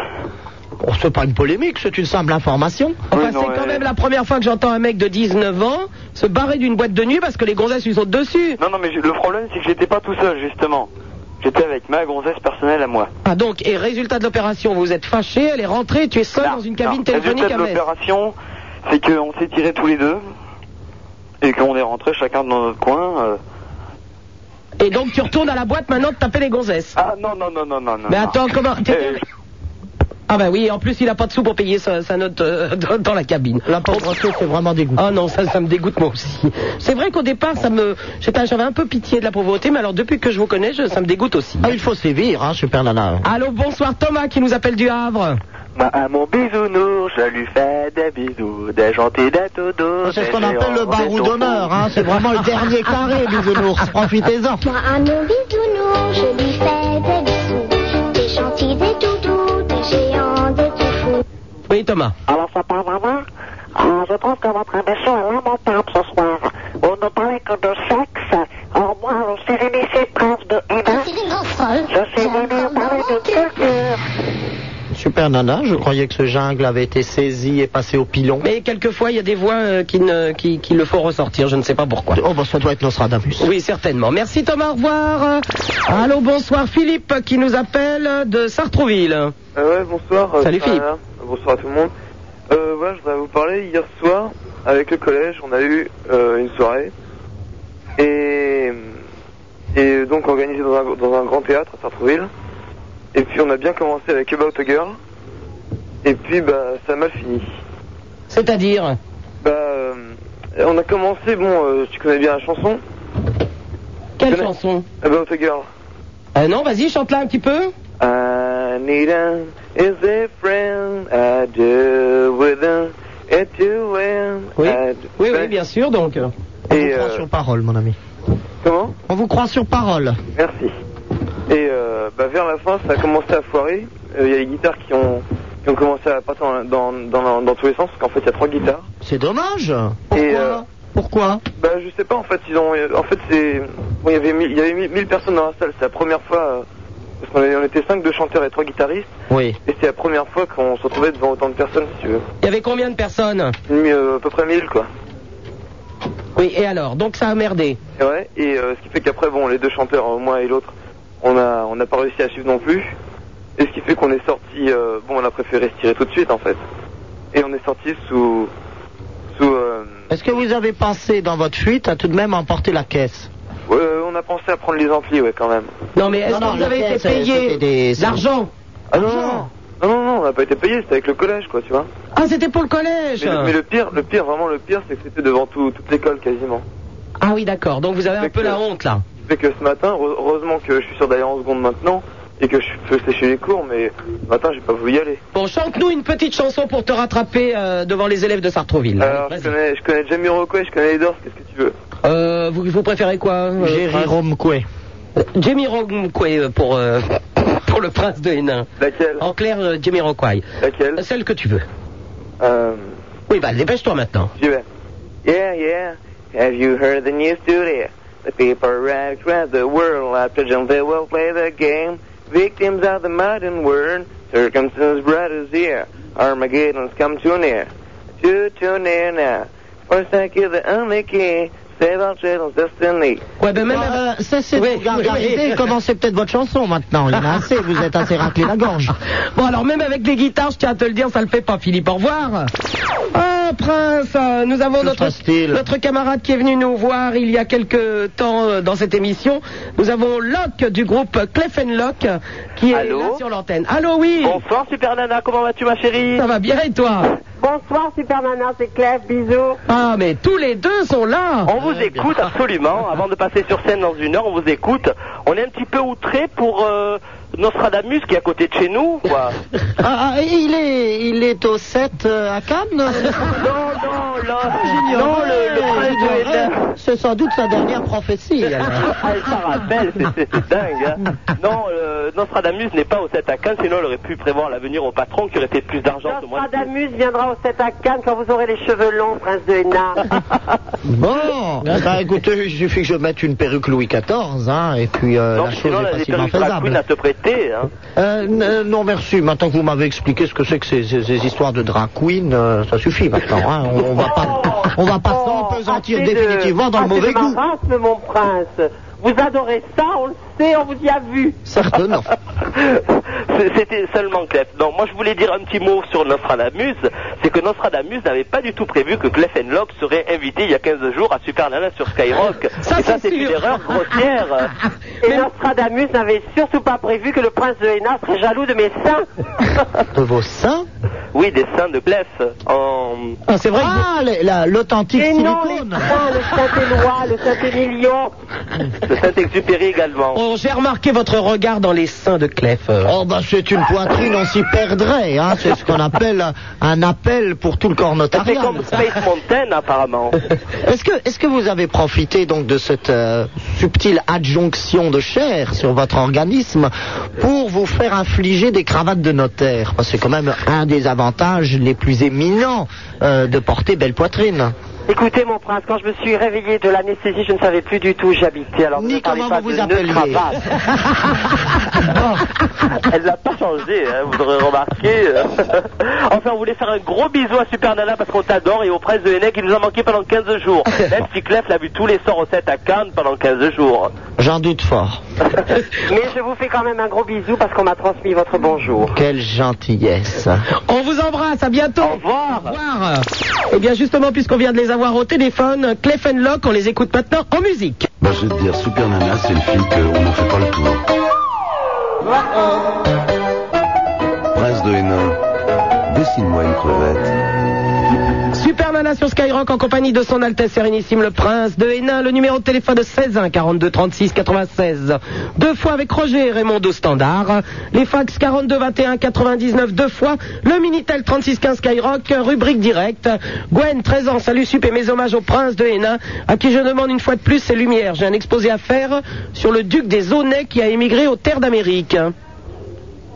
[SPEAKER 6] Oh, c'est pas une polémique, c'est une simple information.
[SPEAKER 4] Enfin, c'est quand même la première fois que j'entends un mec de 19 ans se barrer d'une boîte de nuit parce que les gonzesses lui sont dessus.
[SPEAKER 17] Non, non, mais je- le problème, c'est que j'étais pas tout seul, justement. J'étais avec ma gonzesse personnelle à moi.
[SPEAKER 4] Ah donc, et résultat de l'opération, vous êtes fâché, elle est rentrée, tu es seul dans une cabine
[SPEAKER 17] Non,
[SPEAKER 4] téléphonique
[SPEAKER 17] résultat
[SPEAKER 4] à
[SPEAKER 17] de
[SPEAKER 4] Metz.
[SPEAKER 17] l'opération, c'est qu'on s'est tirés tous les deux et qu'on est rentrés chacun dans notre coin. euh.
[SPEAKER 4] Et donc tu retournes à la boîte maintenant de taper les gonzesses.
[SPEAKER 17] Ah non, non, non, non, non. non,
[SPEAKER 4] Mais
[SPEAKER 17] non.
[SPEAKER 4] attends,
[SPEAKER 18] Eh,
[SPEAKER 4] comment- t'es-
[SPEAKER 17] Euh,
[SPEAKER 4] Ah bah oui, en plus il a pas de sous pour payer sa, sa note euh, dans- dans la cabine. La pauvreté, c'est vraiment dégoûtant. Ah non, ça, ça me dégoûte moi aussi. C'est vrai qu'au départ, ça me, je sais pas, j'avais un peu pitié de la pauvreté, mais alors depuis que je vous connais, je- ça me dégoûte aussi.
[SPEAKER 6] Ah, il faut sévir, hein, super nana.
[SPEAKER 4] Allô, bonsoir Thomas qui nous appelle du Havre.
[SPEAKER 18] Bah, à mon bisounours, je lui fais des bisous, des gentils, des todos.
[SPEAKER 6] Ah, C'est ce qu'on appelle le barou d'honneur, hein. C'est
[SPEAKER 10] (laughs)
[SPEAKER 6] vraiment le dernier carré, bisounours. Profitez-en.
[SPEAKER 13] Moi, à mon bisounours, je lui fais des bisous. Des gentils, des toutous, des géants, des tout fous.
[SPEAKER 4] Oui, Thomas.
[SPEAKER 18] Alors, ça part maman Euh, Je trouve que votre émission est lamentable ce soir. Vous ne parlez que de sexe. Or, moi, le sérénissime prince de Hénin, je suis venu parler de culture.
[SPEAKER 6] Super nana, je croyais que ce jungle avait été saisi et passé au pilon.
[SPEAKER 4] Mais quelquefois, il y a des voix euh, qui, ne, qui, qui le font ressortir, je ne sais pas pourquoi.
[SPEAKER 6] Oh, bah, ça doit être Nostradamus.
[SPEAKER 4] Oui, certainement. Merci Thomas, au revoir. Allô, bonsoir Philippe qui nous appelle de Sartrouville.
[SPEAKER 19] Euh, ouais, bonsoir. euh,
[SPEAKER 4] Salut,
[SPEAKER 19] Sarah.
[SPEAKER 4] Philippe.
[SPEAKER 19] Bonsoir à tout le monde. Euh, voilà, je voudrais vous parler. Hier soir, avec le collège, on a eu euh, une soirée. Et, et donc organisée dans un, dans un grand théâtre à Sartreville. Et puis on a bien commencé avec About a Girl. Et puis bah ça a mal fini.
[SPEAKER 4] C'est-à-dire
[SPEAKER 19] Bah euh, on a commencé, bon, euh, tu connais bien la chanson
[SPEAKER 4] Quelle chanson
[SPEAKER 19] About a Girl.
[SPEAKER 4] Euh, Non, vas-y, chante-la un petit peu.
[SPEAKER 19] Anita is a friend I do with her et you will
[SPEAKER 4] Oui,
[SPEAKER 18] Euh,
[SPEAKER 19] I do-
[SPEAKER 4] oui, oui, bien sûr, donc. euh,
[SPEAKER 19] Et,
[SPEAKER 6] On vous
[SPEAKER 19] euh,
[SPEAKER 6] croit sur parole, mon ami.
[SPEAKER 19] Comment
[SPEAKER 6] On vous croit sur parole.
[SPEAKER 19] Merci. Et euh, bah, vers la fin, ça a commencé à foirer. Euh, Il y a les guitares qui ont, qui ont commencé à partir dans, dans, dans- dans tous les sens, parce qu'en fait, il y a trois guitares.
[SPEAKER 6] C'est dommage.
[SPEAKER 19] et,
[SPEAKER 6] Pourquoi
[SPEAKER 19] euh,
[SPEAKER 6] Pourquoi
[SPEAKER 19] bah, je sais pas, en fait, ils ont, en fait, c'est, bon, il y avait, mille- il y avait mille mille personnes dans la salle. C'est la première fois, euh, parce qu'on avait- on était cinq, deux chanteurs et trois guitaristes.
[SPEAKER 6] Oui.
[SPEAKER 19] Et c'était la première fois qu'on se retrouvait devant autant de personnes, si tu veux.
[SPEAKER 4] Il y avait combien de personnes
[SPEAKER 19] Une- euh, à peu près 1000 quoi.
[SPEAKER 4] Oui, et alors Donc ça a merdé.
[SPEAKER 19] Et ouais, et euh, ce qui fait qu'après, bon, les deux chanteurs, euh, moi et l'autre, on a, on n'a pas réussi à suivre non plus. Et ce qui fait qu'on est sorti, euh, bon, on a préféré se tirer tout de suite en fait. Et on est sorti sous, sous, euh,
[SPEAKER 6] Est-ce que vous avez pensé dans votre fuite à tout de même emporter la caisse
[SPEAKER 19] euh, on a pensé à prendre les amplis, ouais, quand même.
[SPEAKER 4] Non, mais est-ce
[SPEAKER 6] Non, non,
[SPEAKER 4] que vous avez
[SPEAKER 6] la
[SPEAKER 4] été
[SPEAKER 6] caisse, c'était
[SPEAKER 4] payé
[SPEAKER 6] des-
[SPEAKER 4] L'argent
[SPEAKER 19] Ah non, non, non, non, non, on n'a pas été payé, c'était avec le collège, quoi, tu vois.
[SPEAKER 4] Ah, c'était pour le collège
[SPEAKER 19] Mais le, mais le pire, le pire, vraiment le pire, c'est que c'était devant tout- toute l'école quasiment.
[SPEAKER 4] Ah oui, d'accord, donc vous avez un
[SPEAKER 19] Fait
[SPEAKER 4] peu
[SPEAKER 19] que-
[SPEAKER 4] la honte là.
[SPEAKER 19] Ce qui fait que ce matin, heure- heureusement que je suis sûr d'aller en seconde maintenant et que je peux sécher les cours, mais ce matin, j'ai pas voulu y aller.
[SPEAKER 4] Bon, chante-nous une petite chanson pour te rattraper euh, devant les élèves de Sartreville.
[SPEAKER 19] Alors, je connais, je connais Jamie Rocco et je connais les Doors, qu'est-ce que tu veux
[SPEAKER 4] Euh, vous, vous préférez quoi euh, prince
[SPEAKER 6] Kwe.
[SPEAKER 4] Euh, Jamie Rockway euh, pour, euh, (laughs) pour le prince de Hénin.
[SPEAKER 19] Laquelle
[SPEAKER 4] En clair, euh, Jamie Rockway.
[SPEAKER 19] Laquelle
[SPEAKER 4] Celle que tu veux.
[SPEAKER 19] Euh,
[SPEAKER 4] Oui, bah dépêche-toi maintenant.
[SPEAKER 19] j'y vais. Yeah, yeah, have you heard the news today? The people right across the world are judging they will play the game. Victims of the modern world, circumstance brought us here. Armageddon's come too near. Too, too near now. First I give the only key, save our children's destiny.
[SPEAKER 4] Ouais, ben même.
[SPEAKER 6] Euh, cessez
[SPEAKER 4] Oui,
[SPEAKER 6] de vous gargariser
[SPEAKER 4] oui.
[SPEAKER 6] et (laughs) commencez peut-être votre chanson maintenant. Il y en a assez, vous êtes assez raclé la gorge.
[SPEAKER 4] Bon, alors même avec les guitares, je tiens à te le dire, ça le fait pas, Philippe. Au revoir. Ah, Prince, euh, nous avons
[SPEAKER 6] Que
[SPEAKER 4] notre,
[SPEAKER 6] passe-t-il
[SPEAKER 4] notre camarade qui est venu nous voir il y a quelque temps euh, dans cette émission. Nous avons Locke du groupe Clef Locke qui est
[SPEAKER 18] Allô
[SPEAKER 4] là sur l'antenne. Allô, oui
[SPEAKER 18] Bonsoir, Super Nana, comment vas-tu, ma chérie
[SPEAKER 4] Ça va bien et toi
[SPEAKER 18] Bonsoir, Super Nana, c'est Clef, bisous.
[SPEAKER 4] Ah, mais tous les deux sont là
[SPEAKER 18] On
[SPEAKER 6] Eh
[SPEAKER 18] vous écoute
[SPEAKER 6] (laughs)
[SPEAKER 18] absolument. Avant de passer sur scène dans une heure, on vous écoute. On est un petit peu outré pour euh, Nostradamus qui est à côté de chez nous,
[SPEAKER 6] (laughs)
[SPEAKER 18] quoi.
[SPEAKER 6] Ah, ah, il, est, il est au 7 euh, à Cannes
[SPEAKER 18] (laughs)
[SPEAKER 6] Ah,
[SPEAKER 18] non, non, là, non,
[SPEAKER 6] J'ignorais,
[SPEAKER 18] le, le prince de
[SPEAKER 6] j'ignorais.
[SPEAKER 18] Hénin.
[SPEAKER 6] C'est sans doute sa dernière prophétie. alors.
[SPEAKER 18] Ah, (laughs) elle s'en rappelle, c'est- c'est c'est dingue.
[SPEAKER 6] (laughs)
[SPEAKER 18] hein. Non, euh, Nostradamus n'est pas au 7 à 15, sinon elle aurait pu prévoir l'avenir au patron qui aurait fait plus d'argent ce mois-ci.
[SPEAKER 20] Nostradamus viendra au 7 à Cannes quand vous aurez les cheveux longs, prince de Hénin.
[SPEAKER 6] Bon, bah écoutez, il suffit que je mette une perruque Louis XIV, hein, et puis euh,
[SPEAKER 18] Donc
[SPEAKER 6] la chose
[SPEAKER 18] sinon,
[SPEAKER 6] est
[SPEAKER 18] elle a des
[SPEAKER 6] facilement
[SPEAKER 18] perruques drag queen à
[SPEAKER 6] faisable.
[SPEAKER 18] te prêter. hein.
[SPEAKER 6] Euh, n- euh, non, merci. Maintenant que vous m'avez expliqué ce que c'est que ces, ces- ces histoires de drag queen, euh, ça suffit maintenant. hein. On, on va pas, on va pas s'empesantir
[SPEAKER 20] Oh, Assez de-
[SPEAKER 6] définitivement dans le
[SPEAKER 20] assez
[SPEAKER 6] mauvais
[SPEAKER 20] de
[SPEAKER 6] goût.
[SPEAKER 20] marasme, mon prince. Vous adorez ça, on le sait, on vous y a vu.
[SPEAKER 6] Certainement.
[SPEAKER 17] (laughs) C'est- C'était seulement Clef. Non, moi je voulais dire un petit mot sur Nostradamus. C'est que Nostradamus n'avait pas du tout prévu que Clef Locke serait invité il y a 15 jours à Super Nana sur Skyrock.
[SPEAKER 20] Ça,
[SPEAKER 17] Et ça,
[SPEAKER 20] c'est
[SPEAKER 17] c'est une
[SPEAKER 20] sûr.
[SPEAKER 17] erreur grossière.
[SPEAKER 20] Et Nostradamus n'avait surtout pas prévu que le prince de Hénin serait jaloux de mes seins.
[SPEAKER 6] De vos seins
[SPEAKER 17] Oui, des seins de Clef. En...
[SPEAKER 6] Ah, c'est vrai. Ah, les- la- l'authentique
[SPEAKER 20] Et non, les
[SPEAKER 6] silicone.
[SPEAKER 20] seins, le Saint-Éloi, le Saint-Émilion.
[SPEAKER 17] Le Saint-Exupéry également.
[SPEAKER 4] Oh, j'ai remarqué votre regard dans les seins de Clef. euh.
[SPEAKER 6] Oh, bah, c'est une poitrine, on s'y perdrait. Hein. C'est ce qu'on appelle un- un appel pour tout le corps
[SPEAKER 17] C'est
[SPEAKER 20] Ah,
[SPEAKER 6] notarial.
[SPEAKER 17] comme Space Mountain
[SPEAKER 20] (laughs)
[SPEAKER 17] apparemment.
[SPEAKER 6] Est-ce que, est-ce que vous avez profité donc de cette euh, subtile adjonction de chair sur votre organisme pour vous faire infliger des cravates de notaire Parce que c'est quand même un des avantages les plus éminents euh, de porter belle poitrine.
[SPEAKER 20] Écoutez, mon prince, quand je me suis réveillée de l'anesthésie, je ne savais plus du tout où j'habitais. Alors,
[SPEAKER 6] Ni
[SPEAKER 20] ne parlez
[SPEAKER 6] comment
[SPEAKER 20] pas
[SPEAKER 6] vous
[SPEAKER 20] de
[SPEAKER 6] vous appelez.
[SPEAKER 20] nœud (laughs) cravate.
[SPEAKER 17] Elle n'a pas changé, hein, vous aurez remarqué. (laughs) enfin, on voulait faire un gros bisou à Super Nana parce qu'on t'adore et au prince de Hennec qui nous a manqué pendant 15
[SPEAKER 20] (laughs)
[SPEAKER 17] jours. Même si Clef l'a vu tous les soirs aux 7 à Cannes pendant 15 jours.
[SPEAKER 6] J'en doute fort.
[SPEAKER 20] Mais je vous fais quand même un gros bisou parce qu'on m'a transmis votre bonjour.
[SPEAKER 6] Quelle gentillesse.
[SPEAKER 4] On vous embrasse, à bientôt. Au
[SPEAKER 17] revoir.
[SPEAKER 4] Eh bien, justement, puisqu'on vient de les avoir au téléphone, Clef Locke, on les écoute maintenant en musique.
[SPEAKER 1] Bah, je vais te dire, Super Nana, c'est le film qu'on n'en fait pas le tour. Prince de Hénin, dessine-moi une crevette.
[SPEAKER 4] Super Nana sur Skyrock en compagnie de son Altesse Sérénissime le Prince de Hénin, le numéro de téléphone de 16 1 42 36 96. Deux fois avec Roger et Raymond au standard. Les fax 42 21 99 deux fois. Le Minitel 36 15 Skyrock, rubrique directe. Gwen 13 ans, salut Sup et mes hommages au Prince de Hénin, à qui je demande une fois de plus ses lumières. J'ai un exposé à faire sur le duc des Aunais qui a émigré aux terres d'Amérique.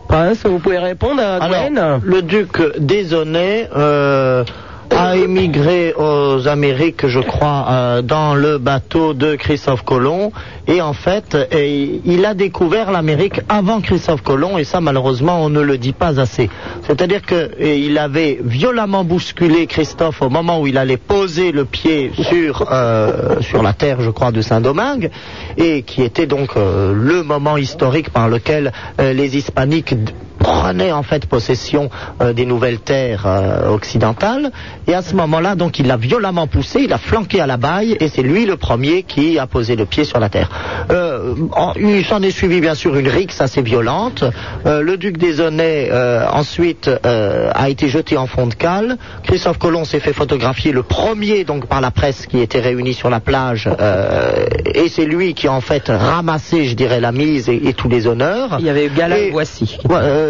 [SPEAKER 4] Prince, vous pouvez répondre à Gwen
[SPEAKER 6] Le duc Désonné euh, a émigré aux Amériques, je crois, euh, dans le bateau de Christophe Colomb. Et en fait, et il a découvert l'Amérique avant Christophe Colomb, et ça, malheureusement, on ne le dit pas assez. C'est-à-dire qu'il avait violemment bousculé Christophe au moment où il allait poser le pied sur, euh, sur la terre, je crois, de Saint-Domingue, et qui était donc euh, le moment historique par lequel euh, les Hispaniques prenait en fait possession euh, des nouvelles terres euh, occidentales. Et à ce moment-là, donc, il l'a violemment poussé, il l'a flanqué à la baille, et c'est lui le premier qui a posé le pied sur la terre. Euh, en- il s'en est suivi bien sûr une rixe assez violente. Euh, le duc des Aunais, euh, ensuite euh, a été jeté en fond de cale. Christophe Colomb s'est fait photographier le premier donc par la presse qui était réunie sur la plage, euh, et c'est lui qui a en fait ramassé, je dirais, la mise et, et tous les honneurs.
[SPEAKER 4] Il y avait Gala
[SPEAKER 6] Et-
[SPEAKER 4] et Voici.
[SPEAKER 6] Ouais, euh,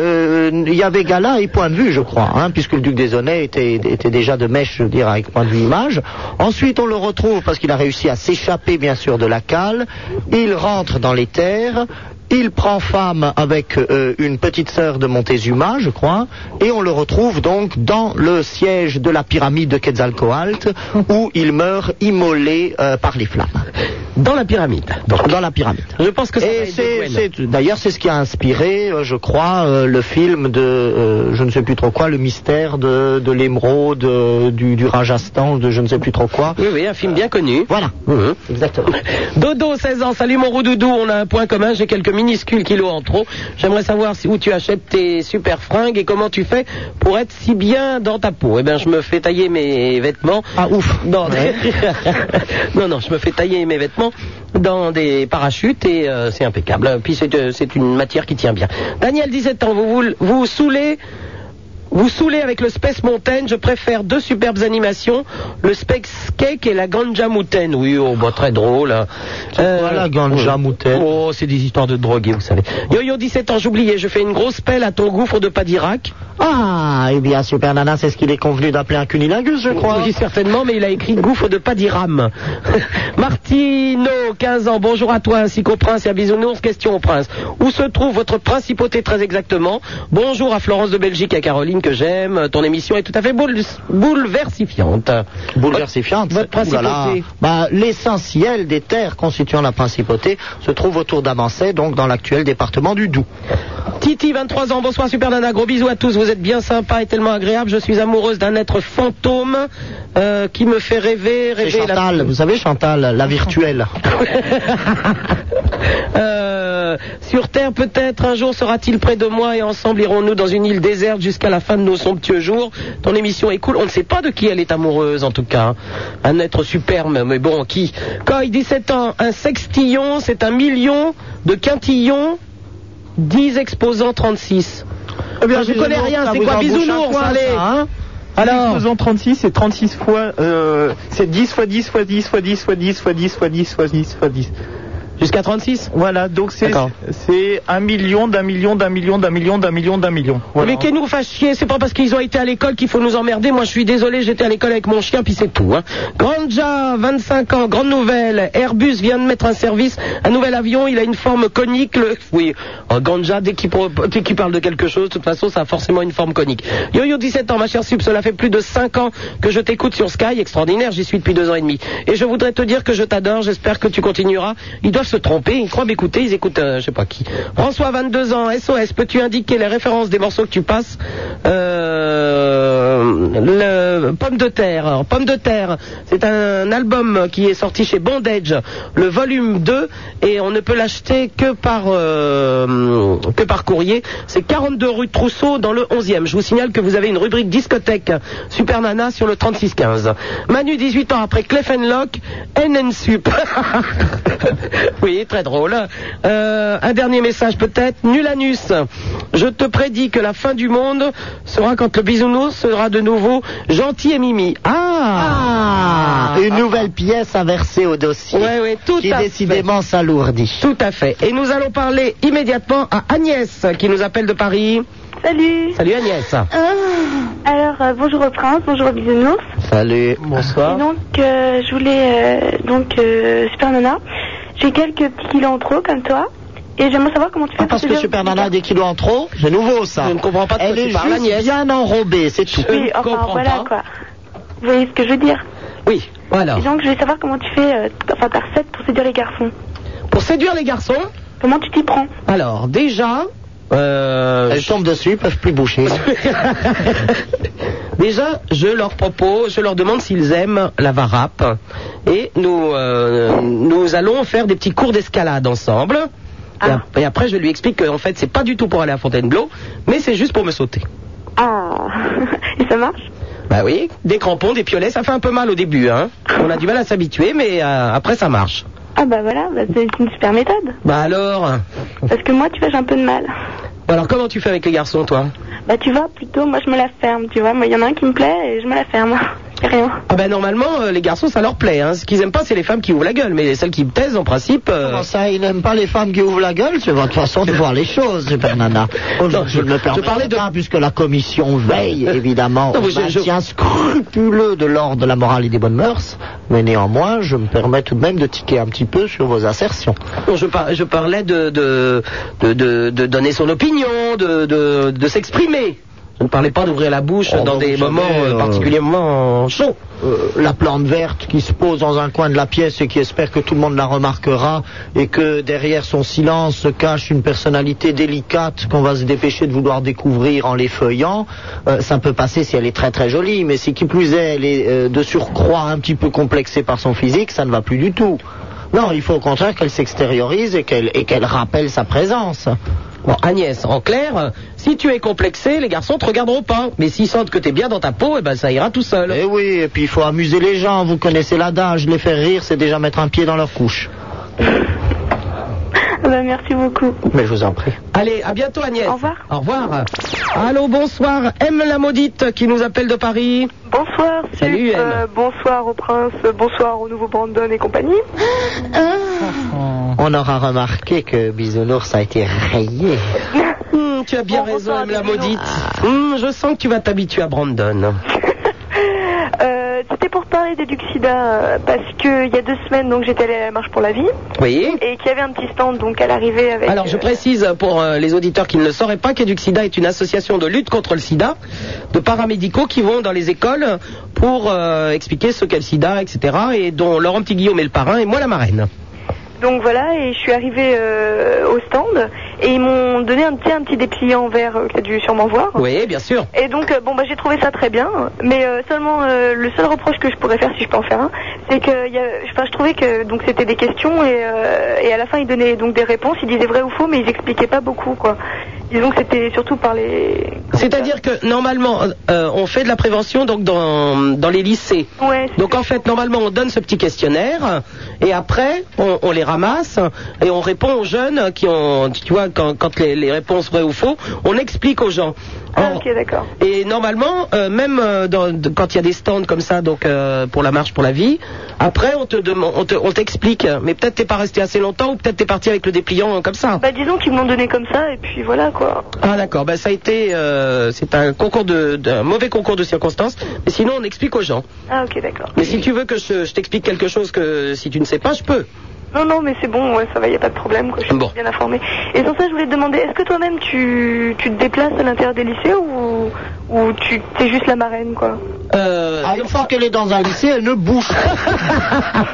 [SPEAKER 6] il y avait gala et point de vue, je crois, hein, puisque le duc des Aunais était, était déjà de mèche, je veux dire, avec point de vue image. Ensuite, on le retrouve parce qu'il a réussi à s'échapper, bien sûr, de la cale. Il rentre dans les terres. Il prend femme avec euh, une petite sœur de Montezuma, je crois, et on le retrouve donc dans le siège de la pyramide de Quetzalcoatl, où il meurt immolé euh, par les flammes.
[SPEAKER 4] Dans la pyramide.
[SPEAKER 6] dans la pyramide.
[SPEAKER 4] Je pense que ça va
[SPEAKER 6] Et
[SPEAKER 4] être
[SPEAKER 6] c'est-
[SPEAKER 4] Gwen.
[SPEAKER 6] c'est- d'ailleurs c'est ce qui a inspiré, euh, je crois, euh, le film de euh, je ne sais plus trop quoi, le mystère de, de l'émeraude euh, du, du Rajasthan, de je ne sais plus trop quoi.
[SPEAKER 4] Oui, oui, un film bien connu.
[SPEAKER 6] Voilà,
[SPEAKER 4] Mhm.
[SPEAKER 6] exactement.
[SPEAKER 4] Dodo, 16 ans, salut mon roudoudou, on a un point commun, j'ai quelques minuscules kilos en trop. J'aimerais savoir si- où tu achètes tes super fringues et comment tu fais pour être si bien dans ta peau. Eh bien, je me fais tailler mes vêtements.
[SPEAKER 6] Ah ouf
[SPEAKER 4] Non, (laughs) non, non, je me fais tailler mes vêtements dans des parachutes et euh, c'est impeccable. Puis c'est euh, c'est une matière qui tient bien. Daniel, 17 ans, vous vous, vous saoulez vous saoulez avec le Space Mountain, je préfère deux superbes animations, le Space Cake et la Ganja Mountain. Oui, oh, bah, très drôle. hein. Euh,
[SPEAKER 6] quoi, la Ganja
[SPEAKER 4] oui.
[SPEAKER 6] Mountain
[SPEAKER 4] Oh, c'est des histoires de drogués, vous savez. Yo-Yo, 17 ans, j'oubliais, je fais une grosse pelle à ton gouffre de Padirac.
[SPEAKER 6] Ah, eh bien Super Nana, c'est ce qu'il est convenu d'appeler un cunilingus, je crois.
[SPEAKER 4] Oui, certainement, mais il a écrit gouffre de Padiram. (laughs) Martino, 15 ans, bonjour à toi ainsi qu'au prince et à Bisounours. Question au prince. Où se trouve votre principauté très exactement Bonjour à Florence de Belgique, à Caroline, Caroline, que j'aime. Ton émission est tout à fait boule- bouleversifiante.
[SPEAKER 6] Bouleversifiante.
[SPEAKER 4] Votre principauté.
[SPEAKER 6] Oulala. Bah, L'essentiel des terres constituant la principauté se trouve autour d'Amancey, donc dans l'actuel département du Doubs.
[SPEAKER 4] Titi, 23 ans, bonsoir Super Nana, gros bisous à tous, vous êtes bien sympa et tellement agréable, je suis amoureuse d'un être fantôme euh, qui me fait rêver,
[SPEAKER 6] C'est
[SPEAKER 4] rêver... la- Ah,
[SPEAKER 6] Chantal, vous savez Chantal, la virtuelle.
[SPEAKER 4] (laughs) Euh, sur Terre, peut-être un jour sera-t-il près de moi et ensemble irons-nous dans une île déserte jusqu'à la fin de nos somptueux jours. Ton émission est cool. On ne sait pas de qui elle est amoureuse, en tout cas. hein. Un être superbe, mais bon, qui Coy, 17 ans, un sextillon, c'est un million de quintillons, 10 exposants 36.
[SPEAKER 3] Eh bien,
[SPEAKER 4] Moi, je
[SPEAKER 3] excusez-moi,
[SPEAKER 4] connais rien,
[SPEAKER 3] ça
[SPEAKER 4] c'est
[SPEAKER 3] vous
[SPEAKER 4] quoi
[SPEAKER 3] embauche un
[SPEAKER 4] Bisounours,
[SPEAKER 3] coin,
[SPEAKER 4] allez
[SPEAKER 3] ça, hein
[SPEAKER 4] Alors
[SPEAKER 3] Faisons 36, c'est 36 fois. euh, c'est 10 fois 10 fois 10 fois 10 fois 10 fois 10 fois 10 fois 10 fois 10.
[SPEAKER 4] Jusqu'à 36
[SPEAKER 3] Voilà, donc c'est
[SPEAKER 4] D'accord.
[SPEAKER 3] c'est un million d'un million d'un million d'un million d'un million d'un million. Voilà.
[SPEAKER 4] Mais qu'ils nous fassent chier, c'est pas parce qu'ils ont été à l'école qu'il faut nous emmerder. Moi, je suis désolé, j'étais à l'école avec mon chien, puis c'est tout. Hein. Granja, 25 ans, grande nouvelle. Airbus vient de mettre un service, un nouvel avion, il a une forme conique. le- (laughs) Oui, euh, Granja, dès qu'il pro- dès qu'il parle de quelque chose, de toute façon, ça a forcément une forme conique. Yo-Yo, 17 ans, ma chère Sub, cela fait plus de 5 ans que je t'écoute sur Sky, extraordinaire, j'y suis depuis 2 ans et demi. Et je voudrais te dire que je t'adore, j'espère que tu continueras. Ils doivent se tromper, ils croient m'écouter, ils écoutent, euh, je sais pas qui. François, 22 ans, SOS, peux-tu indiquer les références des morceaux que tu passes euh, le Pomme de terre. Alors, Pomme de terre, c'est un album qui est sorti chez Bondage, le volume 2, et on ne peut l'acheter que par euh, que par courrier. C'est 42 rue Trousseau dans le 11e. Je vous signale que vous avez une rubrique discothèque hein. Super Nana sur le 3615. Manu, 18 ans après Clef Lock, NNSup. (laughs) oui, très drôle. Euh, un dernier message peut-être. Nulanus, je te prédis que la fin du monde sera quand le bisounours sera de nouveau gentil et mimi. Ah,
[SPEAKER 6] Une nouvelle pièce à verser au dossier.
[SPEAKER 4] Ouais, ouais, tout
[SPEAKER 6] qui
[SPEAKER 4] à fait.
[SPEAKER 6] décidément s'alourdit.
[SPEAKER 4] Tout à fait. Et nous allons parler immédiatement à Agnès qui nous appelle de Paris.
[SPEAKER 5] Salut.
[SPEAKER 4] Salut Agnès.
[SPEAKER 5] Alors, euh, bonjour au prince, bonjour au bisounours.
[SPEAKER 6] Salut.
[SPEAKER 5] Et donc, euh, je voulais, euh, donc, euh, Super Nana, j'ai quelques petits kilos en trop, comme toi, et j'aimerais savoir comment tu fais
[SPEAKER 6] Ah, parce
[SPEAKER 5] pour
[SPEAKER 6] que
[SPEAKER 5] te
[SPEAKER 6] Super Nana a des kilos en trop, c'est nouveau ça.
[SPEAKER 4] Je ne comprends pas de
[SPEAKER 6] Elle
[SPEAKER 4] quoi
[SPEAKER 6] est
[SPEAKER 4] tu parles,
[SPEAKER 6] juste
[SPEAKER 4] Agnès.
[SPEAKER 6] bien enrobée, c'est tout.
[SPEAKER 5] Oui, enfin, voilà, quoi. Vous voyez ce que je veux dire
[SPEAKER 4] Oui, voilà.
[SPEAKER 5] Et donc, je voulais savoir comment tu fais, euh, enfin, ta recette pour séduire les garçons.
[SPEAKER 4] Pour séduire les garçons,
[SPEAKER 5] Comment tu t'y prends
[SPEAKER 4] alors déjà, euh,
[SPEAKER 6] Elles tombent dessus, peuvent plus boucher.
[SPEAKER 4] Déjà, je leur propose, je leur demande s'ils aiment la varap. Et nous, euh, nous allons faire des petits cours d'escalade ensemble.
[SPEAKER 5] Ah.
[SPEAKER 4] Et, ap- et après, je lui explique qu'en fait, c'est pas du tout pour aller à Fontainebleau, mais c'est juste pour me sauter.
[SPEAKER 5] Ah (laughs) Et ça marche
[SPEAKER 4] Bah oui, des crampons, des piolets, ça fait un peu mal au début, hein. On a du mal à s'habituer, mais euh, après, ça marche.
[SPEAKER 5] Ah, bah voilà, bah, c'est une super méthode.
[SPEAKER 4] Bah alors
[SPEAKER 5] Parce que moi, tu vois, j'ai un peu de mal.
[SPEAKER 4] Bah Alors, comment tu fais avec les garçons, toi
[SPEAKER 5] Bah, tu vois, plutôt, moi, je me la ferme, tu vois. Moi, il y en a un qui me plaît et je me la ferme. Carrément.
[SPEAKER 4] Ah ben normalement, euh, les garçons, ça leur plaît. Hein. Ce qu'ils aiment pas, c'est les femmes qui ouvrent la gueule. Mais celles qui taisent, en principe... euh,
[SPEAKER 6] Comment ça, il n'aime pas les femmes qui ouvrent la gueule C'est votre façon de voir les choses, Super Nana. Aujourd'hui, Oh, je ne le permets
[SPEAKER 4] parlais de-
[SPEAKER 6] pas, puisque la commission veille, évidemment,
[SPEAKER 4] Non, mais
[SPEAKER 6] au
[SPEAKER 4] je- je-
[SPEAKER 6] maintien scrupuleux de l'ordre de la morale et des bonnes mœurs. Mais néanmoins, je me permets tout de même de tiquer un petit peu sur vos assertions.
[SPEAKER 4] Non, je, par- je parlais de, de, de, de- de donner son opinion, de, de, de s'exprimer. Je ne parlais pas d'ouvrir la bouche
[SPEAKER 6] Oh,
[SPEAKER 4] dans
[SPEAKER 6] bah,
[SPEAKER 4] des
[SPEAKER 6] vous
[SPEAKER 4] moments
[SPEAKER 6] savez,
[SPEAKER 4] euh,
[SPEAKER 6] euh,
[SPEAKER 4] particulièrement chauds.
[SPEAKER 6] Euh, la plante verte qui se pose dans un coin de la pièce et qui espère que tout le monde la remarquera et que derrière son silence se cache une personnalité délicate qu'on va se dépêcher de vouloir découvrir en l'effeuillant, euh, ça peut passer si elle est très très jolie, mais si qui plus est, elle est euh, de surcroît un petit peu complexée par son physique, ça ne va plus du tout. Non, il faut au contraire qu'elle s'extériorise et qu'elle et qu'elle rappelle sa présence.
[SPEAKER 4] Bon, Agnès, en clair, euh, si tu es complexé, les garçons te regarderont pas. Mais s'ils sentent que tu es bien dans ta peau, eh ben, ça ira tout seul.
[SPEAKER 6] Eh oui, et puis il faut amuser les gens, vous connaissez l'adage, les faire rire, c'est déjà mettre un pied dans leur couche.
[SPEAKER 5] Ah, bah, merci beaucoup.
[SPEAKER 6] Mais je vous en prie.
[SPEAKER 4] Allez, à bientôt Agnès.
[SPEAKER 5] Au revoir.
[SPEAKER 4] Au revoir. Allô, bonsoir. M la maudite qui nous appelle de Paris.
[SPEAKER 12] Bonsoir,
[SPEAKER 4] Salut,
[SPEAKER 12] Sup,
[SPEAKER 4] Anne.
[SPEAKER 12] euh, bonsoir au prince, bonsoir au nouveau Brandon et compagnie.
[SPEAKER 4] Ah,
[SPEAKER 6] On aura remarqué que Bisounours a été rayé.
[SPEAKER 4] Hum, tu as bien raison, M la maudite. Hmm, Hum, je sens que tu vas t'habituer à Brandon.
[SPEAKER 12] Euh, C'était pour parler
[SPEAKER 9] des Duxida euh, parce que il y a deux semaines donc j'étais allée à la marche pour la vie.
[SPEAKER 4] Oui.
[SPEAKER 9] Et qu'il y avait un petit stand donc à l'arrivée avec.
[SPEAKER 4] Alors, je précise pour euh, les auditeurs qui ne le sauraient pas qu'EduxSida est une association de lutte contre le sida, de paramédicaux qui vont dans les écoles pour euh, expliquer ce qu'est le sida, etc. et dont Laurent Petit-Guillaume est le parrain et moi la marraine.
[SPEAKER 9] Donc voilà, et je suis arrivée euh, au stand et ils m'ont donné un petit, un petit dépliant vert euh, que tu as dû sûrement voir.
[SPEAKER 4] Oui, eh bien sûr.
[SPEAKER 9] Et donc, euh, bon, bah, j'ai trouvé ça très bien, mais euh, seulement euh, le seul reproche que je pourrais faire, si je peux en faire un, c'est que il y a- je- enfin, je trouvais que donc c'était des questions et, euh, et à la fin ils donnaient donc des réponses, ils disaient vrai ou faux, mais ils expliquaient pas beaucoup quoi. Disons que c'était surtout par les.
[SPEAKER 4] C'est-à-dire que normalement, euh, on fait de la prévention donc dans, dans les lycées. donc en fait, normalement, on donne ce petit questionnaire et après, on, on les ramasse et on répond aux jeunes qui ont, tu vois, quand, quand les, les réponses vraies ou faux, on explique aux gens.
[SPEAKER 9] Ah, ok, d'accord.
[SPEAKER 4] Et normalement, euh, même euh, dans- de- quand il y a des stands comme ça, donc euh, pour la marche pour la vie, après on te demande, on te- on t'explique. mais peut-être t'es pas resté assez longtemps ou peut-être t'es parti avec le dépliant euh, comme ça.
[SPEAKER 9] Bah disons qu'ils m'ont donné comme ça et puis voilà quoi.
[SPEAKER 4] Ah d'accord, bah, ça a été, euh, c'est un concours de, d'un mauvais concours de circonstances, mais sinon on explique aux gens.
[SPEAKER 9] Ah ok, d'accord.
[SPEAKER 4] Mais si tu veux que je, je t'explique quelque chose que si tu ne sais pas, je peux.
[SPEAKER 9] Non non, mais c'est bon, ouais, ça va, y a pas de problème, quoi, je suis bien informée. Et sans ça, je voulais te demander, est-ce que toi-même tu, tu te déplaces à l'intérieur des lycées ou ou tu t'es juste la marraine quoi
[SPEAKER 6] Ah, une fois qu'elle est dans un lycée, elle ne bouge
[SPEAKER 7] (laughs)
[SPEAKER 6] pas.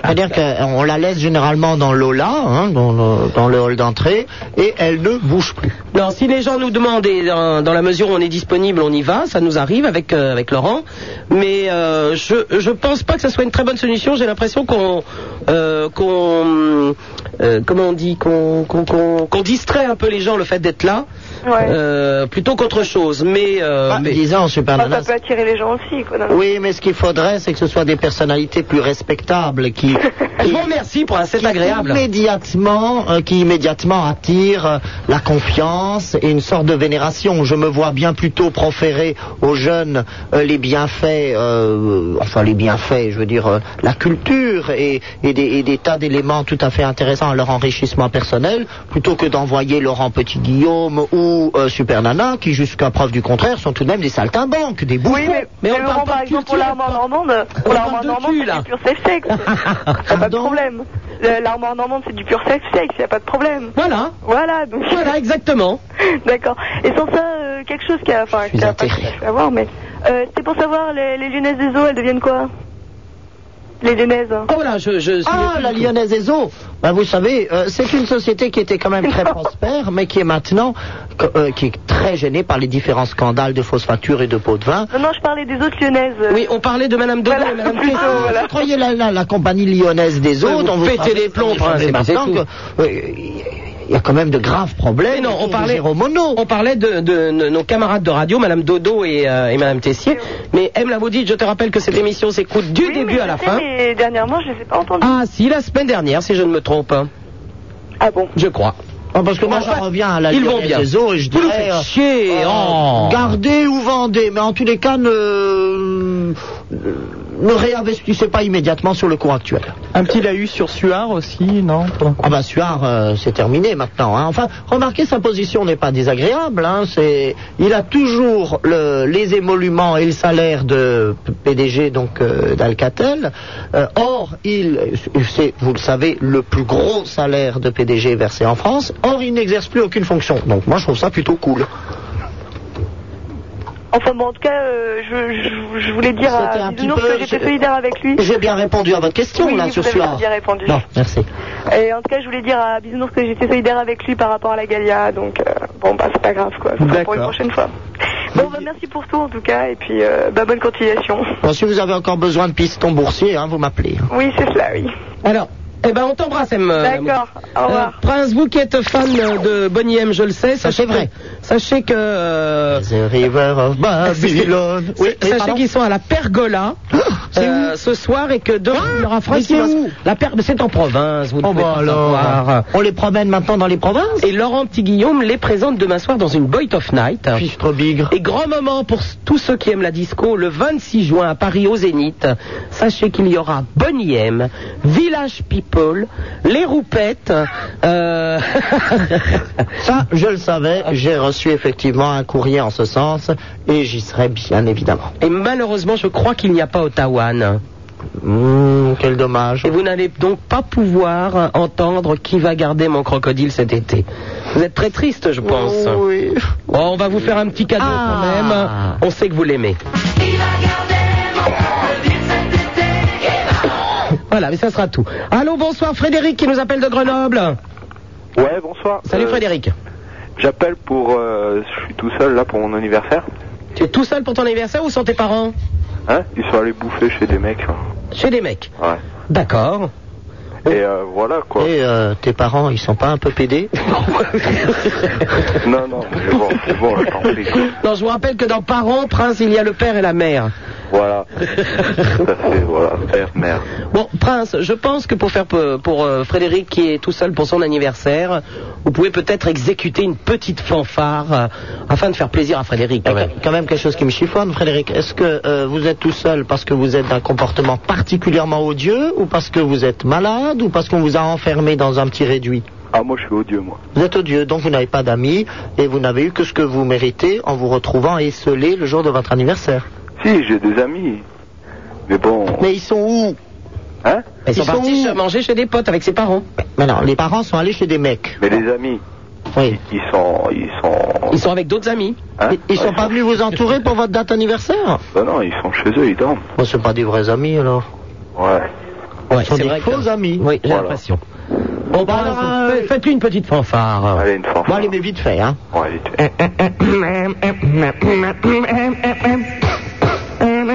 [SPEAKER 6] C'est-à-dire qu'on la laisse généralement dans l'Ola, hein, dans, le, dans le hall d'entrée, et elle ne bouge plus.
[SPEAKER 4] Non, si les gens nous demandent, et dans, dans la mesure où on est disponible, on y va, ça nous arrive avec, euh, avec Laurent, mais euh, je, je pense pas que ça soit une très bonne solution, j'ai l'impression qu'on, euh, qu'on, euh, comment on dit, qu'on, qu'on, qu'on- qu'on distrait un peu les gens le fait d'être là, euh, plutôt qu'autre chose, mais... euh, mais-
[SPEAKER 6] Ah, Disons, super
[SPEAKER 9] Enfin,
[SPEAKER 6] nana,
[SPEAKER 9] Ah, Ça peut attirer les gens aussi quoi. non.
[SPEAKER 6] Ben, Oui, mais ce qu'il faudrait, c'est que ce soit des personnalités plus respectables qui.
[SPEAKER 4] Je vous remercie pour un set
[SPEAKER 6] qui
[SPEAKER 4] agréable.
[SPEAKER 6] Immédiatement, euh, qui immédiatement attire euh, la confiance et une sorte de vénération. Je me vois bien plutôt proférer aux jeunes euh, les bienfaits, euh, enfin les bienfaits, je veux dire euh, la culture et, et des, et des tas d'éléments tout à fait intéressants à leur enrichissement personnel, plutôt que d'envoyer Laurent Petit Guillaume ou euh, Super Nana, qui jusqu'à preuve du contraire sont tout de même des saltimbanques, des bouffons.
[SPEAKER 9] Oui, mais, mais Laurent, par exemple, pour l'armoire normande, pour l'armoire normande, c'est du pur safe
[SPEAKER 4] (laughs)
[SPEAKER 9] sex. y a pas de problème. Le- L'armoire normande, c'est du pur safe sex, y a pas de problème.
[SPEAKER 4] Voilà.
[SPEAKER 9] Voilà, donc. (laughs)
[SPEAKER 4] Voilà, exactement.
[SPEAKER 9] D'accord. Et sans ça, euh, quelque chose qui a. Enfin, qui a pas je vais avoir, mais. Euh, C'était pour savoir, les, les lyonnaises des eaux, elles deviennent quoi Les lyonnaises. hein.
[SPEAKER 4] Oh là, je. je
[SPEAKER 6] Ah, la Lyonnaise des Eaux Ben, Vous savez, euh, c'est une société qui était quand même
[SPEAKER 4] (laughs)
[SPEAKER 6] très prospère, mais qui est maintenant que- euh, qui est très gênée par les différents scandales de fausses factures et de pots de vin.
[SPEAKER 9] Non, non, je parlais des autres lyonnaises.
[SPEAKER 4] Oui, on parlait de Madame Dodot et Madame
[SPEAKER 6] Ah, Vous croyez la, la, la compagnie lyonnaise des eaux
[SPEAKER 4] Vous
[SPEAKER 6] dont vous
[SPEAKER 4] pétez
[SPEAKER 6] parlez-
[SPEAKER 4] les plombs, hein, c'est-
[SPEAKER 6] Mais maintenant
[SPEAKER 4] c'est tout.
[SPEAKER 6] que, euh, il y a quand même de graves
[SPEAKER 4] Mais
[SPEAKER 6] problèmes.
[SPEAKER 4] non, on
[SPEAKER 6] de
[SPEAKER 4] parlait,
[SPEAKER 6] zéro-
[SPEAKER 4] on parlait de, de- de nos camarades de radio, Madame Dodo et, euh, et Madame Tessier. Mais M. Laboudit, je te rappelle que cette émission s'écoute du début
[SPEAKER 6] Ah,
[SPEAKER 4] à la
[SPEAKER 6] hein
[SPEAKER 4] fin.
[SPEAKER 9] Mais dernièrement, je les ai pas entendues.
[SPEAKER 4] Ah, si, la semaine dernière, si je ne me trompe. hein.
[SPEAKER 9] Ah bon
[SPEAKER 4] Je crois.
[SPEAKER 6] Ah, parce que moi,
[SPEAKER 4] Enfin,
[SPEAKER 6] j'en reviens à la
[SPEAKER 4] ils vont
[SPEAKER 6] Lyonnaise
[SPEAKER 4] bien.
[SPEAKER 6] des eaux et je
[SPEAKER 4] Vous nous
[SPEAKER 6] dirais,
[SPEAKER 4] faites
[SPEAKER 6] euh,
[SPEAKER 4] chier,
[SPEAKER 6] euh,
[SPEAKER 4] oh.
[SPEAKER 6] Gardez ou vendez, mais en tous les cas, ne, ne réinvestissez pas immédiatement sur le cours actuel.
[SPEAKER 7] Ah,
[SPEAKER 3] Un petit laïus sur Suard aussi, non
[SPEAKER 6] Ah bah Suard, euh, c'est terminé maintenant. hein. Enfin, remarquez, sa position n'est pas désagréable. hein. C'est, il a toujours le- les émoluments et le salaire de P- PDG donc euh, d'Alcatel. Euh, or, il, c'est, vous le savez, le plus gros salaire de PDG versé en France. Or, il n'exerce plus aucune fonction. Donc moi, je trouve ça plutôt cool.
[SPEAKER 9] Enfin bon, en tout cas, euh, je, je, je voulais dire
[SPEAKER 6] C'était
[SPEAKER 9] à
[SPEAKER 6] un petit
[SPEAKER 9] Bisounours
[SPEAKER 6] peu-
[SPEAKER 9] que j'étais solidaire avec lui.
[SPEAKER 6] J'ai bien répondu à votre question
[SPEAKER 9] Oui,
[SPEAKER 6] là
[SPEAKER 9] oui,
[SPEAKER 6] sur
[SPEAKER 9] vous avez
[SPEAKER 6] Suard.
[SPEAKER 9] bien répondu.
[SPEAKER 6] Non, merci.
[SPEAKER 9] Et en tout cas, je voulais dire à Bisounours que j'étais solidaire avec lui par rapport à la Galia, donc euh, bon, bah c'est pas grave quoi. Ce sera pour une prochaine fois. Bon, bah merci pour tout en tout cas, et puis euh, bah, bonne continuation. (laughs)
[SPEAKER 6] Bon, si vous avez encore besoin de pistons boursiers, hein, vous m'appelez.
[SPEAKER 9] Oui, c'est cela, oui.
[SPEAKER 4] Alors, eh ben, on t'embrasse, M. Euh,
[SPEAKER 9] D'accord, au revoir.
[SPEAKER 4] Prince, vous qui êtes fan de Bonnie M, je le sais, sachez vrai. sachez que. euh,
[SPEAKER 6] The River
[SPEAKER 4] (laughs)
[SPEAKER 6] of Babylon.
[SPEAKER 4] Oui,
[SPEAKER 6] oui,
[SPEAKER 4] sachez
[SPEAKER 6] pardon. Ah,
[SPEAKER 4] qu'ils sont à la Pergola euh, ce soir et que demain il y aura François. La Per- c'est en province.
[SPEAKER 6] Oh,
[SPEAKER 4] Vous devez pas savoir.
[SPEAKER 6] bah, euh, On les promène maintenant dans les provinces
[SPEAKER 4] Et Laurent Petit Guillaume les présente demain soir dans une Boit of Night.
[SPEAKER 6] Fichtre bigre.
[SPEAKER 4] Et grand moment pour s- tous ceux qui aiment la disco, le 26 juin à Paris au Zénith. Sachez qu'il y aura Bonnie M, Village People, Les Roupettes.
[SPEAKER 6] (laughs)
[SPEAKER 4] euh, (laughs)
[SPEAKER 6] Ça, je le savais, j'ai reçu effectivement un courrier en ce sens et j'y serai bien évidemment.
[SPEAKER 4] et malheureusement, je crois qu'il n'y a pas Ottawa.
[SPEAKER 6] Mmh, quel dommage.
[SPEAKER 4] Et vous n'allez donc pas pouvoir euh, entendre qui va garder mon crocodile cet été. Vous êtes très triste, je pense.
[SPEAKER 6] Oh, Oui. Ah.
[SPEAKER 4] Bon, on va vous faire un petit cadeau quand même. On sait que vous l'aimez. Voilà, mais ça sera tout. Allô, bonsoir Frédéric qui nous appelle de Grenoble.
[SPEAKER 7] Ouais, bonsoir. Euh,
[SPEAKER 4] Salut Frédéric.
[SPEAKER 7] J'appelle pour. euh, je suis tout seul là pour mon anniversaire.
[SPEAKER 4] Tu es tout seul pour ton anniversaire ou sont tes parents
[SPEAKER 7] Hein Ils sont allés bouffer chez des mecs. hein.
[SPEAKER 4] Chez des mecs.
[SPEAKER 7] Ouais.
[SPEAKER 4] D'accord.
[SPEAKER 7] Et euh, voilà quoi.
[SPEAKER 6] Et euh, tes parents, ils sont pas un peu
[SPEAKER 7] (laughs)
[SPEAKER 6] pédés
[SPEAKER 7] non, non, mais bon, c'est bon, là, tant pis.
[SPEAKER 4] Non, je vous rappelle que dans Parents, Prince, il y a le père et la mère.
[SPEAKER 7] Voilà. Tout à fait, voilà. Père, mère.
[SPEAKER 4] Bon, Prince, je pense que pour faire pe- pour euh, Frédéric qui est tout seul pour son anniversaire, vous pouvez peut-être exécuter une petite fanfare euh, afin de faire plaisir à Frédéric. quand même.
[SPEAKER 6] Quand même quelque chose qui me chiffonne, Frédéric. Est-ce que euh, vous êtes tout seul parce que vous êtes d'un comportement particulièrement odieux ou parce que vous êtes malade ou parce qu'on vous a enfermé dans un petit réduit
[SPEAKER 7] Ah, moi, je suis odieux, moi.
[SPEAKER 6] Vous êtes odieux, donc vous n'avez pas d'amis et vous n'avez eu que ce que vous méritez en vous retrouvant esselé le jour de votre anniversaire.
[SPEAKER 7] Si, j'ai des amis. Mais bon.
[SPEAKER 6] Mais ils sont où
[SPEAKER 7] Hein
[SPEAKER 4] Ils sont partis se manger chez des potes avec ses parents.
[SPEAKER 6] Mais non, les parents sont allés chez des mecs.
[SPEAKER 7] Mais les amis,
[SPEAKER 6] Oui.
[SPEAKER 7] ils sont. Ils sont.
[SPEAKER 4] Ils sont avec d'autres amis.
[SPEAKER 7] Hein
[SPEAKER 6] Ils- Ils sont pas venus vous entourer pour votre date anniversaire
[SPEAKER 7] Bah non, ils sont chez eux, ils dorment.
[SPEAKER 6] Bon, c'est pas des vrais amis alors.
[SPEAKER 7] Ouais.
[SPEAKER 4] Ouais,
[SPEAKER 6] Ce sont
[SPEAKER 4] c'est
[SPEAKER 6] des
[SPEAKER 4] vrai que-
[SPEAKER 6] faux amis.
[SPEAKER 4] Oui, j'ai
[SPEAKER 7] Voilà.
[SPEAKER 4] l'impression. Bon, bah, alors, euh, faites-lui une petite fanfare.
[SPEAKER 7] Allez, une fanfare.
[SPEAKER 6] Bon, allez, mais vite fait, hein.
[SPEAKER 7] Ouais, vite.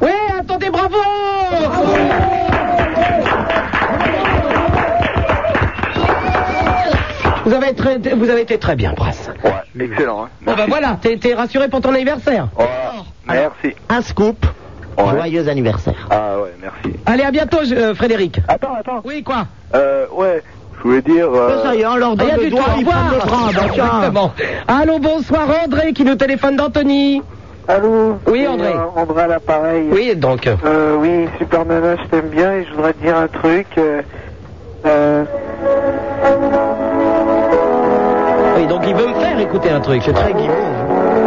[SPEAKER 4] Oui, attendez, bravo vous avez, très- vous avez été très bien, Prince.
[SPEAKER 7] Ouais, excellent, hein.
[SPEAKER 4] Bon, bah voilà, t'es t'es rassuré pour ton anniversaire.
[SPEAKER 7] Voilà. Oh, Merci.
[SPEAKER 6] Un scoop.
[SPEAKER 7] Ouais.
[SPEAKER 6] Joyeux anniversaire.
[SPEAKER 7] Ah ouais, merci.
[SPEAKER 4] Allez, à bientôt, je- euh, Frédéric.
[SPEAKER 7] Attends, attends.
[SPEAKER 4] Oui, quoi
[SPEAKER 7] Euh, ouais, je voulais dire. euh,
[SPEAKER 6] Ben, Ça y est, on leur
[SPEAKER 4] Ah,
[SPEAKER 6] donne
[SPEAKER 4] y a
[SPEAKER 6] le
[SPEAKER 4] du
[SPEAKER 6] doigt,
[SPEAKER 4] temps, au
[SPEAKER 6] ils prennent le bras.
[SPEAKER 4] revoir.
[SPEAKER 6] bah, tiens.
[SPEAKER 4] Exactement. Allô, bonsoir, André, qui nous téléphone d'Anthony.
[SPEAKER 21] Allô
[SPEAKER 4] Oui, André.
[SPEAKER 21] C'est, euh, André à l'appareil.
[SPEAKER 4] Oui, donc. euh,
[SPEAKER 21] Euh, oui, Super Nana, je t'aime bien et je voudrais te dire un truc. euh, euh,
[SPEAKER 4] Oui, donc il veut me faire écouter un truc. C'est très guimauve.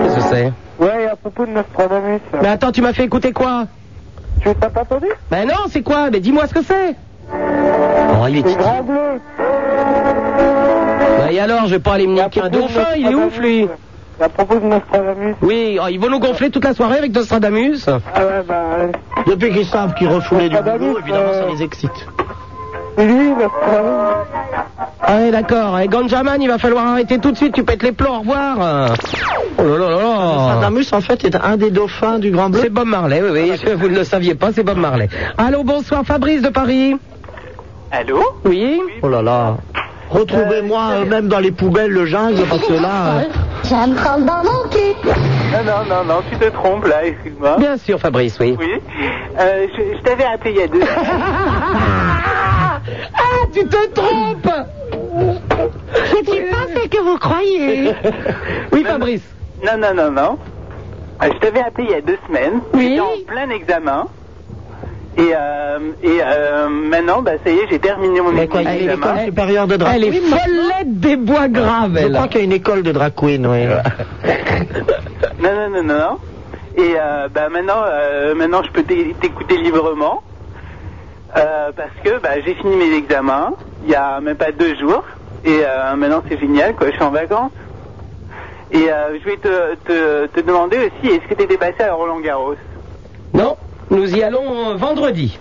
[SPEAKER 4] Qu'est-ce que c'est
[SPEAKER 21] ouais, à propos de Nostradamus. euh,
[SPEAKER 4] Mais attends, tu m'as fait écouter quoi
[SPEAKER 21] Tu t'as pas entendu
[SPEAKER 4] Ben non, c'est quoi Mais dis-moi ce que c'est.
[SPEAKER 6] Oh, il est
[SPEAKER 21] C'est
[SPEAKER 6] titi.
[SPEAKER 21] grand bleu.
[SPEAKER 4] Ben et alors, je vais pas aller me
[SPEAKER 21] Et à
[SPEAKER 4] niquer un
[SPEAKER 21] propos de
[SPEAKER 4] dauphin, il est ouf, lui.
[SPEAKER 21] Nostradamus, euh, À propos de Nostradamus.
[SPEAKER 4] Oui, oh, ils vont nous gonfler toute la soirée avec Nostradamus.
[SPEAKER 21] Ah ouais, bah, euh,
[SPEAKER 6] Depuis qu'ils savent qu'ils refoulaient
[SPEAKER 7] Ah,
[SPEAKER 6] du
[SPEAKER 7] bah,
[SPEAKER 21] Nostradamus,
[SPEAKER 6] boulot, évidemment, ça
[SPEAKER 21] euh,
[SPEAKER 6] les excite.
[SPEAKER 21] c'est lui, Nostradamus.
[SPEAKER 4] Ah ouais, d'accord. Et Ganjaman, il va falloir arrêter tout de suite. Tu pètes les plombs, au revoir. Oh là là là là.
[SPEAKER 6] Nostradamus, en fait, est un des dauphins du Grand Bleu. Ah,
[SPEAKER 4] C'est Bob Marley, oui, oui. je- Vous ne le saviez pas, c'est Bob Marley. Allô, bonsoir, Fabrice de Paris.
[SPEAKER 22] Allô
[SPEAKER 4] Oui
[SPEAKER 6] Oh là là. Retrouvez-moi euh, même dans les poubelles, le jungle, parce que là... euh,
[SPEAKER 23] Ça me parle dans mon cul.
[SPEAKER 22] Non, non, non, non, tu te trompes là, excuse-moi.
[SPEAKER 4] Bien sûr, Fabrice, oui.
[SPEAKER 22] Oui. Euh, je je t'avais appelé il y a deux
[SPEAKER 4] Ah, tu te trompes
[SPEAKER 24] Ce qui se passe, c'est que vous croyez.
[SPEAKER 4] Oui, Fabrice.
[SPEAKER 22] Non, non, non, non. Euh, Je t'avais appelé il y a deux semaines.
[SPEAKER 4] Oui.
[SPEAKER 22] J'étais en plein examen. Et, euh, et euh, maintenant, bah, ça y est, j'ai terminé mon
[SPEAKER 6] Mais quoi, il y a une
[SPEAKER 22] examen.
[SPEAKER 6] école supérieure de drag
[SPEAKER 4] Elle est
[SPEAKER 6] queen
[SPEAKER 4] follette des bois graves,
[SPEAKER 6] Je
[SPEAKER 4] elle.
[SPEAKER 6] crois qu'il y a une école de drag queen, oui.
[SPEAKER 22] Non, non, non, non, non. Et euh, bah, maintenant, euh, maintenant, je peux t'é- t'écouter librement. Euh, parce que bah, j'ai fini mes examens il y a même pas deux jours. Et euh, maintenant, c'est génial, quoi. Je suis en vacances. Et euh, je vais te, te, te demander aussi, est-ce que tu étais passé à Roland Garros
[SPEAKER 4] Non, nous y allons euh, vendredi.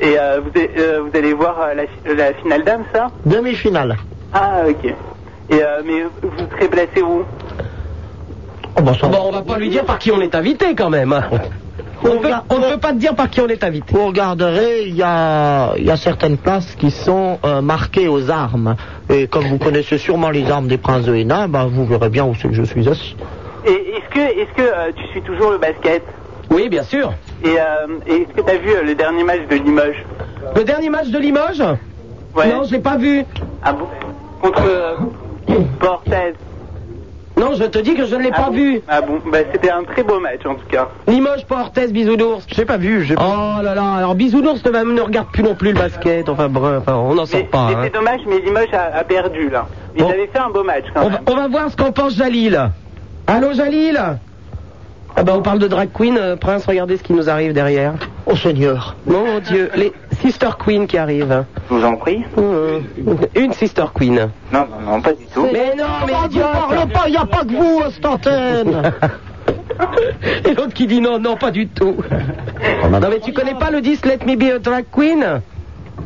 [SPEAKER 22] Et euh, vous, a- euh, vous allez voir euh, la, fi- la finale d'âme, ça
[SPEAKER 6] Demi-finale.
[SPEAKER 22] Ah, ok. Et euh, mais vous serez placé où
[SPEAKER 6] Oh, bon, ça
[SPEAKER 4] Bon,
[SPEAKER 6] va.
[SPEAKER 4] on va pas lui dire par qui on est invité quand même. hein.
[SPEAKER 6] On peut- on ne peut pas te dire par qui on est invité. Vous regarderez, il y a, il y a certaines places qui sont euh, marquées aux armes. Et comme vous connaissez sûrement les armes des princes de Hénin, bah, vous verrez bien où c'est que je suis assis.
[SPEAKER 22] Et est-ce que, est-ce que euh, tu suis toujours le basket
[SPEAKER 4] Oui, bien sûr.
[SPEAKER 22] Et, euh, et est-ce que tu as vu euh, le dernier match de Limoges
[SPEAKER 4] Le dernier match de Limoges Non, je l'ai pas vu.
[SPEAKER 22] Ah bon Contre euh, Portez.
[SPEAKER 4] Non, je te dis que je ne l'ai pas vu.
[SPEAKER 22] Ah bon bah, C'était un très beau match en tout cas.
[SPEAKER 4] Limoges, Portes, Bisounours. J'ai pas vu. Oh là là, alors Bisounours ne, va- ne regarde plus non plus le basket. Enfin bref, enfin, on n'en
[SPEAKER 22] Mais-
[SPEAKER 4] sort pas.
[SPEAKER 22] mais
[SPEAKER 4] hein.
[SPEAKER 22] C'est dommage, mais Limoges a, a perdu là. Ils avaient fait un beau match quand
[SPEAKER 4] On
[SPEAKER 22] même.
[SPEAKER 4] va, on va voir ce qu'en pense Jalil. Allô Jalil Ah ben on parle de drag queen, euh, Prince, regardez ce qui nous arrive derrière.
[SPEAKER 6] Oh Seigneur.
[SPEAKER 4] Mon Dieu, les sister queen qui arrivent. Mmh.
[SPEAKER 22] Je vous en prie.
[SPEAKER 4] Une sister queen.
[SPEAKER 22] Non, non, non, pas du tout.
[SPEAKER 4] Mais non, mais
[SPEAKER 6] Oh,
[SPEAKER 4] idiot.
[SPEAKER 6] vous parlez pas, il n'y a pas que vous, à cette (laughs) antenne.
[SPEAKER 4] Et l'autre qui dit non, non, pas du tout. Oh, non mais tu connais pas le 10 Let Me Be a Drag Queen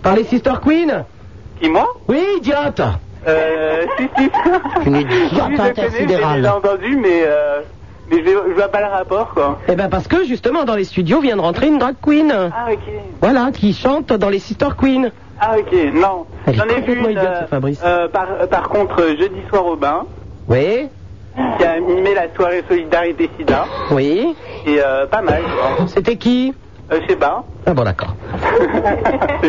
[SPEAKER 4] Par les sister queen
[SPEAKER 22] Qui, moi
[SPEAKER 4] Oui, idiote
[SPEAKER 22] Euh, si, si.
[SPEAKER 4] Une idiote
[SPEAKER 22] Oui, je connais, j'ai
[SPEAKER 4] intersidérale.
[SPEAKER 22] déjà entendu, mais, euh, mais je, je vois pas le rapport quoi.
[SPEAKER 4] Eh ben parce que justement dans les studios vient de rentrer une drag queen.
[SPEAKER 22] Ah ok.
[SPEAKER 4] Voilà, qui chante dans les sister queen.
[SPEAKER 22] Ah ok, non.
[SPEAKER 4] Elle est
[SPEAKER 22] J'en ai vu
[SPEAKER 4] complètement
[SPEAKER 22] une,
[SPEAKER 4] idiote,
[SPEAKER 22] euh,
[SPEAKER 4] cette Fabrice.
[SPEAKER 22] euh, par, euh, par contre, euh, jeudi soir au bain,
[SPEAKER 4] Oui,
[SPEAKER 22] qui a mimé la soirée Solidarité Sida. (laughs)
[SPEAKER 4] oui.
[SPEAKER 22] Et euh, pas mal. quoi.
[SPEAKER 4] C'était qui
[SPEAKER 22] Euh, je sais pas.
[SPEAKER 4] Ah bon d'accord.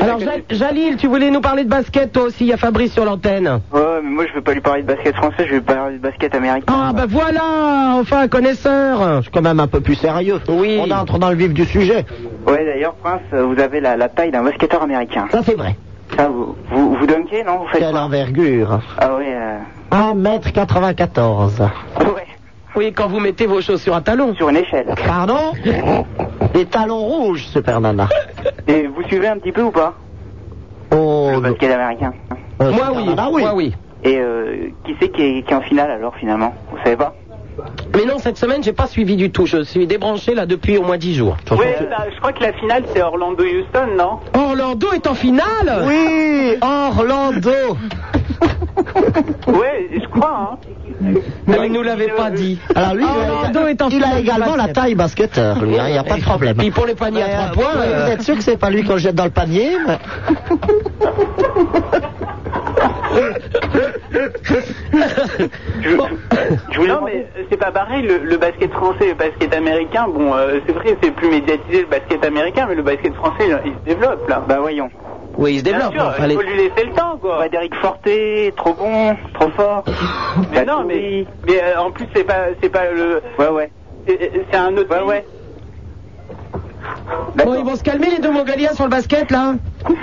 [SPEAKER 4] Alors Ja- Jalil, tu voulais nous parler de basket toi aussi, il y a Fabrice sur l'antenne.
[SPEAKER 25] Ouais, mais moi je veux pas lui parler de basket français, je vais lui parler de basket américain.
[SPEAKER 4] Ah bah voilà, enfin un connaisseur.
[SPEAKER 6] C'est quand même un peu plus sérieux.
[SPEAKER 4] Oui.
[SPEAKER 6] On entre dans le vif du sujet.
[SPEAKER 25] Ouais, d'ailleurs, Prince, euh, vous avez la, la taille d'un basketteur américain.
[SPEAKER 6] Ça c'est vrai.
[SPEAKER 25] Ça, vous, vous, vous dunkez, non Vous faites
[SPEAKER 6] Quelle
[SPEAKER 25] quoi
[SPEAKER 6] envergure.
[SPEAKER 25] Ah ouais, euh,
[SPEAKER 6] 1m94.
[SPEAKER 4] Oui, quand vous mettez vos chaussures à talons.
[SPEAKER 25] sur une échelle.
[SPEAKER 6] Pardon Des talons rouges, super nana.
[SPEAKER 25] Et vous suivez un petit peu ou pas
[SPEAKER 6] Oh,
[SPEAKER 25] Le basket américain.
[SPEAKER 4] Moi
[SPEAKER 6] euh, super
[SPEAKER 4] Bah oui,
[SPEAKER 6] nana,
[SPEAKER 4] moi oui.
[SPEAKER 25] Bah, Et euh, qui c'est qui est, qui est en finale alors finalement Vous savez pas
[SPEAKER 4] Mais non, cette semaine, j'ai pas suivi du tout. Je suis débranché là depuis au moins 10 jours.
[SPEAKER 22] Oui, Bah, je crois que la finale c'est Orlando-Houston, non
[SPEAKER 4] Orlando est en finale
[SPEAKER 6] Oui,
[SPEAKER 22] (laughs)
[SPEAKER 6] Orlando.
[SPEAKER 22] Ouais, je
[SPEAKER 4] (laughs)
[SPEAKER 22] crois, hein.
[SPEAKER 4] Mais il nous l'avait pas dit.
[SPEAKER 6] Alors lui, il
[SPEAKER 22] Ah.
[SPEAKER 6] a-
[SPEAKER 4] Orlando est en
[SPEAKER 6] il
[SPEAKER 4] finale
[SPEAKER 6] a
[SPEAKER 4] du
[SPEAKER 6] également la
[SPEAKER 4] basket.
[SPEAKER 6] taille basketteur, lui, hein, il n'y a pas de problème.
[SPEAKER 4] Puis pour les paniers
[SPEAKER 6] Mais,
[SPEAKER 4] à
[SPEAKER 6] euh,
[SPEAKER 4] trois points,
[SPEAKER 6] ouais,
[SPEAKER 4] euh,
[SPEAKER 6] Vous êtes sûr que c'est pas lui qu'on jette dans le panier
[SPEAKER 4] (laughs)
[SPEAKER 6] mais-
[SPEAKER 22] Je, je voulais- non, mais euh, c'est pas pareil, le, le basket français et le basket américain, bon, euh, c'est vrai, c'est plus médiatisé le basket américain, mais le basket français, il, il se développe, là.
[SPEAKER 25] Bah voyons.
[SPEAKER 4] Oui, il se
[SPEAKER 22] Bien
[SPEAKER 4] développe. hein,
[SPEAKER 22] sûr,
[SPEAKER 4] enfin,
[SPEAKER 22] il
[SPEAKER 4] les-
[SPEAKER 22] faut lui laisser le temps, quoi.
[SPEAKER 25] Bah, Derrick Forte, trop bon, trop
[SPEAKER 4] (laughs)
[SPEAKER 25] fort. Bah,
[SPEAKER 22] Mais non, mais, mais euh, en plus, c'est pas, c'est pas le.
[SPEAKER 25] Ouais, ouais.
[SPEAKER 22] C'est euh, c'est un autre.
[SPEAKER 25] Ouais, ouais.
[SPEAKER 4] Bon, ils vont se calmer les deux Mongoliens sur le basket là
[SPEAKER 25] Euh,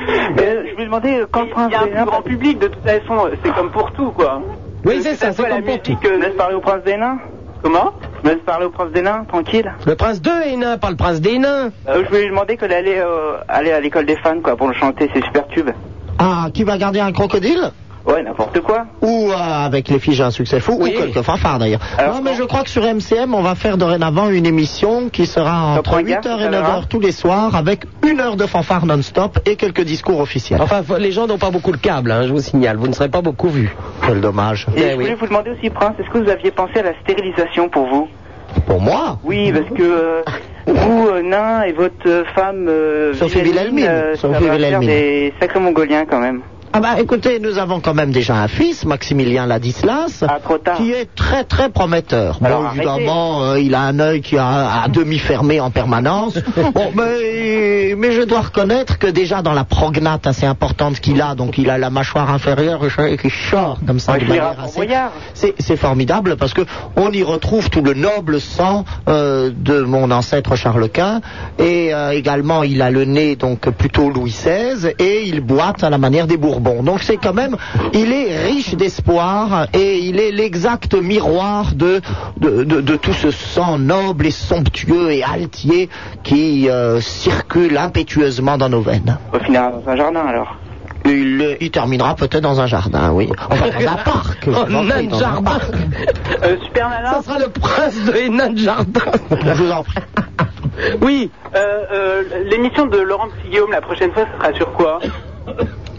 [SPEAKER 25] je me demandais euh, quand le
[SPEAKER 22] Il
[SPEAKER 25] prince
[SPEAKER 22] y a un plus
[SPEAKER 25] Hénin-
[SPEAKER 22] grand public, de toute façon, euh, c'est comme pour tout, quoi.
[SPEAKER 4] Oui, c'est
[SPEAKER 22] Que
[SPEAKER 4] ça, c'est
[SPEAKER 22] soit la
[SPEAKER 4] comme pour tout.
[SPEAKER 22] musique, euh,
[SPEAKER 25] Laisse parler au prince des nains
[SPEAKER 22] Comment
[SPEAKER 25] Laisse parler au prince des nains, tranquille.
[SPEAKER 4] Le prince 2 est nain, pas le prince des nains.
[SPEAKER 25] Euh, je voulais lui demander qu'elle allait euh, aller à l'école des fans quoi pour le chanter ses super tubes.
[SPEAKER 6] Ah, qui va garder un crocodile
[SPEAKER 25] Ouais, n'importe quoi.
[SPEAKER 6] ou euh, avec les filles j'ai un succès fou,
[SPEAKER 4] Oui.
[SPEAKER 6] ou quelques fanfares d'ailleurs.
[SPEAKER 25] Alors,
[SPEAKER 6] non, mais je crois que sur MCM, on va faire dorénavant une émission qui sera
[SPEAKER 25] Top
[SPEAKER 6] entre
[SPEAKER 25] Manga,
[SPEAKER 6] 8h
[SPEAKER 25] ça
[SPEAKER 6] et
[SPEAKER 25] verra.
[SPEAKER 6] 9h tous les soirs, avec une heure de fanfare non-stop et quelques discours officiels.
[SPEAKER 4] Enfin, faut- les gens n'ont pas beaucoup le câble, hein, je vous signale. Vous ne serez pas beaucoup vus.
[SPEAKER 6] Quel dommage.
[SPEAKER 25] Et
[SPEAKER 4] Eh
[SPEAKER 25] je
[SPEAKER 4] oui.
[SPEAKER 25] voulais vous demander aussi, Prince, est-ce que vous aviez pensé à la stérilisation pour vous
[SPEAKER 6] Pour moi
[SPEAKER 25] Oui, parce que
[SPEAKER 4] (laughs)
[SPEAKER 25] euh, vous, euh, nain, et votre euh, femme, euh,
[SPEAKER 6] Sophie Wilhelmine.
[SPEAKER 25] euh, ça
[SPEAKER 6] Sophie
[SPEAKER 25] va faire
[SPEAKER 6] Wilhelmine.
[SPEAKER 25] des sacrés mongoliens quand même.
[SPEAKER 6] Ah bah écoutez, nous avons quand même déjà un fils, Maximilien Ladislas,
[SPEAKER 25] Ah, trop tard.
[SPEAKER 6] qui est très très prometteur.
[SPEAKER 25] Alors,
[SPEAKER 6] bon,
[SPEAKER 25] arrêtez.
[SPEAKER 6] évidemment, euh, il a un œil qui a à demi fermé
[SPEAKER 25] (laughs)
[SPEAKER 6] en permanence. bon, mais, mais je dois reconnaître que déjà dans la prognate assez importante qu'il a, donc il a la mâchoire inférieure et qui sort comme ça
[SPEAKER 25] Ouais,
[SPEAKER 6] de
[SPEAKER 25] Ah, je dirais
[SPEAKER 6] manière
[SPEAKER 25] pour
[SPEAKER 6] assez-
[SPEAKER 25] Boyard.
[SPEAKER 6] C'est c'est formidable parce que on y retrouve tout le noble sang euh, de mon ancêtre Charles Quint et euh, également il a le nez donc plutôt Louis XVI et il boite à la manière des Bourbons. Donc c'est quand même il est riche d'espoir et il est l'exact miroir de de, de- de tout ce sang noble et somptueux et altier qui euh, circule impétueusement dans nos veines.
[SPEAKER 25] Au final, dans un jardin alors.
[SPEAKER 6] Il, euh, il terminera peut-être dans un jardin, oui. Enfin, dans un parc.
[SPEAKER 4] Oh,
[SPEAKER 6] Dans un
[SPEAKER 4] nain de jardin
[SPEAKER 6] parc.
[SPEAKER 22] Euh, Super Nana
[SPEAKER 4] Ça sera le prince de nain
[SPEAKER 25] (laughs)
[SPEAKER 4] de jardin.
[SPEAKER 6] Je vous en prie.
[SPEAKER 22] Oui, euh, euh, l'émission de Laurent Petit Guillaume la prochaine fois, ce sera sur quoi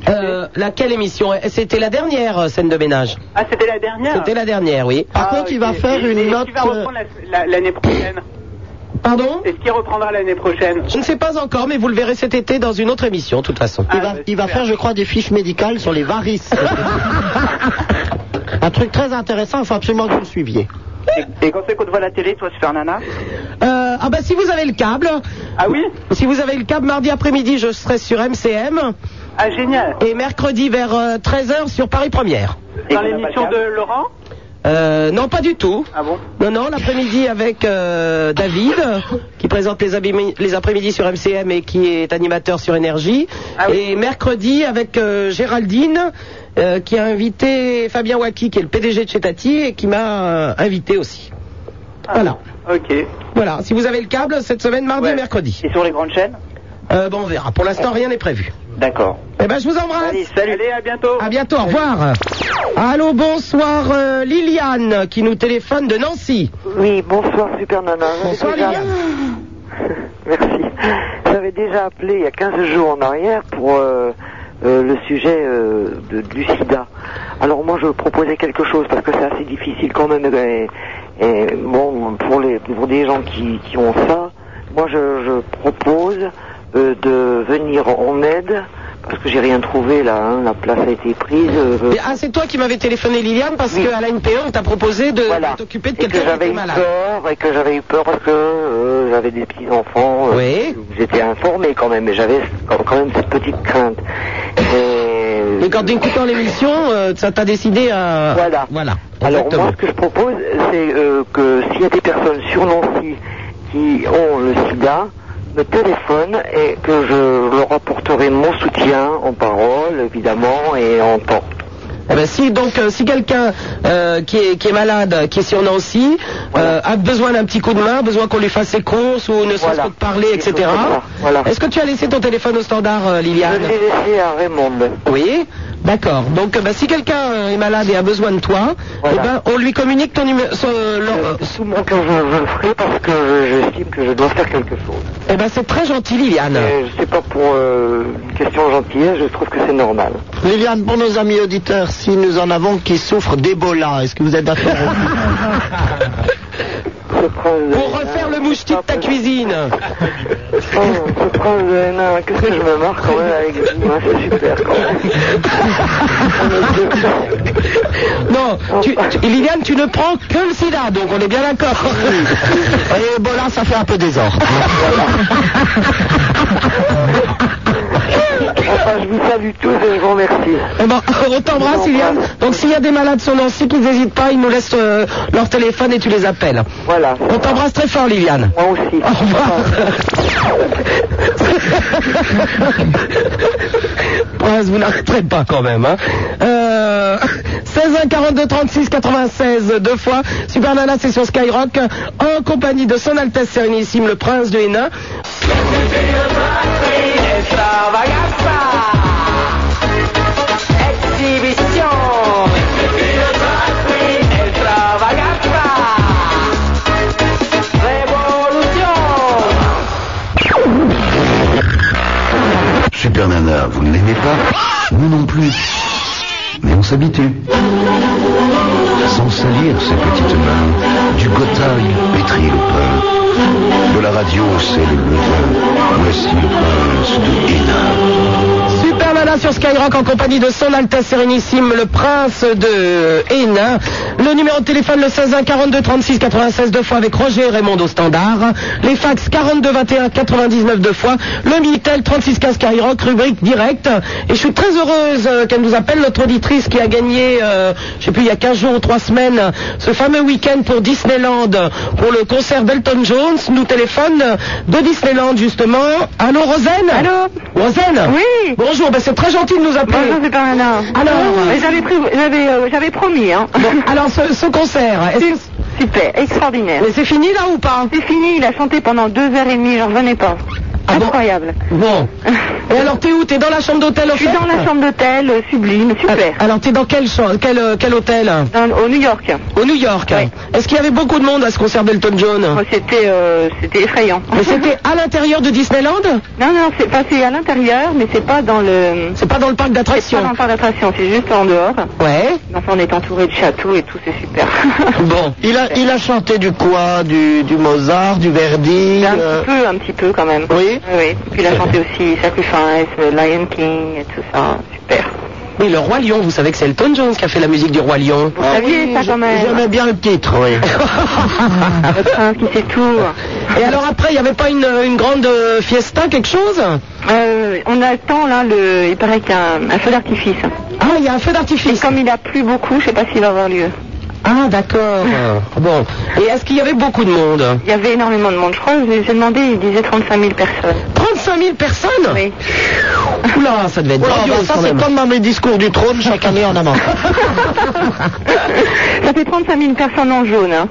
[SPEAKER 4] Euh, laquelle émission C'était la dernière euh, scène de ménage.
[SPEAKER 22] Ah, c'était la dernière
[SPEAKER 4] C'était la dernière, oui.
[SPEAKER 6] Par
[SPEAKER 22] Ah,
[SPEAKER 6] contre, il va
[SPEAKER 22] ok.
[SPEAKER 6] faire
[SPEAKER 22] Et-
[SPEAKER 6] une
[SPEAKER 22] et
[SPEAKER 6] note.
[SPEAKER 22] Tu vas reprendre la- la- l'année prochaine.
[SPEAKER 4] euh, Pardon
[SPEAKER 22] Est-ce qu'il reprendra l'année prochaine
[SPEAKER 4] Je ne sais pas encore, mais vous le verrez cet été dans une autre émission, de toute façon.
[SPEAKER 6] Il
[SPEAKER 22] Ah,
[SPEAKER 6] va, il va faire, je crois, des fiches médicales sur
[SPEAKER 4] (laughs)
[SPEAKER 6] les varices. Un truc très intéressant, il faut absolument que vous le suiviez.
[SPEAKER 26] Et, et quand c'est qu'on te voit à la télé, toi, super nana
[SPEAKER 4] Euh, ah bah si vous avez le câble.
[SPEAKER 22] Ah oui
[SPEAKER 4] Si vous avez le câble, mardi après-midi, je serai sur MCM.
[SPEAKER 22] Ah génial
[SPEAKER 4] Et mercredi vers 13h sur Paris Première.
[SPEAKER 22] Dans l'émission de Laurent
[SPEAKER 4] Euh, non, pas du tout.
[SPEAKER 22] Ah bon
[SPEAKER 4] Non, non, l'après-midi avec euh, David, qui présente les, abimi- les après-midi sur MCM et qui est animateur sur Énergie.
[SPEAKER 26] Ah
[SPEAKER 4] Et mercredi avec euh, Géraldine, euh, qui a invité Fabien Waki, qui est le PDG de chez Tati, et qui m'a euh, invité aussi.
[SPEAKER 26] Ah,
[SPEAKER 4] Voilà.
[SPEAKER 22] Ok.
[SPEAKER 4] Voilà, si vous avez le câble, cette semaine, mardi et mercredi.
[SPEAKER 26] Et sur les grandes chaînes
[SPEAKER 4] Euh, bon, on verra. Pour l'instant, rien n'est prévu.
[SPEAKER 26] D'accord.
[SPEAKER 4] Eh ben, je vous embrasse.
[SPEAKER 26] Allez, salut.
[SPEAKER 22] Allez, à bientôt.
[SPEAKER 4] À bientôt, au revoir. Allô, bonsoir euh, Liliane qui nous téléphone de Nancy.
[SPEAKER 7] Oui, bonsoir Super Nana.
[SPEAKER 4] Bonsoir
[SPEAKER 7] J'avais déjà-
[SPEAKER 4] Liliane.
[SPEAKER 7] (laughs) Merci. J'avais déjà appelé il y a 15 jours en arrière pour euh, euh, le sujet euh, de, du sida. Alors moi je proposais quelque chose parce que c'est assez difficile quand même. Et, et bon, pour, les, pour des gens qui, qui ont ça, moi je, je propose euh, de venir en aide parce que j'ai rien trouvé là, hein, la place a été prise. euh,
[SPEAKER 4] Mais, Ah, c'est toi qui m'avais téléphoné Liliane parce qu'à la NPE, on t'a proposé de de t'occuper de
[SPEAKER 7] et que
[SPEAKER 4] quelqu'un qui
[SPEAKER 7] j'avais
[SPEAKER 4] était
[SPEAKER 7] eu
[SPEAKER 4] malade.
[SPEAKER 7] peur et que j'avais eu peur parce que euh, j'avais des petits enfants.
[SPEAKER 4] oui.
[SPEAKER 7] J'étais informé quand même, mais j'avais quand quand même cette petite crainte. Et
[SPEAKER 4] Mais quand écoutant l'émission, euh, ça t'a décidé à...
[SPEAKER 7] Voilà.
[SPEAKER 4] Voilà.
[SPEAKER 7] alors
[SPEAKER 4] Exactement.
[SPEAKER 7] moi, ce que je propose, c'est euh, que s'il y a des personnes sur Nancy qui ont le SIDA, me téléphonent et que je leur apporterai mon soutien en parole, évidemment, et en temps.
[SPEAKER 4] Eh ben, si donc euh, si quelqu'un euh, qui, est, qui est malade, qui est sur Nancy, euh, a besoin d'un petit coup de main, besoin qu'on lui fasse ses courses ou ne serait-ce que de parler, etc. Est-ce que tu as laissé ton téléphone au standard, euh, Liliane
[SPEAKER 7] Je l'ai laissé à Raymond.
[SPEAKER 4] Oui. D'accord. Donc euh, ben, si quelqu'un euh, est malade et a besoin de toi, eh ben, on lui communique ton numéro. son, euh, leur-
[SPEAKER 7] Tout mon cœur, je, je le ferai parce que j'estime que je dois faire quelque chose.
[SPEAKER 4] Eh ben c'est très gentil, Liliane.
[SPEAKER 7] Et c'est pas pour euh, une question de gentillesse, je trouve que c'est normal.
[SPEAKER 6] Liliane, pour nos amis auditeurs, si nous en avons qui souffrent d'Ebola, est-ce que vous êtes d'accord
[SPEAKER 4] Pour refaire le moucheti de ta cuisine.
[SPEAKER 7] Oh, ce prince de Hénin, qu'est-ce que je me marre quand même
[SPEAKER 4] (laughs)
[SPEAKER 7] avec lui, hein, c'est super quand même.
[SPEAKER 4] Non, tu- tu- Liliane, tu ne prends que le sida, donc on est bien d'accord.
[SPEAKER 6] (laughs) Et Ebola, ça fait un peu désordre. (laughs)
[SPEAKER 7] Enfin, je vous salue tous et je vous remercie.
[SPEAKER 4] (laughs) Eh ben, on t'embrasse, Liliane. Donc, s'il y a des malades sur Nancy qui n'hésitent pas, ils nous laissent euh, leur téléphone et tu les appelles.
[SPEAKER 7] Voilà.
[SPEAKER 4] On t'embrasse très fort, Liliane. (laughs)
[SPEAKER 7] Moi aussi.
[SPEAKER 6] Ah,
[SPEAKER 4] Au revoir. Prince, vous n'arrêterez pas quand même. Hein. Euh, (laughs) 16 1 42 36 96 deux fois. Super Nana, c'est sur Skyrock en compagnie de son Altesse Sérénissime, le Prince de Hénin.
[SPEAKER 1] Super Nana, vous ne l'aimez pas Nous non plus. Mais on s'habitue. Sans salir ses petites mains, du gotha il pétrit le pain. De la radio, c'est le levain. Voici le prince de Hénin.
[SPEAKER 4] Super Nana sur Skyrock en compagnie de son Altesse Sérénissime, le Prince de Hénin. Le numéro de téléphone, le 16 1 42 36 96 deux fois avec Roger et Raymond au standard. Les fax 42 21 99 deux fois. Le Minitel 36 15 Skyrock, rubrique direct. Et je suis très heureuse euh, qu'elle nous appelle, notre auditrice qui a gagné, euh, je sais plus, il y a 15 jours ou 3 semaines, ce fameux week-end pour Disneyland, pour le concert d'Elton Jones, nous téléphone de Disneyland justement. Allô Rosen Allô Rosen
[SPEAKER 27] Oui.
[SPEAKER 4] Bonjour, ben c'est très gentil de nous appeler.
[SPEAKER 27] Bonjour, c'est pas Nana.
[SPEAKER 4] Alors, euh,
[SPEAKER 27] Mais j'avais pris- j'avais, euh, j'avais promis, hein.
[SPEAKER 4] (laughs) alors ce, concert,
[SPEAKER 27] super, extraordinaire.
[SPEAKER 4] Mais c'est fini là ou pas
[SPEAKER 27] C'est fini. Il a chanté pendant deux heures et demie. J'en revenais pas. Incroyable.
[SPEAKER 4] Ah
[SPEAKER 27] (laughs)
[SPEAKER 4] Bon. Et alors, t'es où T'es dans la chambre d'hôtel
[SPEAKER 27] Je suis dans la chambre d'hôtel, euh, sublime, super.
[SPEAKER 4] Alors, t'es dans quel, champ- quel, euh, quel hôtel
[SPEAKER 27] Dans- au New York.
[SPEAKER 4] Au New York. Est-ce qu'il y avait beaucoup de monde à ce concert d'Elton John
[SPEAKER 27] Oh, C'était euh, c'était effrayant.
[SPEAKER 4] Mais c'était à l'intérieur de Disneyland
[SPEAKER 27] Non, non, c'est pas c'est à l'intérieur, mais c'est pas dans le.
[SPEAKER 4] C'est pas dans le parc
[SPEAKER 27] C'est
[SPEAKER 4] d'attractions.
[SPEAKER 27] pas dans le parc d'attractions, c'est juste en dehors.
[SPEAKER 4] Ouais.
[SPEAKER 27] Donc on est entouré de châteaux et tout, c'est Ah, super.
[SPEAKER 6] (laughs) Bon, il a, il a chanté du quoi du, du Mozart, du Verdi
[SPEAKER 27] un
[SPEAKER 6] euh,
[SPEAKER 27] petit peu, un petit peu quand même.
[SPEAKER 6] Oui.
[SPEAKER 27] Oui. Puis il a chanté aussi Sacrifice, euh, Lion King et tout ça. Super.
[SPEAKER 4] Oui, le Roi Lion, vous savez que c'est Elton John qui a fait la musique du Roi Lion.
[SPEAKER 27] Vous saviez ça quand même
[SPEAKER 6] Ah J'aimais bien le titre,
[SPEAKER 4] (laughs)
[SPEAKER 6] oui. euh?
[SPEAKER 27] Le prince qui sait tout.
[SPEAKER 4] Ah. Et alors après, il n'y avait pas une, une grande euh, fiesta, quelque chose
[SPEAKER 27] Euh, on attend là, le, il paraît qu'il y a un, un feu d'artifice.
[SPEAKER 4] Ah, il y a un feu d'artifice.
[SPEAKER 27] Comme il a plu beaucoup, je sais pas s'il va avoir lieu.
[SPEAKER 4] Ah, d'accord.
[SPEAKER 6] Ah,
[SPEAKER 4] bon. Et est-ce qu'il y avait beaucoup de monde
[SPEAKER 27] Il y avait énormément de monde. Je crois que j'ai demandé, il disait 35 000 personnes.
[SPEAKER 4] 35 000 personnes (laughs)
[SPEAKER 27] Oui.
[SPEAKER 4] Oula, ça devait être
[SPEAKER 6] Oula,
[SPEAKER 4] grandiose,
[SPEAKER 6] bah, ça
[SPEAKER 4] quand
[SPEAKER 6] c'est
[SPEAKER 4] même.
[SPEAKER 6] comme dans mes discours du trône, chaque année
[SPEAKER 4] (laughs)
[SPEAKER 6] en amont.
[SPEAKER 27] Ça fait 35 000 personnes en jaune. Hein.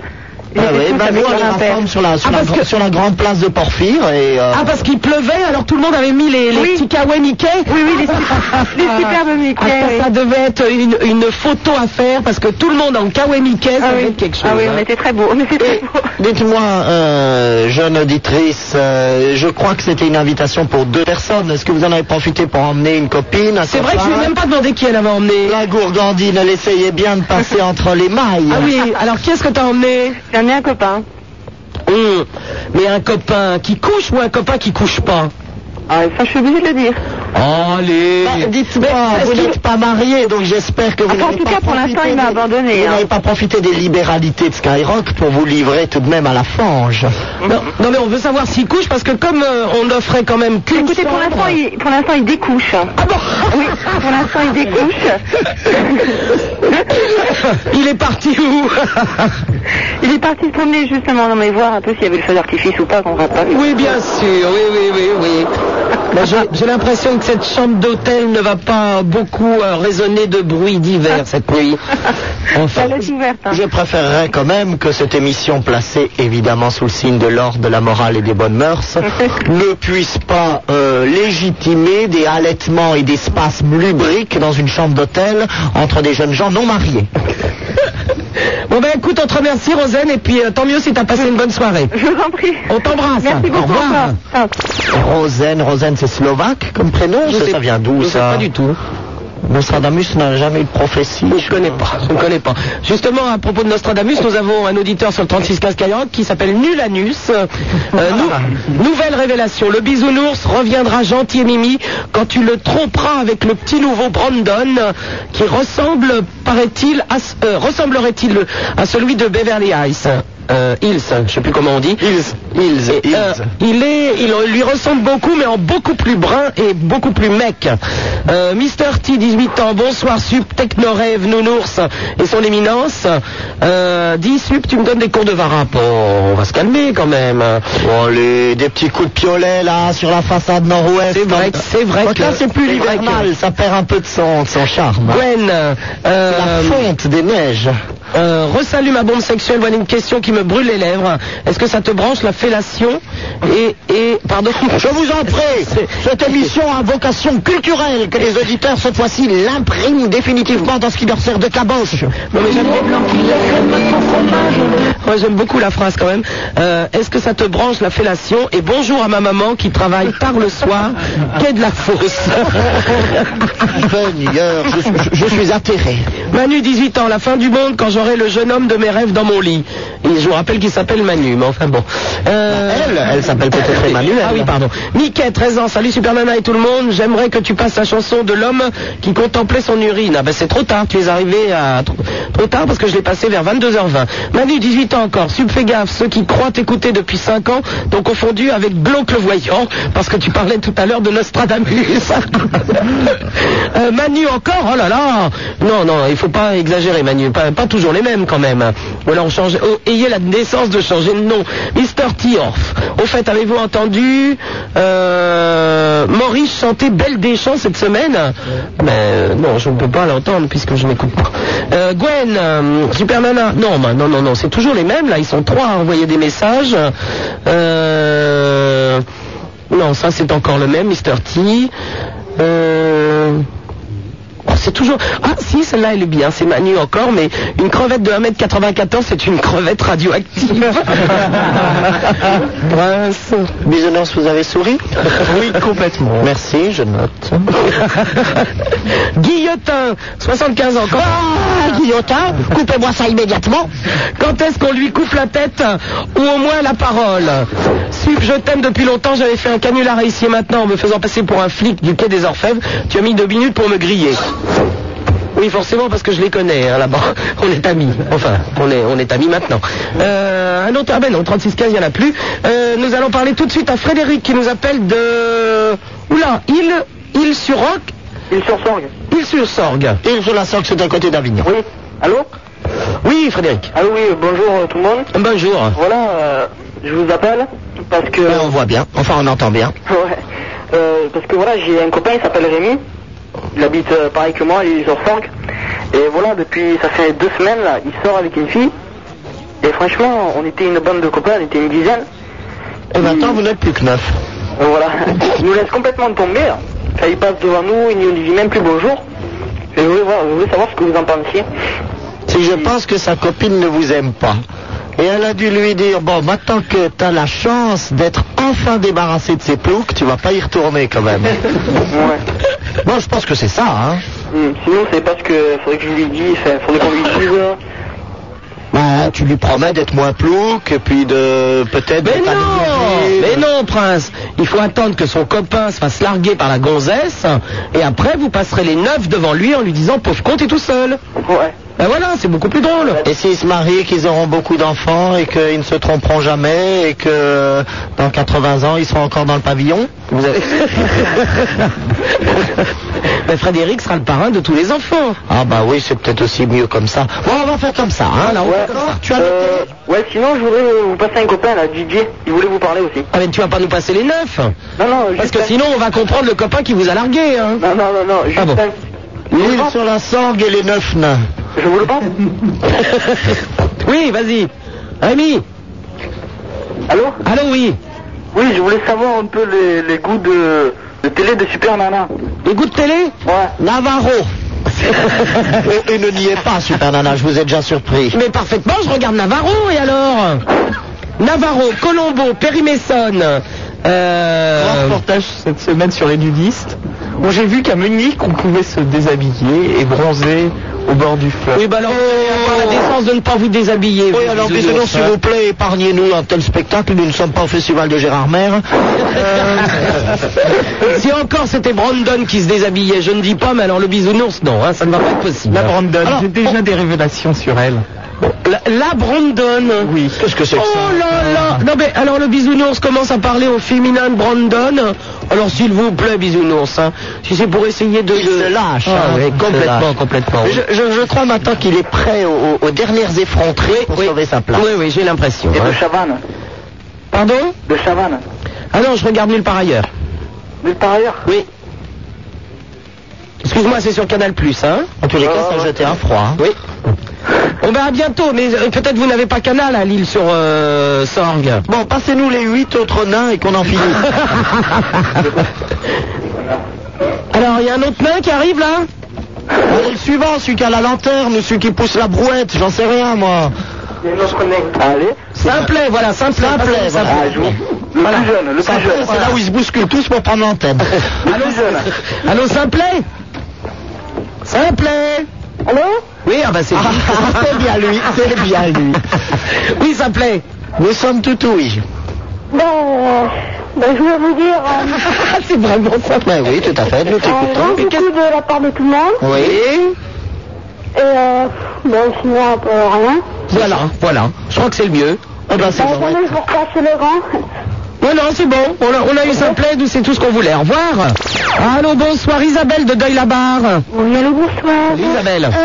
[SPEAKER 27] Ils
[SPEAKER 6] Ah
[SPEAKER 27] étaient
[SPEAKER 6] oui,
[SPEAKER 27] tous
[SPEAKER 6] bah,
[SPEAKER 27] avec
[SPEAKER 6] nous on les
[SPEAKER 27] leur impair.
[SPEAKER 6] rassemble sur la, sur,
[SPEAKER 27] Ah,
[SPEAKER 6] la,
[SPEAKER 27] parce
[SPEAKER 6] gra-
[SPEAKER 27] que-
[SPEAKER 6] sur la grande place de Porphyre et... euh,
[SPEAKER 4] Ah, parce qu'il pleuvait, alors tout le monde avait mis les, les
[SPEAKER 27] Oui.
[SPEAKER 4] petits kawaii Mickey
[SPEAKER 27] Oui, oui, les, super- les superbes Mickey.
[SPEAKER 4] Ah, ça,
[SPEAKER 27] oui.
[SPEAKER 4] ça devait être une, une photo à faire parce que tout le monde en kawaii Mickey, ça
[SPEAKER 27] Ah
[SPEAKER 4] devait
[SPEAKER 27] oui.
[SPEAKER 4] être quelque chose.
[SPEAKER 27] Ah oui,
[SPEAKER 4] hein.
[SPEAKER 27] on était très beaux. On était très beaux.
[SPEAKER 6] Dites-moi, euh, jeune auditrice, euh, je crois que c'était une invitation pour deux personnes. Est-ce que vous en avez profité pour emmener une copine un
[SPEAKER 4] C'est vrai que je
[SPEAKER 6] copain
[SPEAKER 4] lui ai même pas demandé qui elle avait emmené.
[SPEAKER 6] La gourgandine, elle essayait bien de passer entre les mailles.
[SPEAKER 4] Ah oui, alors qui est-ce que t'as emmené
[SPEAKER 27] J'en ai un copain.
[SPEAKER 4] Hum, Mais un copain qui couche ou un copain qui couche pas
[SPEAKER 27] Ah, ça, je suis obligée de le dire.
[SPEAKER 4] Allez
[SPEAKER 6] Bah, dites-moi,
[SPEAKER 4] est-ce
[SPEAKER 6] vous
[SPEAKER 4] qu'il-
[SPEAKER 6] n'êtes Ah, pas marié, donc j'espère que vous
[SPEAKER 27] Enfin, en
[SPEAKER 6] n'avez
[SPEAKER 27] tout
[SPEAKER 6] pas
[SPEAKER 27] cas, pour
[SPEAKER 6] profité
[SPEAKER 27] l'instant, il m'a
[SPEAKER 6] des-
[SPEAKER 27] abandonné,
[SPEAKER 6] Vous
[SPEAKER 27] hein.
[SPEAKER 6] n'avez pas profité des libéralités de Skyrock pour vous livrer tout de même à la fange.
[SPEAKER 4] Non, non, mais on veut savoir s'il couche parce que comme euh, on n'offrait quand même qu'une
[SPEAKER 27] Écoutez, pour
[SPEAKER 4] chambre-
[SPEAKER 27] l'instant, il, pour l'instant, il découche.
[SPEAKER 4] Ah bon
[SPEAKER 27] Oui, pour l'instant, il découche.
[SPEAKER 4] Il est parti où
[SPEAKER 27] (laughs) il est parti se promener justement dans mes voir un peu s'il y avait le feu d'artifice ou pas, qu'on va pas.
[SPEAKER 4] Oui, bien sûr, oui, oui, oui, oui. Mais j'ai- J'ai l'impression que cette chambre d'hôtel ne va pas beaucoup euh, résonner de bruits divers cette nuit. Enfin,
[SPEAKER 27] Elle est ouverte. hein.
[SPEAKER 6] Je préférerais quand même que cette émission placée évidemment sous le signe de l'ordre, de la morale et des bonnes
[SPEAKER 27] (laughs)
[SPEAKER 6] mœurs ne puisse pas euh, légitimer des halètements et des spasmes lubriques dans une chambre d'hôtel entre des jeunes gens
[SPEAKER 27] (laughs)
[SPEAKER 6] non mariés.
[SPEAKER 4] bon ben écoute, on te remercie Rosane et puis euh, tant mieux si t'as passé une bonne soirée.
[SPEAKER 27] Je vous en prie.
[SPEAKER 4] On t'embrasse.
[SPEAKER 27] Merci
[SPEAKER 4] Au
[SPEAKER 27] beaucoup.
[SPEAKER 4] revoir.
[SPEAKER 27] Ciao.
[SPEAKER 6] Rosen, Rosen c'est slovaque comme prénom
[SPEAKER 4] Je
[SPEAKER 6] Ça,
[SPEAKER 4] sais-
[SPEAKER 6] ça vient d'où
[SPEAKER 4] je sais
[SPEAKER 6] ça
[SPEAKER 4] Pas du tout.
[SPEAKER 6] Nostradamus n'a jamais eu de prophétie.
[SPEAKER 4] Je connais pas, je ne connais pas. Justement, à propos de Nostradamus, nous avons un auditeur sur le 3615 Skyrock qui s'appelle Nulanus. Euh, nou- nouvelle révélation, le bisounours reviendra gentil et mimi quand tu le tromperas avec le petit nouveau Brandon euh, qui ressemble, paraît-il, à ce- euh, ressemblerait-il à celui de Beverly Hills. Euh, Hills, je sais plus comment on dit. Hills, Hills,
[SPEAKER 6] euh,
[SPEAKER 4] il est, il lui ressemble beaucoup, mais en beaucoup plus brun et beaucoup plus mec. Euh, Mister T, 18 ans, bonsoir Sup, Technorêve, Nounours et son éminence. Euh, dis Sup, tu me donnes des cours de varap. Oh, on va se calmer quand même.
[SPEAKER 6] Bon, les, des petits coups de piolet là sur la façade nord-ouest.
[SPEAKER 4] C'est vrai que- c'est vrai
[SPEAKER 6] Donc là
[SPEAKER 4] que-
[SPEAKER 6] c'est plus
[SPEAKER 4] c'est vrai
[SPEAKER 6] l'hivernal,
[SPEAKER 4] que-
[SPEAKER 6] ça perd un peu de son, de son charme.
[SPEAKER 4] Gwen,
[SPEAKER 6] C'est
[SPEAKER 4] euh,
[SPEAKER 6] La fonte des neiges.
[SPEAKER 4] euh, resalue ma bombe sexuelle, voilà une question qui me brûle les lèvres. Est-ce que ça te branche la fellation et, et, pardon
[SPEAKER 6] Je vous
[SPEAKER 4] (laughs)
[SPEAKER 6] en prie, cette émission a vocation culturelle, que les auditeurs cette fois-ci l'impriment définitivement dans ce qui leur sert de caboche.
[SPEAKER 4] Non, mais j'aime Ouais, j'aime beaucoup la phrase quand même. Euh, Est-ce que ça te branche la fellation Et bonjour à ma maman qui travaille tard le soir, quai de la fosse.
[SPEAKER 6] Seigneur, je, je- je suis atterré.
[SPEAKER 4] Manu, 18 ans, la fin du monde quand j'aurai le jeune homme de mes rêves dans mon lit. Et je vous rappelle qu'il s'appelle Manu, mais enfin bon. Euh,
[SPEAKER 6] Elle, elle s'appelle peut-être Emmanuel.
[SPEAKER 4] Ah oui, pardon. Mickey, 13 ans, salut Super Nana et tout le monde. J'aimerais que tu passes la chanson de l'homme qui contemplait son urine. Ah ben c'est trop tard, tu es arrivé à trop, trop tard parce que je l'ai passé vers 22h20. Manu, 18 ans encore, sub fais gaffe, ceux qui croient t'écouter depuis 5 ans t'ont confondu avec Glauque le voyant parce que tu parlais tout à l'heure de Nostradamus.
[SPEAKER 6] (laughs)
[SPEAKER 4] Euh, Manu encore, oh là là Non, non, il faut pas exagérer Manu, pas, pas toujours les mêmes quand même. Ou alors on change, oh, ayez la naissance de changer de nom. Mister Tiorf, au fait, avez-vous entendu euh, Maurice chanter Belle des Champs cette semaine Mais euh, non, je ne peux pas l'entendre puisque je n'écoute pas. Euh, Gwen, euh, Super Nana, non, bah, non, non, non, c'est toujours les mêmes là, ils sont trois à envoyer des messages. Euh, Non, ça c'est encore le même, Mr. T. Euh... oh, c'est toujours. Ah si, celle-là elle est bien, c'est Manu encore, mais une crevette de 1m94, c'est une crevette radioactive.
[SPEAKER 6] Prince. Bisounours, vous avez souri
[SPEAKER 4] (laughs) Oui, complètement.
[SPEAKER 6] Merci, je note.
[SPEAKER 4] (laughs) Guillotin, 75 ans. Ah, Guillotin, coupez-moi ça immédiatement. Quand est-ce qu'on lui coupe la tête ou au moins la parole Sup, je t'aime depuis longtemps, j'avais fait un canular ici et maintenant en me faisant passer pour un flic du quai des Orfèvres. Tu as mis deux minutes pour me griller. Oui, forcément, parce que je les connais hein, là-bas. (laughs) On est amis. Enfin, on est, on est amis maintenant. Euh, un autre, ah ben non, 36-15, il n'y en a plus. Euh, nous allons parler tout de suite à Frédéric qui nous appelle de. Oula, il, il sur Roc.
[SPEAKER 7] Il sur Sorgue.
[SPEAKER 4] Il sur Sorgue.
[SPEAKER 6] Et sur la Sorgue, c'est à côté d'Avignon.
[SPEAKER 7] Oui. Allô
[SPEAKER 4] Oui, Frédéric.
[SPEAKER 7] Allô, oui, bonjour euh, tout le monde.
[SPEAKER 4] Bonjour. Ben,
[SPEAKER 7] Voilà, euh, je vous appelle parce que.
[SPEAKER 6] Ouais, on voit bien. (laughs) Enfin, on entend bien.
[SPEAKER 7] Ouais. Euh, parce que voilà, j'ai un copain, il s'appelle Rémi. Il habite euh, pareil que moi, il est sur Sorgue. Et voilà, depuis, ça fait deux semaines là, il sort avec une fille. Et franchement, on était une bande de copains, on était une dizaine.
[SPEAKER 6] Et maintenant, vous n'êtes plus que neuf.
[SPEAKER 7] Et Voilà, (laughs) il nous laisse complètement tomber. là. Enfin, il passe devant nous, il nous dit même plus bonjour. Et je voulais, voir- je voulais savoir ce que vous en pensiez.
[SPEAKER 6] Si je pense que sa copine ne vous aime pas. Et elle a dû lui dire, bon, maintenant que tu as la chance d'être enfin débarrassé de ses ploucs, tu vas pas y retourner quand même. Moi, je pense que c'est ça, hein.
[SPEAKER 7] Hmm, Sinon, c'est parce que faudrait que je lui dise, enfin, faudrait qu'on lui dise. euh,
[SPEAKER 6] Bah, tu lui promets d'être moins plouc, et puis de peut-être...
[SPEAKER 4] Mais
[SPEAKER 6] de pas
[SPEAKER 4] non
[SPEAKER 6] devenir-
[SPEAKER 4] Mais non, prince Il faut attendre que son copain se fasse larguer par la gonzesse, et après vous passerez les neuf devant lui en lui disant pauvre con, t'es tout seul
[SPEAKER 7] Ouais.
[SPEAKER 4] Ben voilà, c'est beaucoup plus drôle
[SPEAKER 6] Et s'ils se marient, qu'ils auront beaucoup d'enfants, et qu'ils ne se tromperont jamais, et que dans 80 ans, ils seront encore dans le pavillon vous avez...
[SPEAKER 4] (laughs) Ben Frédéric sera le parrain de tous les enfants
[SPEAKER 6] Ah bah oui, c'est peut-être aussi mieux comme ça. Bon, on va faire comme ça, hein.
[SPEAKER 4] Voilà, on fait comme ça. Tu as
[SPEAKER 7] euh, ouais, sinon, je voudrais euh, vous passer un copain là, DJ. Il voulait vous parler aussi.
[SPEAKER 4] Ah mais tu vas pas nous passer les neuf
[SPEAKER 7] Non, non,
[SPEAKER 4] Parce
[SPEAKER 7] juste
[SPEAKER 4] que
[SPEAKER 7] un-
[SPEAKER 4] sinon on va comprendre le copain qui vous a largué, hein
[SPEAKER 7] Non, non, non, non, juste
[SPEAKER 4] Ah bon.
[SPEAKER 7] un-
[SPEAKER 6] L'île sur la sangle et les neuf nains.
[SPEAKER 7] Je vous le passe
[SPEAKER 4] (laughs) Oui, vas-y Rémi
[SPEAKER 7] Allô
[SPEAKER 4] Allô, oui
[SPEAKER 7] Oui, je voulais savoir un peu les, les goûts de, de télé de Super Nana.
[SPEAKER 4] Les goûts de télé
[SPEAKER 7] Ouais.
[SPEAKER 6] Navarro (laughs) et, et ne niez pas, Super Nana, je vous ai déjà surpris.
[SPEAKER 4] Mais parfaitement, je regarde Navarro, et alors Navarro, Colombo, Périmesson,
[SPEAKER 3] Un
[SPEAKER 4] euh...
[SPEAKER 3] reportage cette semaine sur les nudistes, où j'ai vu qu'à Munich, on pouvait se déshabiller et bronzer au bord du fleuve.
[SPEAKER 4] Oui, bah alors, vous avez encore la décence de ne pas vous déshabiller.
[SPEAKER 6] Oui,
[SPEAKER 4] vous,
[SPEAKER 6] alors
[SPEAKER 4] bisounours.
[SPEAKER 6] bisounours, s'il vous plaît, épargnez-nous un tel spectacle. Nous ne sommes pas
[SPEAKER 4] (laughs)
[SPEAKER 6] au festival de Gérard Mer.
[SPEAKER 4] si encore c'était Brandon qui se déshabillait, je ne dis pas, mais alors le bisounours, non, hein, ça ne va pas être possible. oh.
[SPEAKER 3] La Brandon,
[SPEAKER 6] Alors,
[SPEAKER 3] j'ai déjà des révélations sur elle.
[SPEAKER 4] La, la Brandon
[SPEAKER 3] Oui.
[SPEAKER 6] Qu'est-ce que c'est que
[SPEAKER 4] Oh
[SPEAKER 6] ça
[SPEAKER 4] là là Non mais alors le bisounours commence à parler au féminin de Brandon. Alors s'il vous plaît bisounours, hein, si c'est pour essayer de...
[SPEAKER 6] Il
[SPEAKER 4] de-
[SPEAKER 6] se lâche,
[SPEAKER 4] Ah,
[SPEAKER 6] hein,
[SPEAKER 4] oui,
[SPEAKER 6] il se
[SPEAKER 4] complètement,
[SPEAKER 6] lâche.
[SPEAKER 4] complètement.
[SPEAKER 6] je, je- je crois maintenant qu'il est prêt aux, aux dernières effronteries pour
[SPEAKER 4] oui.
[SPEAKER 6] sauver sa place.
[SPEAKER 4] Oui, oui, j'ai l'impression.
[SPEAKER 7] Et
[SPEAKER 4] hein.
[SPEAKER 7] de Chavannes.
[SPEAKER 4] Pardon
[SPEAKER 7] De Chavannes.
[SPEAKER 4] Ah non, je regarde nulle part ailleurs.
[SPEAKER 7] Mais par ailleurs
[SPEAKER 4] Oui. Excuse-moi, c'est sur Canal+, hein
[SPEAKER 6] En tous les cas, ça
[SPEAKER 7] Ah, ouais.
[SPEAKER 6] jetait un froid. hein.
[SPEAKER 4] Oui. On verra bientôt, mais euh, peut-être vous n'avez pas Canal à Lille sur euh, Sorgue.
[SPEAKER 6] Bon, passez-nous les huit autres nains et qu'on en finisse.
[SPEAKER 4] (laughs) Alors, il y a un autre nain qui arrive là
[SPEAKER 6] Allez, le suivant, celui qui a la lanterne, ou celui qui pousse la brouette, j'en sais rien, moi.
[SPEAKER 7] Allez.
[SPEAKER 4] Simplet, voilà, simplet.
[SPEAKER 6] Simplet,
[SPEAKER 4] simplet.
[SPEAKER 6] voilà.
[SPEAKER 7] Ah, je vous- Le plus jeune, le
[SPEAKER 6] Ça,
[SPEAKER 7] plus jeune.
[SPEAKER 6] C'est là où ils se bousculent tous pour prendre
[SPEAKER 7] (laughs)
[SPEAKER 6] l'antenne.
[SPEAKER 7] Le plus jeune.
[SPEAKER 4] Allô, simplet Simplet
[SPEAKER 7] Allô
[SPEAKER 4] Oui, ah bah c'est
[SPEAKER 6] Ah, c'est bien lui, c'est bien lui.
[SPEAKER 4] Oui, simplet
[SPEAKER 6] Nous sommes tout ouïes.
[SPEAKER 5] Ben, euh, ben, je voulais vous dire euh,
[SPEAKER 6] (laughs)
[SPEAKER 4] C'est vraiment ça.
[SPEAKER 6] Ben oui, tout à fait, nous
[SPEAKER 5] un grand
[SPEAKER 6] t'écoutons.
[SPEAKER 5] coucou de la part de tout le monde.
[SPEAKER 6] Oui,
[SPEAKER 5] Et euh, bon, sinon, un peu rien.
[SPEAKER 4] Voilà, voilà. Je crois que c'est le mieux.
[SPEAKER 6] ah ben c'est
[SPEAKER 5] Ben,
[SPEAKER 6] bon.
[SPEAKER 5] attendez, je vous repasse le rang.
[SPEAKER 4] Non, non, c'est bon. On a, on a eu simplet, nous c'est tout ce qu'on voulait. Au revoir. Allô, bonsoir, Isabelle de Deuil-la-Barre.
[SPEAKER 5] Oui, allô, bonsoir.
[SPEAKER 4] Salut, Isabelle.
[SPEAKER 6] Ah.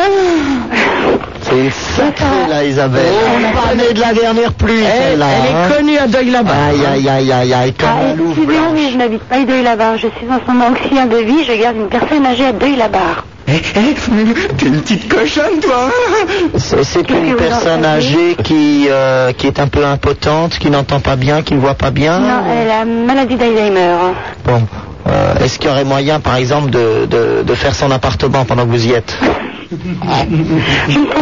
[SPEAKER 6] C'est une sacrée, là, Isabelle. Oh, On n'a pas né de la dernière pluie,
[SPEAKER 4] Elle,
[SPEAKER 6] celle-là.
[SPEAKER 4] elle
[SPEAKER 6] hein.
[SPEAKER 4] est connue à Deuil-la-Barre.
[SPEAKER 6] Aïe, aïe, aïe, aïe, aïe, comme
[SPEAKER 5] Ah,
[SPEAKER 6] la louve
[SPEAKER 5] excusez-moi, mais
[SPEAKER 6] blanche.
[SPEAKER 5] je n'habite pas à Deuil-la-Barre. Je suis en ce moment auxiliaire de vie. Je garde une personne âgée à Deuil-la-Barre.
[SPEAKER 6] Eh, eh, T'es une petite cochonne, toi C'est c'est
[SPEAKER 27] que
[SPEAKER 6] une
[SPEAKER 27] vous
[SPEAKER 6] personne
[SPEAKER 27] en avez
[SPEAKER 6] âgée qui, euh, qui est un peu impotente, qui n'entend pas bien, qui ne voit pas bien.
[SPEAKER 27] Non, elle a maladie d'Alzheimer.
[SPEAKER 6] Bon, euh, est-ce qu'il y aurait moyen, par exemple, de, de, de faire son appartement pendant que vous y êtes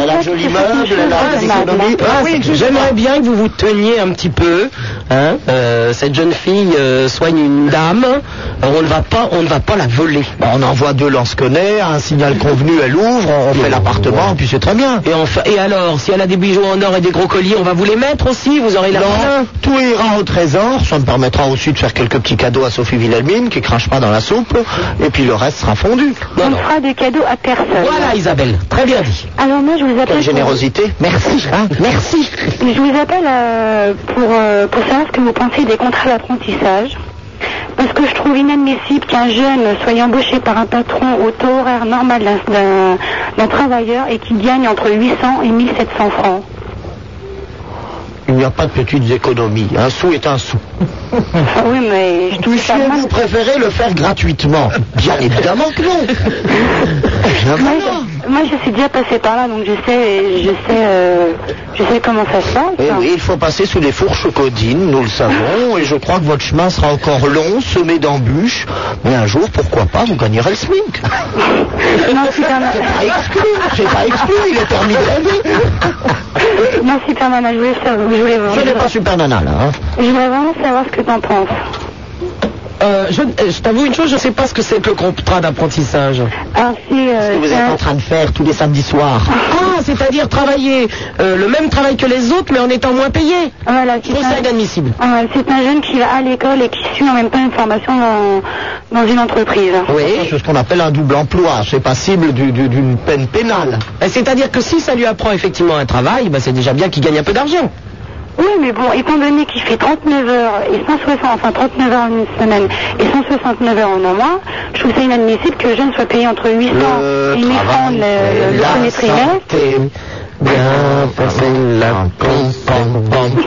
[SPEAKER 6] Elle a un joli meuble, elle a un petit économie.
[SPEAKER 4] Ah,
[SPEAKER 6] Ah, c'est-
[SPEAKER 4] J'aimerais bien que vous vous teniez un petit peu. hein. Euh, cette jeune fille euh, soigne une dame. On ne va pas, on ne va pas la voler.
[SPEAKER 6] Bah, on envoie deux lansquenets, un signal convenu, elle ouvre, on, on fait l'appartement, puis c'est très bien.
[SPEAKER 4] Et enfin, et alors, si elle a des bijoux en or et des gros colliers, on va vous les mettre aussi. Vous aurez la.
[SPEAKER 6] Non, Hein, tout ira au trésor, ça me permettra aussi de faire quelques petits cadeaux à Sophie Wilhelmine qui crache pas dans la soupe, et puis le reste sera fondu.
[SPEAKER 27] On ne fera de cadeaux à personne.
[SPEAKER 4] Voilà, Isabelle, très bien dit.
[SPEAKER 27] Alors moi, je vous appelle.
[SPEAKER 6] Quelle générosité,
[SPEAKER 27] (laughs)
[SPEAKER 6] merci, hein, merci.
[SPEAKER 27] Je vous appelle euh, pour, euh, pour savoir ce que vous pensez des contrats d'apprentissage. Parce que je trouve inadmissible qu'un jeune soit embauché par un patron au taux horaire normal d'un- d'un d'un travailleur et qui gagne entre 800 et 1700
[SPEAKER 6] (laughs)
[SPEAKER 27] francs.
[SPEAKER 6] Il n'y a pas de petites économies, un sou est un sou.
[SPEAKER 27] Ah oui, mais je trouve ça mal.
[SPEAKER 6] Vous préférez le faire gratuitement
[SPEAKER 27] (laughs)
[SPEAKER 6] Bien évidemment que non.
[SPEAKER 27] Moi je, moi, je suis déjà passée par là, donc je sais, je sais, euh, je sais comment ça se passe.
[SPEAKER 6] Eh oui, il faut passer sous les fourches codines, nous le savons, et je crois que votre chemin sera encore long, semé d'embûches, mais un jour, pourquoi pas, vous gagnerez le SMIC.
[SPEAKER 27] Non, Superman.
[SPEAKER 6] C'est pas exclu, il est permis de rêver.
[SPEAKER 27] Non, Superman, je voulais, savoir- je voulais
[SPEAKER 6] Ce n'est pas super nana, là. hein.
[SPEAKER 27] Je voulais vraiment savoir ce que t'en penses.
[SPEAKER 4] Euh, je euh, je t'avoue une chose, je ne sais pas ce que c'est que le contrat d'apprentissage.
[SPEAKER 27] Ah, c'est.
[SPEAKER 6] Ce que vous êtes en train de faire tous les samedis soirs.
[SPEAKER 4] Ah, c'est-à-dire travailler euh, le même travail que les autres, mais en étant moins payé.
[SPEAKER 27] Ah, Voilà, c'est
[SPEAKER 4] trouve ça inadmissible.
[SPEAKER 27] Ah, c'est un jeune qui va à l'école et qui suit en même temps une formation dans, dans une entreprise.
[SPEAKER 6] Oui. C'est ce qu'on appelle un (laughs) double emploi. C'est passible du- du- d'une peine pénale.
[SPEAKER 4] Et C'est-à-dire que si ça lui apprend effectivement un travail, bah, c'est déjà bien qu'il gagne un peu d'argent.
[SPEAKER 27] Oui, mais bon, étant donné qu'il fait 39 heures et 160, enfin 39 heures en une semaine et 169 heures en un mois, je trouve ça inadmissible que le jeune soit payé entre 800 et 1000 francs le, le
[SPEAKER 6] la
[SPEAKER 27] premier trimestre.
[SPEAKER 6] santé. Bien passé la pom, pom, pom.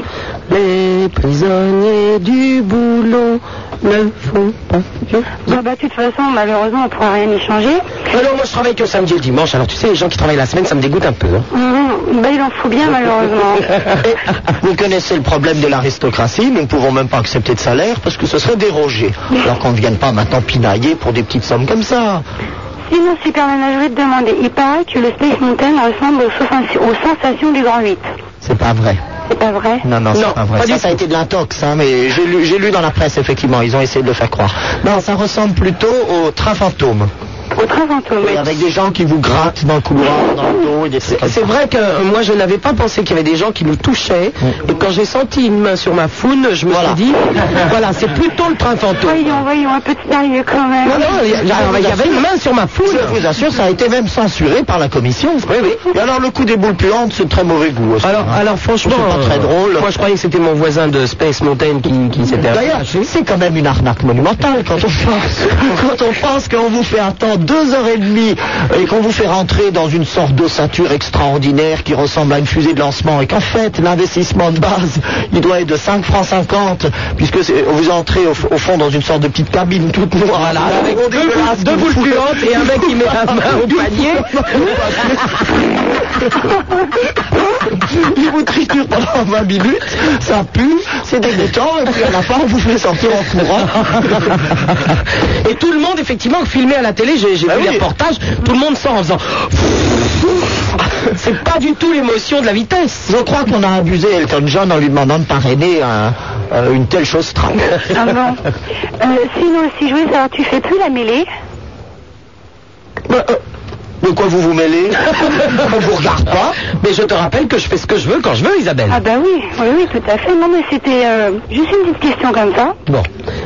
[SPEAKER 4] Les
[SPEAKER 5] (laughs)
[SPEAKER 4] prisonniers du boulot ne font pas
[SPEAKER 27] Bon, bah, de toute façon, malheureusement, on ne pourra rien y changer.
[SPEAKER 4] Alors moi je travaille que samedi et dimanche, alors tu sais, les gens qui travaillent la semaine, ça me dégoûte un peu. hein.
[SPEAKER 27] Mhm, bah, il en faut
[SPEAKER 4] (laughs)
[SPEAKER 27] bien, malheureusement.
[SPEAKER 6] Vous connaissez le problème de l'aristocratie, nous ne pouvons même pas accepter de salaire parce que ce serait dérogé. Alors qu'on ne vienne pas maintenant pinailler pour des petites sommes comme ça.
[SPEAKER 27] Sinon, Superman, je voulais te demander, il paraît que le Space Mountain ressemble aux, sosen- aux sensations du Grand 8.
[SPEAKER 6] C'est pas vrai.
[SPEAKER 27] C'est pas vrai
[SPEAKER 6] Non, non, c'est pas vrai. ça, ça a été de l'intox, hein, mais j'ai lu, j'ai lu dans la presse, effectivement, ils ont essayé de le faire croire. Non, ça ressemble plutôt au train fantôme.
[SPEAKER 27] Au train fantôme
[SPEAKER 6] Et avec des gens qui vous grattent dans le couloir, dans le dos et des trucs comme ça.
[SPEAKER 4] C'est vrai que euh, moi je n'avais pas pensé qu'il y avait des gens qui nous touchaient. Et quand j'ai senti une main sur ma foule, je me suis (laughs) dit, Mm. voilà, c'est plutôt le train fantôme.
[SPEAKER 27] Voyons, voyons, un peu de sérieux quand même.
[SPEAKER 4] Non, non, il y a- alors, Ah, il y avait une main sur ma foule.
[SPEAKER 6] Je vous assure, ça a été même censuré par la commission. Oui, oui. Et alors, le coup des boules puantes, c'est de très mauvais goût. aussi,
[SPEAKER 4] Alors,
[SPEAKER 6] hein.
[SPEAKER 4] alors franchement,
[SPEAKER 6] c'est pas très
[SPEAKER 4] euh,
[SPEAKER 6] drôle.
[SPEAKER 4] Moi je croyais que c'était mon voisin de Space Mountain qui, qui s'était
[SPEAKER 6] D'ailleurs, c'est quand même une arnaque monumentale quand on pense, (laughs) quand on pense qu'on vous fait attendre deux heures et demie et qu'on vous fait rentrer dans une sorte d'ossature extraordinaire qui ressemble à une fusée de lancement et qu'en fait, l'investissement de base, il doit être de 5 francs 50 puisque c'est- vous entrez au, f- au fond dans une sorte de petite cabine toute noire.
[SPEAKER 4] Voilà,
[SPEAKER 6] là,
[SPEAKER 4] avec deux boules- deux boules puantes et un mec qui met la main
[SPEAKER 6] (laughs)
[SPEAKER 4] au (laughs) panier.
[SPEAKER 6] Ah, Il vous triture pendant 20 minutes, ça pue, c'est dégoûtant, et puis à
[SPEAKER 4] (laughs)
[SPEAKER 6] la fin, on vous fait sortir en (laughs) courant.
[SPEAKER 4] Et tout le monde, effectivement, filmé à la télé, j'ai
[SPEAKER 6] Bah
[SPEAKER 4] j'ai vu les reportages, tout le monde sort en faisant. C'est pas du tout l'émotion de la vitesse.
[SPEAKER 6] Je crois qu'on a abusé Elton John en lui demandant de parrainer un- euh, une telle chose trappe.
[SPEAKER 27] Ah bon Euh, sinon, si je voulais savoir, tu fais plus la mêlée
[SPEAKER 6] De quoi vous vous mêlez (laughs) On vous regarde pas.
[SPEAKER 4] Mais je te rappelle que je fais ce que je veux quand je veux, Isabelle.
[SPEAKER 27] Ah bah oui, oui, oui, tout à fait. Non, mais c'était euh, juste une petite question comme ça.
[SPEAKER 4] Bon.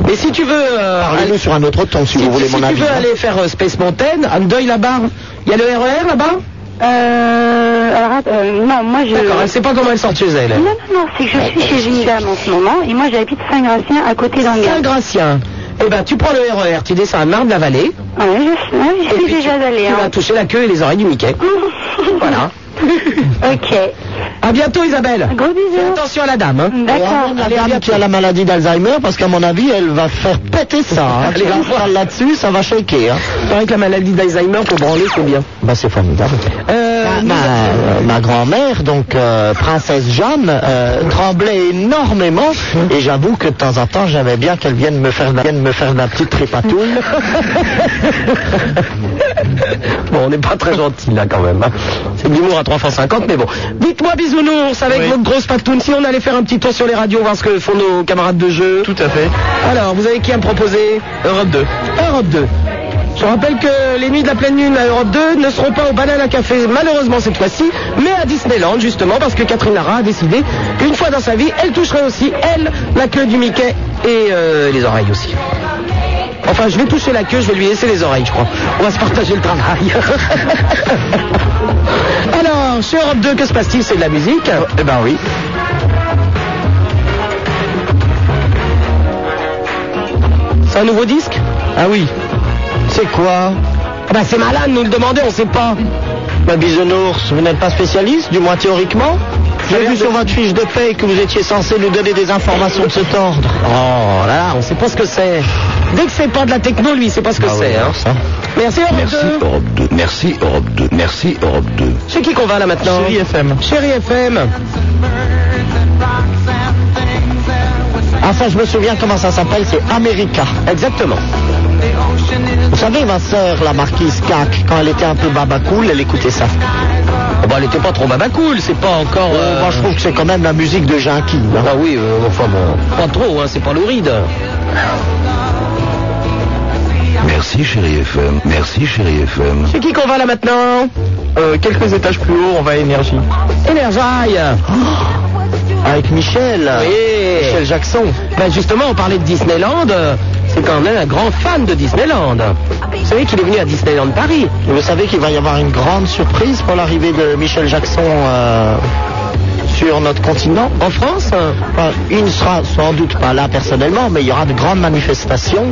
[SPEAKER 4] Mais si tu veux. euh,
[SPEAKER 6] Parlez-nous sur un autre ton si, vous voulez
[SPEAKER 4] si
[SPEAKER 6] mon
[SPEAKER 4] tu
[SPEAKER 6] avis. hein.
[SPEAKER 4] veux aller faire euh, Space Mountain, à deuil là-bas, il y a le RER là-bas
[SPEAKER 27] Euh, alors, att- euh, non, moi je...
[SPEAKER 4] D'accord, elle sait pas comment elle sort de chez elle.
[SPEAKER 27] Non, non, non, c'est que je suis chez une dame en ce moment, et moi j'habite Saint-Gratien, à côté d'Anguin.
[SPEAKER 4] Saint-Gratien. Eh ben, tu prends le RER, tu descends à Marne-la-Vallée.
[SPEAKER 27] Ouais, je suis, ouais, j'y
[SPEAKER 4] et
[SPEAKER 27] suis
[SPEAKER 4] puis tu-
[SPEAKER 27] déjà allée.
[SPEAKER 4] Tu
[SPEAKER 27] hein. (laughs)
[SPEAKER 4] vas toucher la queue et les oreilles du Mickey. voilà.
[SPEAKER 27] ok.
[SPEAKER 4] Alors, À bientôt, Isabelle.
[SPEAKER 27] Gros bisous.
[SPEAKER 4] Attention à la dame. hein.
[SPEAKER 6] On ramène la dame qui a la maladie d'Alzheimer parce qu'à mon avis, elle va faire péter ça. hein.
[SPEAKER 4] Allez,
[SPEAKER 6] Si on parle là-dessus, ça va shaker. hein.
[SPEAKER 4] Il paraît que la maladie d'Alzheimer, pour branler, c'est bien.
[SPEAKER 6] Bah, c'est formidable. Ma- ma, euh, ma grand-mère, donc euh, princesse Jeanne, euh, tremblait énormément et j'avoue que de temps en temps, j'aimais bien qu'elle vienne me faire la, vienne me faire la petite (laughs) tripatouille.
[SPEAKER 4] Bon, on n'est pas très gentil là quand même. hein. C'est de l'humour à 3 francs 50, mais bon. Dites-moi bisounours avec votre grosse patoune. Si on allait faire un petit tour sur les radios, voir ce que font nos camarades de jeu. Tout à fait. Alors, vous avez qui à me proposer Europe 2. Europe 2. Je rappelle que les nuits de la pleine lune à Europe 2 ne seront pas au Banana Café, malheureusement cette fois-ci, mais à Disneyland, justement, parce que Catherine Lara a décidé qu'une fois dans sa vie, elle toucherait aussi, elle, la queue du Mickey et euh, les oreilles aussi. Enfin, je vais toucher la queue, je vais lui laisser les oreilles, je crois. On va se partager le travail. (laughs) Alors, chez Europe 2, que se passe-t-il C'est de la musique Eh ben oui. C'est un nouveau disque Ah oui. C'est quoi Bah c'est malade de nous le demander, on sait pas. Bah,
[SPEAKER 6] Ma bisounours, vous n'êtes pas spécialiste, du moins théoriquement j'ai vu sur votre fiche de paye que vous étiez censé nous donner des informations de ce ordre.
[SPEAKER 4] Oh là là, on sait pas ce que c'est. Dès que c'est pas de la techno, lui, il sait pas
[SPEAKER 6] Ah
[SPEAKER 4] ce que c'est. hein. Merci Europe 2.
[SPEAKER 1] Europe 2. Merci Europe 2. Merci Europe 2.
[SPEAKER 4] Chez qui qu'on va là maintenant Chérie FM. Chérie FM.
[SPEAKER 6] Ah ça, je me souviens comment ça s'appelle, c'est America.
[SPEAKER 4] Exactement.
[SPEAKER 6] Vous savez, ma sœur, la marquise Cac, quand elle était un peu babacool, elle écoutait ça.
[SPEAKER 4] bah, elle était pas trop babacool, c'est pas encore... euh,
[SPEAKER 6] Moi, je trouve que c'est quand même la musique de Junkie. hein.
[SPEAKER 4] Ah oui, euh, enfin bon, pas trop, hein, c'est pas louride.
[SPEAKER 1] Merci chérie FM. Merci chérie FM.
[SPEAKER 4] Chez qui qu'on va là maintenant
[SPEAKER 7] euh,
[SPEAKER 3] Quelques étages plus haut, on va à énergie.
[SPEAKER 4] Énergie
[SPEAKER 6] Avec Michel.
[SPEAKER 4] Oh. Oui.
[SPEAKER 6] Michel Jackson.
[SPEAKER 4] Ben justement, on parlait de Disneyland. euh, C'est quand même un grand fan de Disneyland. Vous savez qu'il est venu à Disneyland Paris.
[SPEAKER 6] Et vous savez qu'il va y avoir une grande surprise pour l'arrivée de Michel Jackson euh, sur notre continent.
[SPEAKER 4] En France
[SPEAKER 6] Enfin, euh, il ne sera sans doute pas là personnellement, mais il y aura de grandes manifestations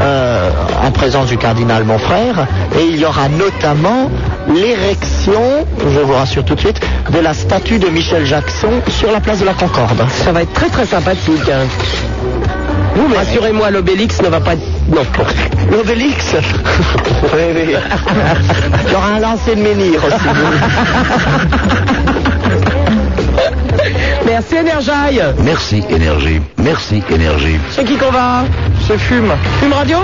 [SPEAKER 6] euh, en présence du cardinal mon frère, et il y aura notamment l'érection, je vous rassure tout de suite, de la statue de Michel Jackson sur la place de la Concorde.
[SPEAKER 4] Ça va être très très sympathique. hein. Rassurez-moi, l'obélix ne va pas... Non. (laughs)
[SPEAKER 6] L'obélix Oui, oui. Il y aura un lancer de menhir
[SPEAKER 4] (laughs) Merci Énergie
[SPEAKER 1] Merci énergie. Merci énergie.
[SPEAKER 4] Chez qui qu'on va hein
[SPEAKER 3] Je fume.
[SPEAKER 4] Fume Radio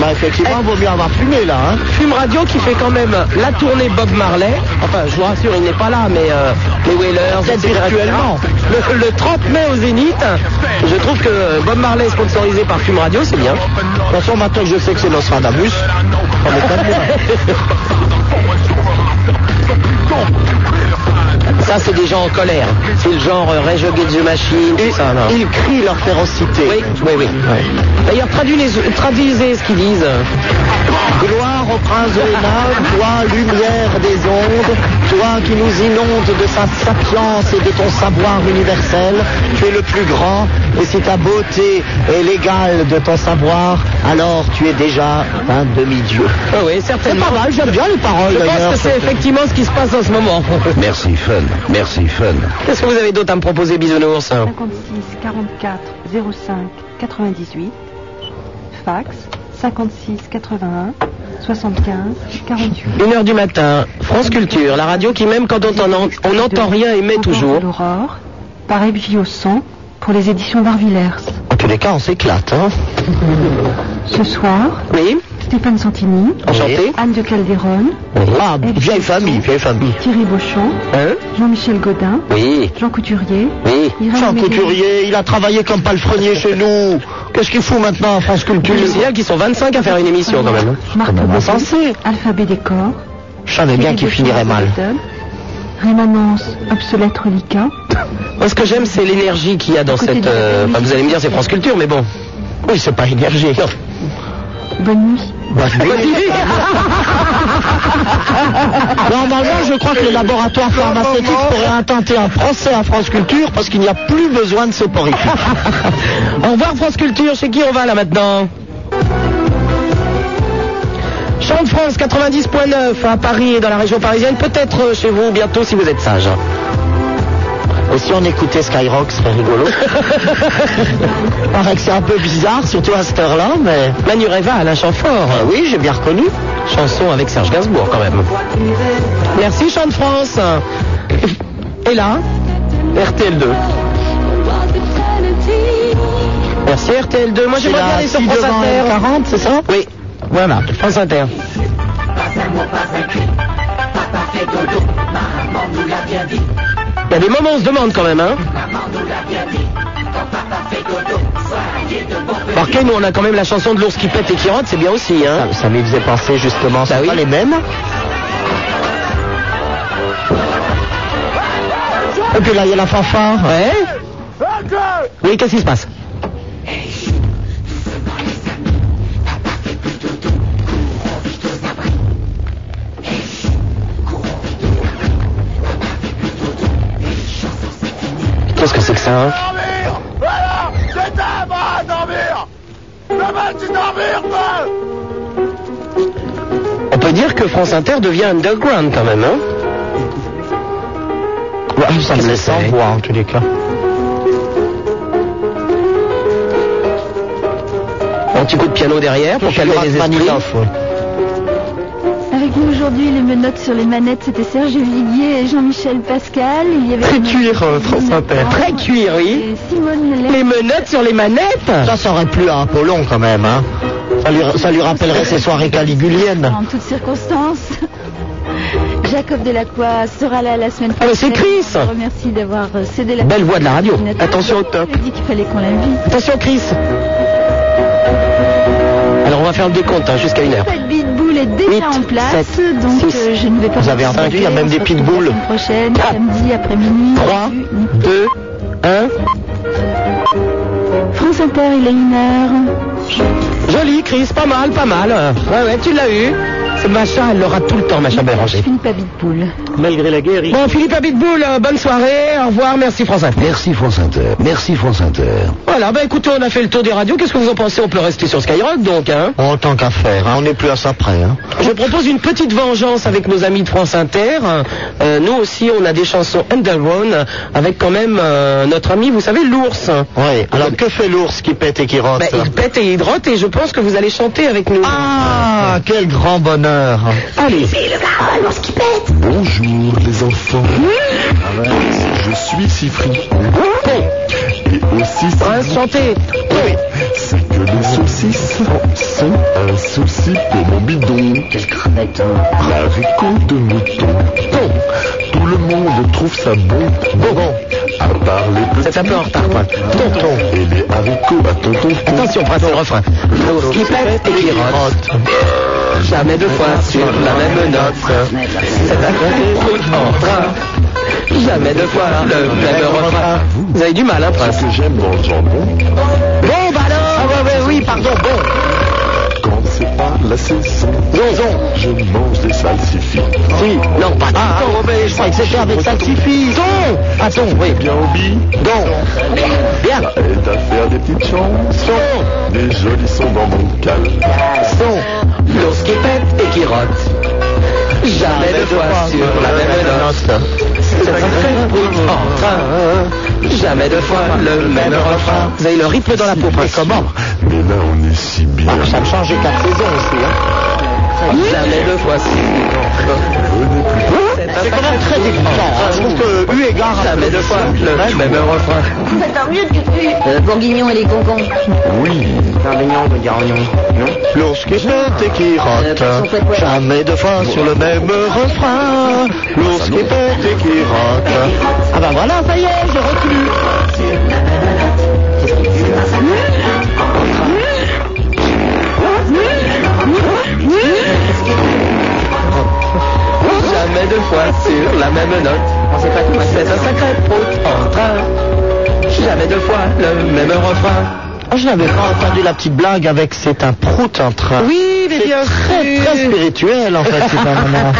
[SPEAKER 6] bah, effectivement, il vaut mieux avoir fumé là. Hein.
[SPEAKER 4] Fume Radio qui fait quand même la tournée Bob Marley. Enfin, je vous rassure, il n'est pas là, mais euh, les Wailers,
[SPEAKER 6] Peut-être
[SPEAKER 4] etc.,
[SPEAKER 6] virtuellement.
[SPEAKER 4] etc. Le, le 30 mai au Zénith, je trouve que Bob Marley est sponsorisé par Fume Radio, c'est bien.
[SPEAKER 6] De toute façon, maintenant que je sais que c'est Nostradamus, on est pas
[SPEAKER 4] Ça, c'est des gens en colère. C'est le genre euh, Rage Against the Machine, tout ça, là.
[SPEAKER 6] Ils crient leur férocité.
[SPEAKER 4] Oui, oui, oui. D'ailleurs, traduisez, traduisez ce qu'ils disent.
[SPEAKER 6] Gloire au prince de Hénin, toi lumière des ondes, toi qui nous inonde de sa sapience et de ton savoir universel, tu es le plus grand, et si ta beauté est l'égale de ton savoir, alors tu es déjà un demi-dieu.
[SPEAKER 4] Ah oui, certainement.
[SPEAKER 6] Pas mal, j'aime bien les paroles
[SPEAKER 4] Je
[SPEAKER 6] d'ailleurs.
[SPEAKER 4] pense que c'est effectivement ce qui se passe en ce moment. (laughs)
[SPEAKER 1] Merci fun. Merci fun.
[SPEAKER 4] Qu'est-ce que vous avez d'autre à me proposer, bisounours
[SPEAKER 8] 56 44 05 98, fax 56 81 75 48.
[SPEAKER 4] Une heure du matin, France Culture, la radio qui même quand on en- on n'entend rien émet
[SPEAKER 8] Encore
[SPEAKER 4] toujours.
[SPEAKER 8] L'aurore, par Ebvio 100 pour les éditions Barvillers.
[SPEAKER 6] En tous les cas, on s'éclate. Hein.
[SPEAKER 8] Ce soir,
[SPEAKER 4] Oui,
[SPEAKER 8] Stéphane Santini,
[SPEAKER 4] enchanté.
[SPEAKER 8] Anne de Calderon,
[SPEAKER 6] Ah, vieille famille, vieille famille.
[SPEAKER 8] Thierry Beauchamp,
[SPEAKER 4] Hein
[SPEAKER 8] Jean-Michel Godin,
[SPEAKER 4] Oui,
[SPEAKER 8] Jean Couturier,
[SPEAKER 4] oui.
[SPEAKER 8] Irène
[SPEAKER 6] Jean
[SPEAKER 8] Médée,
[SPEAKER 6] Couturier, il a travaillé comme palefrenier chez nous. Qu'est-ce qu'il fout maintenant à France
[SPEAKER 4] Je
[SPEAKER 6] Culture
[SPEAKER 4] me signale qu'ils sont 25 à faire une émission
[SPEAKER 6] Ah
[SPEAKER 4] quand même. hein.
[SPEAKER 8] Marc
[SPEAKER 6] Comment
[SPEAKER 8] Bobo,
[SPEAKER 6] penser
[SPEAKER 8] Alphabet des corps,
[SPEAKER 6] Je savais Ah, bien qu'il finirait mal.
[SPEAKER 8] Rémanence, obsolète reliquat,
[SPEAKER 4] Moi, ce que j'aime, c'est l'énergie qu'il y a dans
[SPEAKER 8] Côté
[SPEAKER 4] cette.
[SPEAKER 8] de la
[SPEAKER 4] euh,
[SPEAKER 8] famille.
[SPEAKER 4] enfin, vous allez me dire, c'est France Culture, mais bon.
[SPEAKER 6] Oui, c'est pas énergie.
[SPEAKER 8] bonne nuit. (laughs)
[SPEAKER 6] (laughs) Normalement, je crois que les laboratoires pharmaceutiques pourraient intenter un procès à France Culture parce qu'il n'y a plus besoin de ce porifique.
[SPEAKER 4] (laughs) Au revoir, France Culture. Chez qui on va là maintenant Chant de France 90.9 à Paris et dans la région parisienne, peut-être euh, chez vous bientôt si vous êtes sage. (laughs)
[SPEAKER 7] Et si on écoutait Skyrock, ce serait rigolo. Il (laughs) paraît que c'est un peu bizarre, surtout à cette heure-là, mais...
[SPEAKER 4] Manu Reva, Alain Chamfort.
[SPEAKER 7] oui, j'ai bien reconnu.
[SPEAKER 4] Chanson avec Serge Gainsbourg quand même. Merci Chant de France. Et là, RTL2. Merci RTL2. Moi j'aimerais bien aller sur France Inter.
[SPEAKER 7] 40, c'est ça
[SPEAKER 4] Oui. Voilà, France Inter. Il y a des moments où on se demande quand même, hein Remarquez, nous on a quand même la chanson de l'ours qui pète et qui rentre, c'est bien aussi, hein Bah
[SPEAKER 7] Ça m'y faisait penser justement, c'est pas les mêmes. Et puis là, il y a la fanfare.
[SPEAKER 4] Ouais. Oui, qu'est-ce qui se passe Qu'est-ce que c'est que ça hein
[SPEAKER 28] Voilà C'est ta va dormir Demain tu dormir, toi
[SPEAKER 4] On peut dire que France Inter devient underground quand même, hein
[SPEAKER 7] Ouais, ça me laisse sans voix en tous les cas.
[SPEAKER 4] Un petit coup de piano derrière pour calmer les esprits.
[SPEAKER 27] Avec nous aujourd'hui, les menottes sur les manettes, c'était Serge Viguier et Jean-Michel Pascal. Il y avait
[SPEAKER 7] Très cuir, euh, France Inter.
[SPEAKER 4] Très cuir, oui.
[SPEAKER 27] et Simone Lé-
[SPEAKER 4] Les menottes sur les manettes
[SPEAKER 7] Ça, ça aurait plu à Apollon quand même, hein. Ça lui, ça lui rappellerait ses soirées caliguliennes.
[SPEAKER 27] en toutes circonstances. (laughs) Jacob Delacroix sera là la semaine
[SPEAKER 4] Ah,
[SPEAKER 27] prochaine.
[SPEAKER 4] mais c'est Chris
[SPEAKER 27] On le remercie d'avoir euh, cédé la
[SPEAKER 4] Belle voix de la radio. Attention au top.
[SPEAKER 27] Il a dit qu'il fallait qu'on l'invite.
[SPEAKER 4] Attention Chris Alors on va faire le décompte hein, jusqu'à une heure.
[SPEAKER 27] Pas de pitbull est déjà en place, donc euh, je ne vais pas.
[SPEAKER 7] Vous avez entendu, il y a même des pitbulls.
[SPEAKER 27] La semaine prochaine, samedi après-midi.
[SPEAKER 7] 3, 2, 1.
[SPEAKER 27] France Inter, il est une heure.
[SPEAKER 4] Joli Chris, pas mal, pas mal. hein. Ouais ouais, tu l'as eu. C'est Macha, elle l'aura tout le temps, Macha Béranger.
[SPEAKER 27] Philippe Abitpoul.
[SPEAKER 7] Malgré la guerre,
[SPEAKER 4] Bon, Philippe Abitboul, euh, bonne soirée, au revoir, merci France Inter.
[SPEAKER 29] Merci France Inter. Merci France Inter.
[SPEAKER 4] Voilà, bah écoutez, on a fait le tour des radios, qu'est-ce que vous en pensez On peut rester sur Skyrock donc, hein
[SPEAKER 7] En tant qu'à faire, hein, on n'est plus à ça près. Hein.
[SPEAKER 4] Je propose une petite vengeance avec nos amis de France Inter. Euh, nous aussi, on a des chansons underground avec quand même euh, notre ami, vous savez, l'ours.
[SPEAKER 7] Oui, alors que fait l'ours qui pète et qui rote
[SPEAKER 4] Bah, il pète et il rote et je pense que vous allez chanter avec nous.
[SPEAKER 7] Ah, quel grand bonheur
[SPEAKER 4] Allez.
[SPEAKER 1] Bonjour les enfants. Ah Je suis Sifri. Et aussi
[SPEAKER 4] Prince, chantez.
[SPEAKER 1] c'est que les saucisses sont un souci pour mon bidon. Quelle cravate Haricot de mouton. Bon. Tout le monde trouve ça bon. Bon, bon. Ah bah, À part les petits.
[SPEAKER 4] C'est un peu en retard, quoi.
[SPEAKER 1] Tonton. Et les haricots à Ah, tonton.
[SPEAKER 4] Attention, Prince, le refrain. L'ours qui pète et qui rote. Jamais deux fois sur la même note. C'est un coup en train. Jamais deux fois le même refrain. Vous avez du mal, hein, Prince
[SPEAKER 1] Ce que j'aime dans le jambon,
[SPEAKER 4] Bon, bah alors
[SPEAKER 7] Oui, pardon, bon
[SPEAKER 1] quand c'est pas la saison, je mange des salsifis.
[SPEAKER 7] Si, non, pas ah, ah, mais je croyais que c'était avec salsifis Don Attends, oui,
[SPEAKER 1] Bien hobby,
[SPEAKER 7] don Bien,
[SPEAKER 1] ça aide à faire des petites chansons. Des jolis sons dans mon calme.
[SPEAKER 7] don
[SPEAKER 4] L'ours qui Ah, pète et qui rote. Jamais deux fois sur la même note. C'est un sacré brut en train. Jamais deux fois le même refrain. Vous avez le rythme dans la peau, Ah, Prince. Comment
[SPEAKER 1] Mais là, on est si bien.
[SPEAKER 7] Ça me change les quatre saisons aussi, hein
[SPEAKER 4] Jamais deux fois sur
[SPEAKER 7] C'est quand même très délicat, hein. je trouve que, eu égard à
[SPEAKER 4] Jamais deux fois le même refrain.
[SPEAKER 7] Euh,
[SPEAKER 30] Bourguignon et les concons.
[SPEAKER 1] Oui,
[SPEAKER 7] L'ours qui pète et qui rote, jamais deux fois sur le même refrain. L'ours qui pète et qui rote. Ah
[SPEAKER 4] bah
[SPEAKER 7] ben voilà, ça y est, j'ai retenu.
[SPEAKER 4] Jamais deux fois sur la même note. C'est un sacré brut en train. Jamais deux fois le même refrain.
[SPEAKER 7] Ah, je n'avais pas entendu la petite blague avec c'est un prout en train.
[SPEAKER 4] Oui, Oui, mais bien
[SPEAKER 6] Très,
[SPEAKER 4] sûr.
[SPEAKER 6] très spirituel, en fait, Supernana.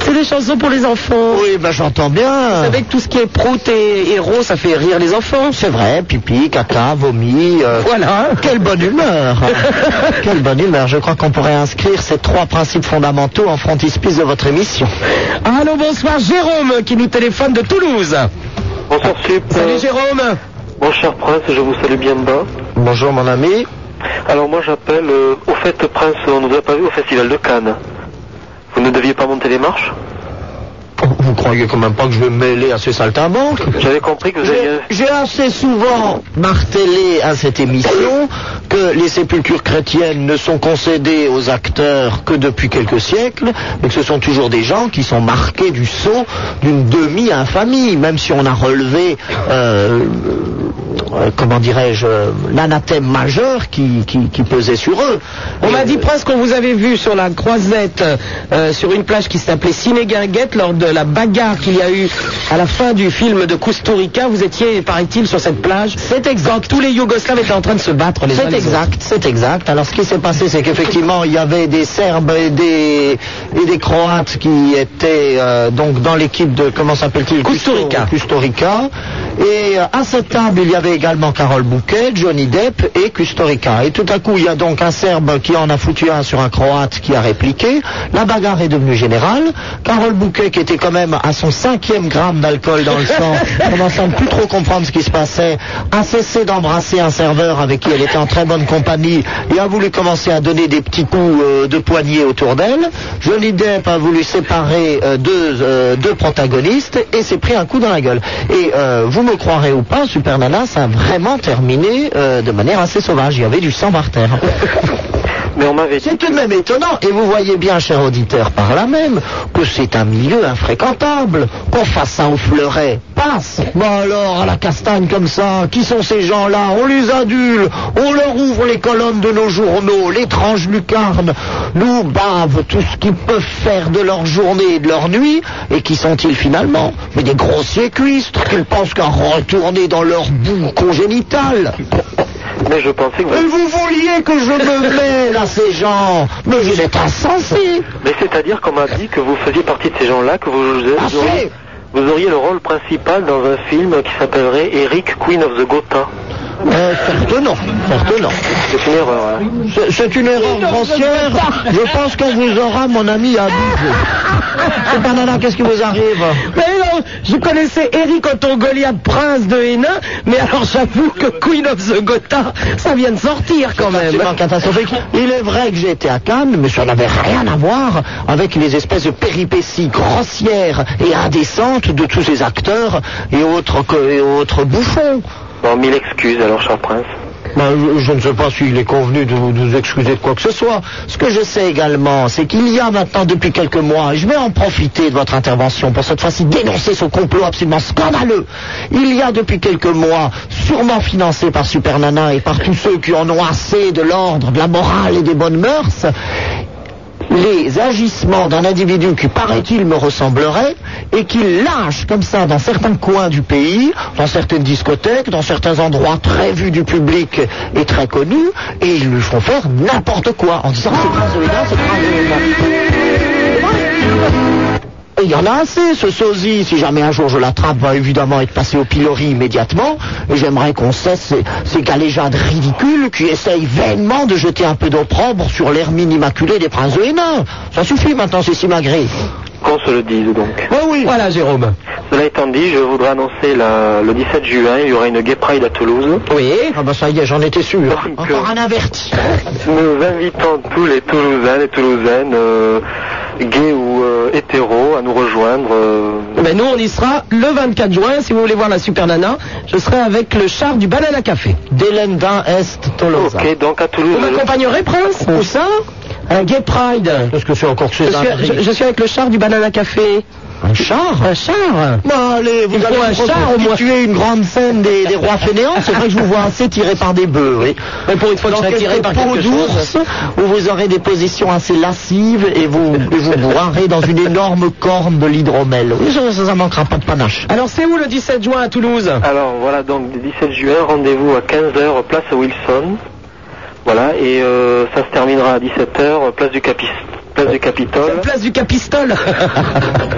[SPEAKER 4] (laughs) C'est des chansons pour les enfants.
[SPEAKER 6] Oui, bah j'entends bien.
[SPEAKER 4] Avec tout ce qui est prout et héros, ça fait rire les enfants.
[SPEAKER 6] C'est vrai, pipi, caca, vomi. euh,
[SPEAKER 4] Voilà.
[SPEAKER 6] Quelle
[SPEAKER 4] (laughs)
[SPEAKER 6] bonne humeur. Quelle bonne humeur. Je crois qu'on pourrait inscrire ces trois principes fondamentaux en frontispice de votre émission.
[SPEAKER 4] Allô, bonsoir, Jérôme qui nous téléphone de Toulouse.
[SPEAKER 10] Bonsoir Sup.
[SPEAKER 4] Salut Jérôme.
[SPEAKER 10] Mon cher prince, je vous salue bien bas.
[SPEAKER 6] Bonjour mon ami.
[SPEAKER 10] Alors moi j'appelle, euh, au fait prince, on ne vous a pas vu au festival de Cannes. Vous ne deviez pas monter les marches
[SPEAKER 6] Vous croyez quand même pas que je vais me mêler à ces saltimbanques
[SPEAKER 10] J'avais compris que vous
[SPEAKER 6] J'ai-
[SPEAKER 10] aviez...
[SPEAKER 6] J'ai assez souvent martelé à cette émission que les sépultures chrétiennes ne sont concédées aux acteurs que depuis quelques siècles, mais que ce sont toujours des gens qui sont marqués du sceau d'une demi-infamie, même si on a relevé, euh, euh, comment dirais-je, euh, l'anathème majeur qui, qui- qui pesait sur eux.
[SPEAKER 4] On m'a dit
[SPEAKER 6] euh,
[SPEAKER 4] presque qu'on vous avait vu sur la croisette, euh, sur une plage qui s'appelait Cinéguinguette, lors de la bagarre qu'il y a eu à la fin du film de Kusturica. Vous étiez, paraît-il, sur cette plage.
[SPEAKER 6] C'est exact.
[SPEAKER 4] Quand tous les Yougoslaves étaient en train de se battre les uns
[SPEAKER 6] C'est
[SPEAKER 4] les autres.
[SPEAKER 6] exact, c'est exact. Alors ce qui s'est passé, c'est qu'effectivement, il y avait des Serbes et des, et des Croates qui étaient euh, donc dans l'équipe de, comment s'appelle-t-il Custorica. Custorica. Et euh, à cette table, il y avait également Carole Bouquet, Johnny Depp et Custorica. Et tout à coup, il y a donc un Serbe qui en a foutu un sur un Croate qui a répliqué. La bagarre est devenue générale. Carole Bouquet, qui était quand même à son cinquième gramme d'alcool dans le sang, commençant à ne plus trop comprendre ce qui se passait, a cessé d'embrasser un serveur avec qui elle était en très bonne compagnie et a voulu commencer à donner des petits coups euh, de poignet autour d'elle. Johnny Depp a voulu séparer euh, deux, euh, deux protagonistes et s'est pris un coup dans la gueule. Et euh, vous me croirez ou pas, Super Nana, ça a vraiment terminé euh, de manière assez sauvage. Il y avait du sang par terre.
[SPEAKER 10] Mais on m'avait dit...
[SPEAKER 6] C'est tout de même étonnant, et vous voyez bien, cher auditeur, par là même, que c'est un milieu infréquentable. Qu'on fasse ça au fleuret, passe. Bah alors, à la castagne comme ça, qui sont ces gens-là On les adule, on leur ouvre les colonnes de nos journaux, l'étrange lucarne, nous bave tout ce qu'ils peuvent faire de leur journée et de leur nuit, et qui sont-ils finalement Mais des grossiers cuistres, qu'ils pensent qu'à retourner dans leur boue congénitale.
[SPEAKER 10] Mais je pensais que
[SPEAKER 6] Mais
[SPEAKER 10] vous...
[SPEAKER 6] vous vouliez que je me mêle à ces gens Mais vous êtes insensé
[SPEAKER 10] Mais c'est-à-dire qu'on m'a dit que vous faisiez partie de ces gens-là, que vous, vous,
[SPEAKER 6] Ah,
[SPEAKER 10] vous auriez, vous auriez le rôle principal dans un film qui s'appellerait Eric, Queen of the Gotha.
[SPEAKER 6] euh, Certes non, certes non.
[SPEAKER 10] C'est une erreur, hein
[SPEAKER 6] C'est- C'est une erreur grossière. Je pense qu'on vous aura, mon ami, (laughs) abusé. C'est pas nana, qu'est-ce qui vous arrive
[SPEAKER 4] Mais non, je connaissais Eric Otongolia, prince de Hénin, mais alors j'avoue que Queen of the Gotha, ça vient de sortir quand même.
[SPEAKER 6] Absolument catastrophique. Il est vrai que j'ai été à Cannes, mais ça n'avait rien à voir avec les espèces de péripéties grossières et indécentes de tous ces acteurs et autres, que- et autres bouffons.
[SPEAKER 10] Bon, mille excuses alors, cher prince.
[SPEAKER 6] Ben, je, je ne sais pas s'il est convenu de vous, de vous excuser de quoi que ce soit. Ce que je sais également, c'est qu'il y a maintenant depuis quelques mois, et je vais en profiter de votre intervention pour cette fois-ci dénoncer ce complot absolument scandaleux. Il y a depuis quelques mois, sûrement financé par Super Nana et par tous ceux qui en ont assez de l'ordre, de la morale et des bonnes mœurs, les agissements d'un individu qui, paraît-il, me ressemblerait et qui lâche comme ça dans certains coins du pays, dans certaines discothèques, dans certains endroits très vus du public et très connus, et ils lui font faire n'importe quoi en disant c'est Prince de Hénin, c'est Prince de Hénin. Et il y en a assez, ce sosie, si jamais un jour je l'attrape, va évidemment être passé au pilori immédiatement, et j'aimerais qu'on cesse ces, ces galéjades ridicules qui essayent vainement de jeter un peu d'opprobre sur l'hermine immaculée des princes de Hénin. Ça suffit maintenant, c'est si magré.
[SPEAKER 10] Qu'on se le dise donc.
[SPEAKER 6] Bah oui.
[SPEAKER 4] Voilà Jérôme.
[SPEAKER 10] Cela étant dit, je voudrais annoncer la- le 17 juin, il y aura une Gay Pride à Toulouse.
[SPEAKER 6] Oui. Ah bah ça y est, j'en étais sûr.
[SPEAKER 10] Donc, euh,
[SPEAKER 6] Encore un averti.
[SPEAKER 10] Nous invitons tous les Toulousains et Toulousaines, euh, gays ou euh, hétéros, à nous rejoindre. euh.
[SPEAKER 4] Mais Ben, nous, on y sera le 24 juin. Si vous voulez voir la Super Nana, je serai avec le char du Banana Café.
[SPEAKER 6] Délendin Est Tolosa.
[SPEAKER 10] Ok, donc à Toulouse.
[SPEAKER 4] Vous m'accompagnerez, Prince Où ça Oh. Un Gay Pride.
[SPEAKER 6] Qu'est-ce que c'est encore que
[SPEAKER 4] Je
[SPEAKER 6] ces dingueries
[SPEAKER 4] suis, je- je suis avec le char du Banana Café.
[SPEAKER 6] Un char
[SPEAKER 4] Un char
[SPEAKER 6] Non, allez, vous
[SPEAKER 4] Il
[SPEAKER 6] allez
[SPEAKER 4] faut un
[SPEAKER 6] vous
[SPEAKER 4] char, au moins.
[SPEAKER 6] reconstituer une grande scène des, des rois fainéants. C'est vrai que je vous vois assez tiré par des bœufs, oui.
[SPEAKER 4] Mais pour une fois que
[SPEAKER 6] Dans
[SPEAKER 4] je serai
[SPEAKER 6] quelques
[SPEAKER 4] tiré par
[SPEAKER 6] peaux
[SPEAKER 4] quelque
[SPEAKER 6] d'ours,
[SPEAKER 4] chose.
[SPEAKER 6] où vous aurez des positions assez lascives et vous et vous boirez dans une énorme corne de l'hydromel. Oui, ça, ça, ça manquera pas de panache.
[SPEAKER 4] Alors, c'est où le 17
[SPEAKER 7] (laughs)
[SPEAKER 4] juin à Toulouse
[SPEAKER 10] Alors voilà, donc le 17 juin, rendez-vous à 15h, place Wilson.
[SPEAKER 7] Voilà, et euh, ça se terminera à 17h, place du, Capis- place du (laughs) Capitole,
[SPEAKER 4] Place du
[SPEAKER 6] (laughs)
[SPEAKER 4] Capistole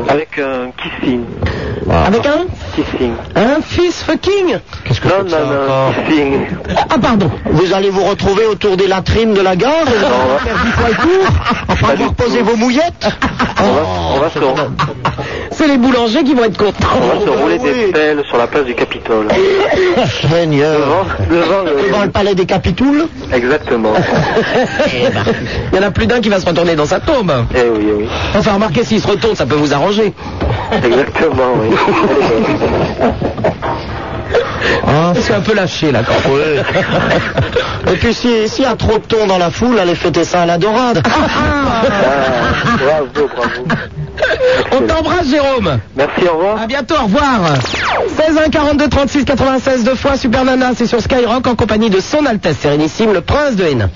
[SPEAKER 7] avec un kissing.
[SPEAKER 4] Avec un
[SPEAKER 7] Kissing.
[SPEAKER 4] Un fist fucking
[SPEAKER 7] Qu'est-ce que non, non, non, (laughs) kissing.
[SPEAKER 4] Ah pardon
[SPEAKER 6] Vous allez vous retrouver autour des latrines de la
[SPEAKER 4] (laughs)
[SPEAKER 6] gare et vous allez faire du poil court après avoir posé vos mouillettes
[SPEAKER 7] On va, se, on
[SPEAKER 4] C'est les boulangers qui vont être contents.
[SPEAKER 7] Oh, va se rouler des pelles sur la place du (laughs) Capitole.
[SPEAKER 6] (laughs) Seigneur
[SPEAKER 7] Devant le-
[SPEAKER 6] Devant le palais des Capitouls
[SPEAKER 4] (laughs)
[SPEAKER 7] Exactement.
[SPEAKER 4] Eh ben, Il y en a plus d'un qui va se retourner dans sa tombe.
[SPEAKER 7] Eh oui, eh oui.
[SPEAKER 4] Enfin, remarquez, s'il se retourne, ça peut vous arranger.
[SPEAKER 7] Exactement,
[SPEAKER 4] (laughs)
[SPEAKER 7] oui.
[SPEAKER 4] Je suis Ah, un peu lâché, là, quand même. (laughs)
[SPEAKER 6] Et puis si- s'il y a trop de thon dans la foule, allez fêter ça à
[SPEAKER 4] (laughs)
[SPEAKER 6] la dorade
[SPEAKER 7] Bravo, bravo.
[SPEAKER 4] On t'embrasse, Jérôme.
[SPEAKER 7] Merci, au revoir.
[SPEAKER 4] À bientôt, au revoir. 16 1 42 36 96 deux fois Super Nana, c'est sur Skyrock en compagnie de son Altesse Sérénissime, le Prince de Hénin.